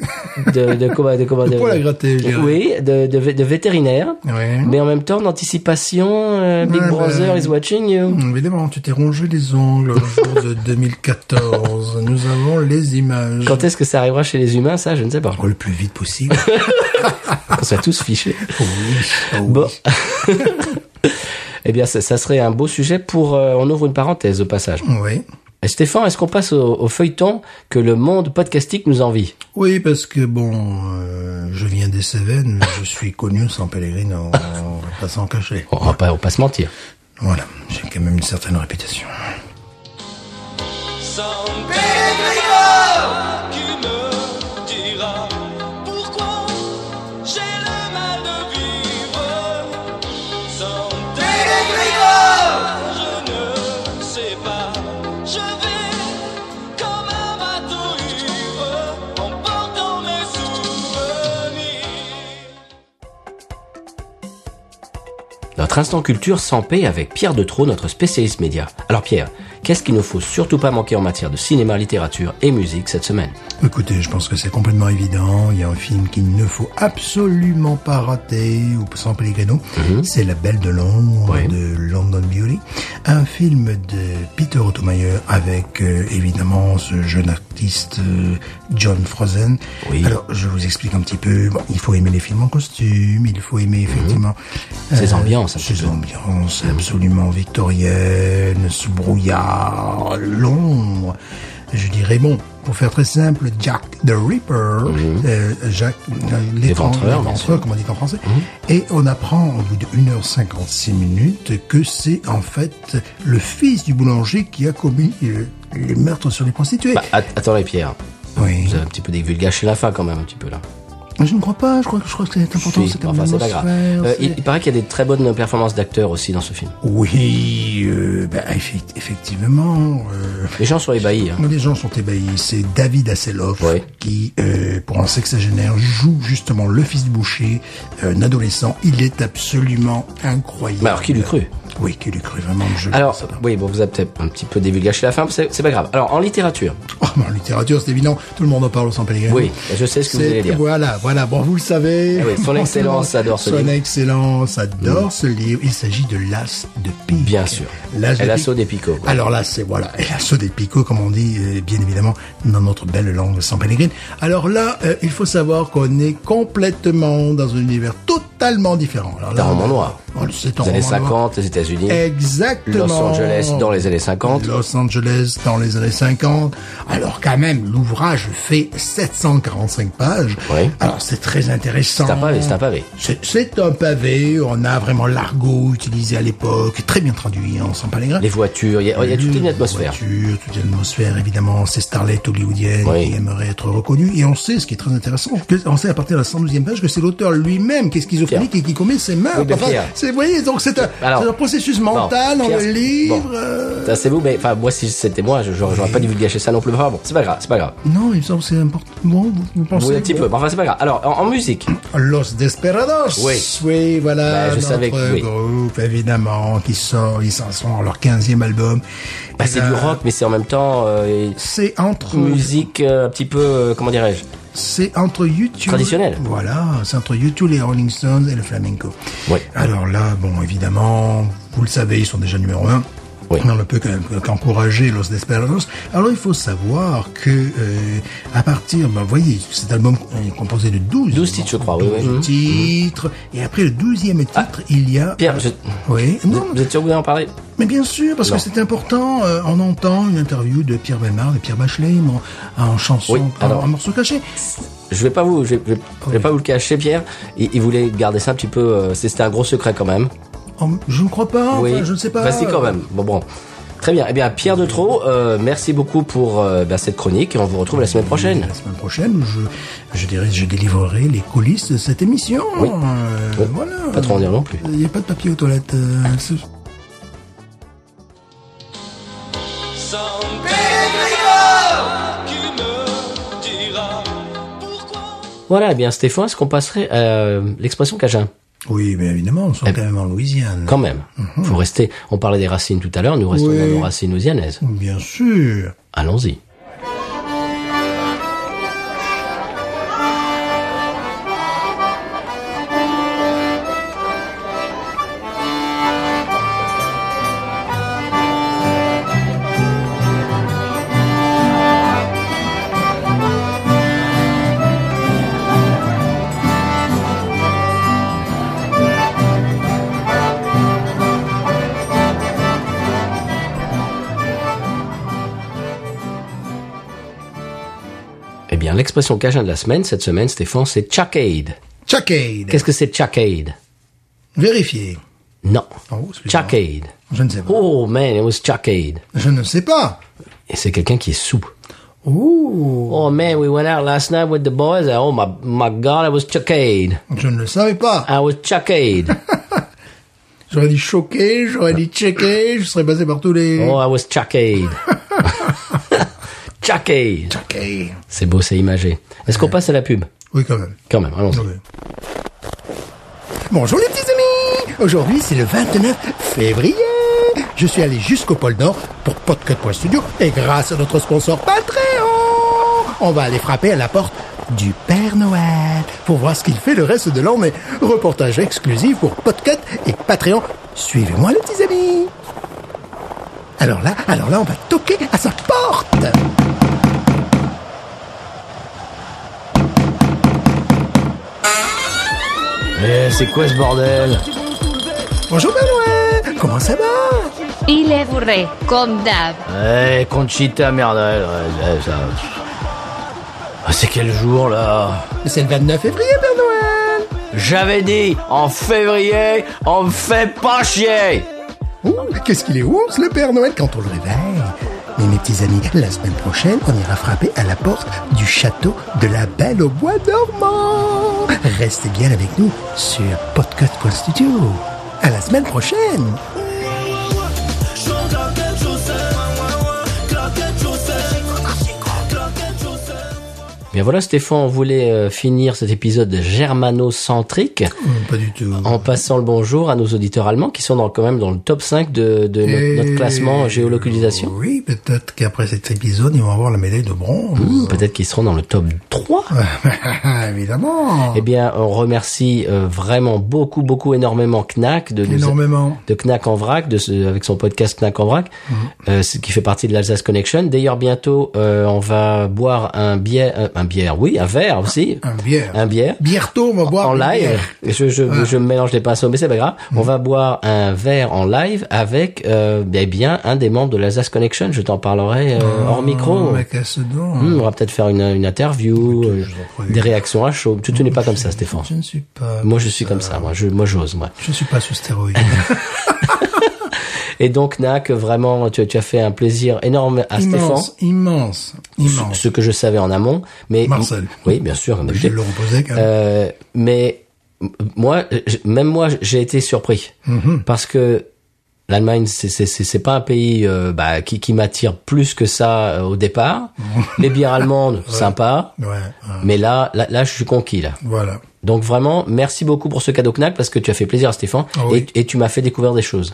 de de comment de comment
De
de-
poil à gratter, je dirais.
oui, de, de, vé- de vétérinaire,
Ouais.
mais en même temps d'anticipation. euh, Big
Ouais, bah, mm.
Brother is watching you.
Évidemment, tu t'es rongé les ongles le jour de 2014. Nous avons les images.
Quand est-ce que ça arrivera chez les humains Ça, je ne sais pas.
Oh, le plus vite possible.
On s'est tous fichés.
Oh oui. Oh oui.
Bon. Eh bien, ça, ça serait un beau sujet pour. euh, on ouvre une parenthèse au passage.
Oui.
Et Eh, Stéphane, est-ce qu'on passe au, au feuilleton que le monde podcastique nous envie
Oui, parce que bon, euh, je viens des Cévennes, je suis connu sans Pellegrino, on va pas s'en cacher.
On va pas, on va pas se mentir.
Voilà, j'ai quand même une certaine réputation.
Sans Pellegrino qui me dira pourquoi j'ai le mal de vivre. Sans Pellegrino, je ne sais pas. Je vais comme un bateau ivre en portant mes souvenirs.
Notre instant culture sans paix avec Pierre de Trot, notre spécialiste média. Alors Pierre, qu'est-ce qu'il ne faut surtout pas manquer en matière de cinéma, littérature et musique cette semaine
Écoutez, je pense que c'est complètement évident, il y a un film qu'il ne faut absolument pas rater, ou sans Pellegrino, c'est La Belle de Londres,
Mhm. Oui.
de London Beauty, un film de Peter Ottomeyer avec euh, évidemment ce jeune artiste euh, John Frozen.
Oui.
Alors, je vous explique un petit peu, Bon, il faut aimer les films en costume, il faut aimer effectivement...
Ces
euh,
Mhm. ambiances, un petit
ces
peu.
ambiance absolument victorienne, ce brouillard, l'ombre. Je dirais, bon, pour faire très simple, Jack the Ripper, euh, Jack euh,
Mhm. L'éventreur, bien sûr. Mhm.
l'éventreur, comme on dit en français. Et on apprend au bout de 1h56 minutes que c'est en fait le fils du boulanger qui a commis euh, les meurtres sur les prostituées.
Bah, at- Attendez Pierre,
oui.
vous avez un petit peu divulgaché la fin quand même un petit peu là.
Je ne crois pas, je crois, que- je crois que c'est important,
Si,
c'est
enfin, c'est pas grave. Euh, il, il paraît qu'il y a des très bonnes performances d'acteurs aussi dans ce film.
Oui, euh, bah, effe- effectivement. euh,
Les gens sont ébahis. Hein.
Mais Les gens sont ébahis. C'est David Asseloff
Ouais.
qui, euh, pour un sexagénaire, joue justement le fils du boucher, euh, un adolescent. Il est absolument incroyable.
Mais alors, qui l'eût cru
Oui, qui l'eût cru vraiment je
Alors,
pense.
oui, bon, vous avez peut-être un petit peu divulgaché la fin, mais c'est c'est pas grave. Alors, en littérature,
Oh, mais en littérature, c'est évident. Tout le monde en parle sans Pellegrino.
oui, je sais ce que vous
C'est-
allez dire.
Voilà, voilà. Bon, vous le savez.
Eh oui, Son Excellence adore ce
Son
livre. Mm.
Excellence adore ce livre. Il s'agit de l'as de pique.
Bien sûr.
L'as de
Et
pique.
l'assaut des picots. quoi.
Alors là, c'est voilà, et l'assaut des picots, comme on dit, euh, bien évidemment, dans notre belle langue sans pellegrine. Alors là, euh, il faut savoir qu'on est complètement dans un univers totalement différent. Alors
C'est
là,
un roman
on-
noir.
on le sait, un
Les années
roman noir.
50, les États-Unis.
Exactement.
Los Angeles dans les années 50.
Los Angeles dans les années 50. Alors quand même, l'ouvrage fait 745 pages.
Oui.
Alors c'est très intéressant.
C'est un pavé, c'est un pavé.
C'est- C'est un pavé. On a vraiment l'argot utilisé à l'époque, très bien traduit hein, en sans palégrin.
Les voitures, il y a, il y a toute une
Les
atmosphère.
voitures, toute une atmosphère, évidemment. Ces starlets hollywoodiennes
Oui.
qui aimeraient être reconnues. Et on sait, ce qui est très intéressant, que, on sait à partir de la 112e page que c'est l'auteur lui-même qui est schizophrénique et qui commet ses mains.
Oui, mais Pierre.
c'est, vous voyez, donc c'est un,
Alors,
c'est un processus
bon,
mental, on
Pierre,
le livre.
bon.
euh,
Ça, c'est vous, mais enfin, moi, si c'était moi, je- j'aurais j'aurais pas divulgaché ça non plus. Enfin, bon, c'est pas grave, c'est pas grave.
Non, il me semble que c'est important. Bon, vous, vous pensez
Oui, un petit peu, mais enfin, c'est pas grave. Alors, en, en musique,
Ah, Los Desperados.
Oui.
Oui, voilà.
Bah, je savais
notre
que- oui.
groupe, évidemment, qui sort, ils en sont à leur 15e album.
bah, c'est
Et
du
là,
rock, mais c'est en même temps euh,
C'est entre
musique euh, un petit peu, euh, comment dirais-je
C'est entre YouTube.
Traditionnel.
Voilà, c'est entre YouTube, les Rolling Stones et le flamenco.
Oui.
Alors là, bon, évidemment, vous le savez, ils sont déjà numéro un.
Oui.
On ne peut qu'en- qu'encourager Los Desperados. Alors il faut savoir que euh, à partir, ben, vous voyez, cet album est composé de 12,
12 titres, je crois, oui,
12
oui. Mhm. Ah.
titres. Et après le 12e titre, il y a...
Pierre, je-
Oui, non,
Vous êtes sûr que vous voulez en parler
mais bien sûr, parce
Non.
que c'est important. euh, on entend une interview de Pierre Belmar et Pierre Bachelet en, en chanson,
Oui,
en-
alors-
en morceau caché.
Je vais pas vous, je vais, je vais- je vais pas vous le cacher, Pierre. Il, il voulait garder ça un petit peu. euh, c'est- C'était un gros secret quand même.
en- Oh, je ne crois pas, Ah, enfin,
oui.
je ne sais pas.
Vas-y quand même. Bon, bon. Très bien. Eh bien, Pierre de Trot, euh, merci beaucoup pour euh, bah, cette chronique et on vous retrouve la semaine prochaine.
La semaine prochaine, je, je, dirais, je délivrerai les coulisses de cette émission.
Oui.
Euh,
Bon,
voilà.
Pas trop en dire non plus.
Il n'y a pas de papier aux toilettes. euh, c'est-
Voilà, eh bien Stéphane, est-ce qu'on passerait à l'expression Cajun
Oui, mais évidemment, on sort
Eh
quand même en Louisiane.
Quand même. Faut rester. On parlait des racines tout à l'heure, nous restons
Oui.
dans nos racines louisianaises.
Bien sûr.
Allons-y. Eh bien, l'expression Cajun de la semaine, cette semaine, Stéphane, c'est chuckade.
Chuckade.
Qu'est-ce que c'est chuckade
Vérifiez.
Non.
Oh, excusez-moi.
Chuckade.
Je ne sais pas.
Oh man, it was chuckade.
Je ne sais pas.
Et c'est quelqu'un qui est sous.
Oh,
Oh man, we went out last night with the boys. and Oh my, my god, I was chuckade.
je ne le savais pas.
I was chuckade.
J'aurais dit choqué, j'aurais dit checké, je serais passé par tous les...
Oh, I was chuckade. chuckade.
Chuckade.
C'est beau, c'est imagé. Est-ce qu'on passe à la pub
Oui, quand même.
Quand même, allons-y.
Ok. Bonjour les petits amis Aujourd'hui c'est le 29 février Je suis allé jusqu'au pôle Nord pour podcut.studio et grâce à notre sponsor Patreon On va aller frapper à la porte du Père Noël pour voir ce qu'il fait le reste de l'année. Reportage exclusif pour Podcut et Patreon. Suivez-moi les petits amis Alors là, alors là on va toquer à sa porte
Eh, c'est quoi ce bordel
Bonjour Père Noël Comment ça va
Il est vrai, comme d'hab.
Eh, Conchita, merde. ouais, ouais, ça- Ah, C'est quel jour là
C'est le 29 février Père Noël
J'avais dit en février, on me fait pas chier.
Oh, qu'est-ce qu'il est ouf, le Père Noël, quand on le réveille Mais mes petits amis, la semaine prochaine, on ira frapper à la porte du château de la Belle au Bois dormant Restez bien avec nous sur podcast.studio. À la semaine prochaine
Bien voilà, Stéphane, on voulait euh, finir cet épisode germanocentrique
Hum, Pas du tout.
en passant le bonjour à nos auditeurs allemands qui sont dans, quand même dans le top 5 de, de notre, notre classement géolocalisation.
Oui, peut-être qu'après cet épisode, ils vont avoir la médaille de bronze.
Peut-être qu'ils seront dans le top 3.
Évidemment
Eh bien, on remercie euh, vraiment beaucoup, beaucoup, énormément Knack de nous
Énormément.
de Knack en vrac, de ce- avec son podcast Knack en vrac,
Mhm.
euh, ce qui fait partie de l'Alsace Connection. D'ailleurs, bientôt, euh, on va boire un bière, euh, un, un bière, oui, un verre aussi,
Un bière.
un bière.
Bientôt, on va boire
en
une
live,
bière. Mhm.
je, je, je me mélange les pinceaux, mais c'est pas grave. On va boire un verre en live avec euh, eh bien un des membres de l'Alsace Connection. Je t'en parlerai euh, hors micro.
Oh, mais qu'est-ce donc
Hmm, on va peut-être faire une, une interview, euh,
je vous en prie.
des réactions à chaud. Tu, tu n'es pas comme ça, Stéphane.
Je ne suis pas... euh,
Moi, je suis comme ça. Moi, je, moi, j'ose. Moi.
Je ne suis pas sous stéroïdes.
Et donc, Nac, vraiment, tu, tu as fait un plaisir énorme à
immense,
Ah, Stéphane.
immense, immense.
Ce que je savais en amont, mais
Marcel.
Oui, bien sûr. comme
Je
d'habitude.
le reposais quand même.
Euh, mais m- moi, je- même moi, j'ai été surpris
Mhm.
parce que l'Allemagne, c'est- c'est c'est- c'est pas un pays euh, bah, qui, qui m'attire plus que ça euh, au départ. Les bières allemandes, sympa.
Mhm. ouais, ouais,
Mais là, là, là, je suis conquis là.
voilà.
Donc vraiment, merci beaucoup pour ce cadeau Knack parce que tu as fait plaisir à Stéphane
Ah oui. Mhm.
et, et tu m'as fait découvrir des choses.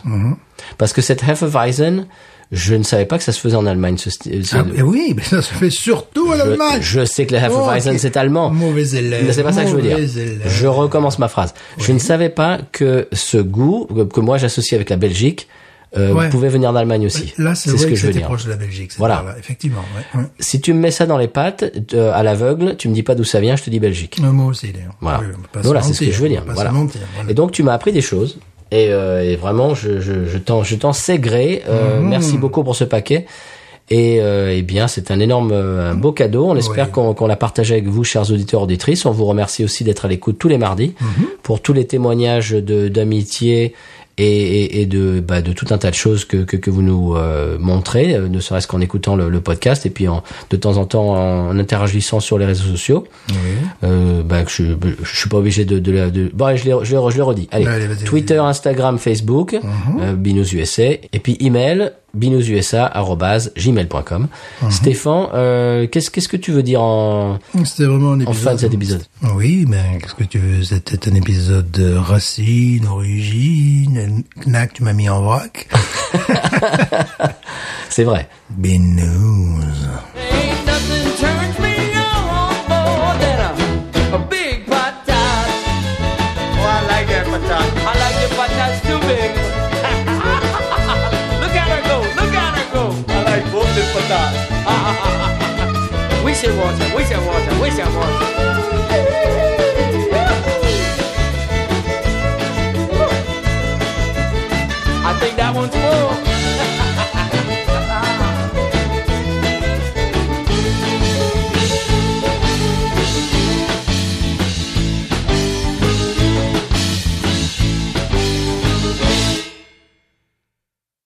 Parce que cette Hefeweizen, je ne savais pas que ça se faisait en Allemagne. Ce, sti- ce-
Ah, mais oui, mais ça se fait surtout à
je,
l'Allemagne.
je sais que la Hefeweizen
Oh, ok.
c'est allemand.
Mauvais élève,
Mais C'est pas ça que je veux dire.
mauvais élève.
Je recommence ma phrase. Je ne savais pas que ce goût que- que moi j'associe avec la Belgique euh,
Ouais.
pouvait venir d'Allemagne aussi.
Là, c'est
ce
vrai
que
que,
je veux
c'était
dire.
proche de la Belgique. cette
Voilà.
part-là, Effectivement, ouais. ouais.
Si tu me mets ça dans les pattes euh, à l'aveugle, tu me dis pas d'où ça vient, je te dis Belgique.
Mais Moi aussi, d'ailleurs.
Voilà.
Oui, on peut pas se
voilà, c'est ce
mentir,
que je veux
on
dire.
peut pas se
Voilà.
mentir, voilà.
Et donc, tu m'as appris des choses. Et, euh, et vraiment, je, je, je t'en, je t'en sais gré. Euh, Merci beaucoup pour ce paquet. Et euh, eh bien, c'est un énorme, euh, un beau cadeau. On espère
Oui.
qu'on, qu'on l'a partagé avec vous, chers auditeurs auditrices. On vous remercie aussi d'être à l'écoute tous les mardis pour tous les témoignages de, d'amitié et, et- et de, bah, de tout un tas de choses que, que, que vous nous euh, montrez, euh, ne serait-ce qu'en écoutant le, le podcast et puis en, de temps en temps en interagissant sur les réseaux sociaux. Euh, bah, que je, je suis pas obligé de, de, la- de... Bon, allez, je le, je, le- je le redis. Allez,
Allez, vas-y, Mhm. vas-y.
Twitter, Instagram, Facebook, euh, Binous USA, et puis email binoususa@gmail.com.
Mhm.
Stéphane, euh, qu'est-ce qu'est-ce que tu veux dire en,
C'était vraiment un
en
épisode.
fin de cet épisode
Oui, mais qu'est-ce que tu veux C'était un épisode de racine, origine, knack, tu m'as mis en vrac.
C'est vrai.
Bin news.
Ain't nothing turns me on more than a, a big patat. Oh, I like that patat. I like the patats too big. look at her go, look at her go. I like both the patats. we should watch her, we should watch her, we should watch her. I think that one's full.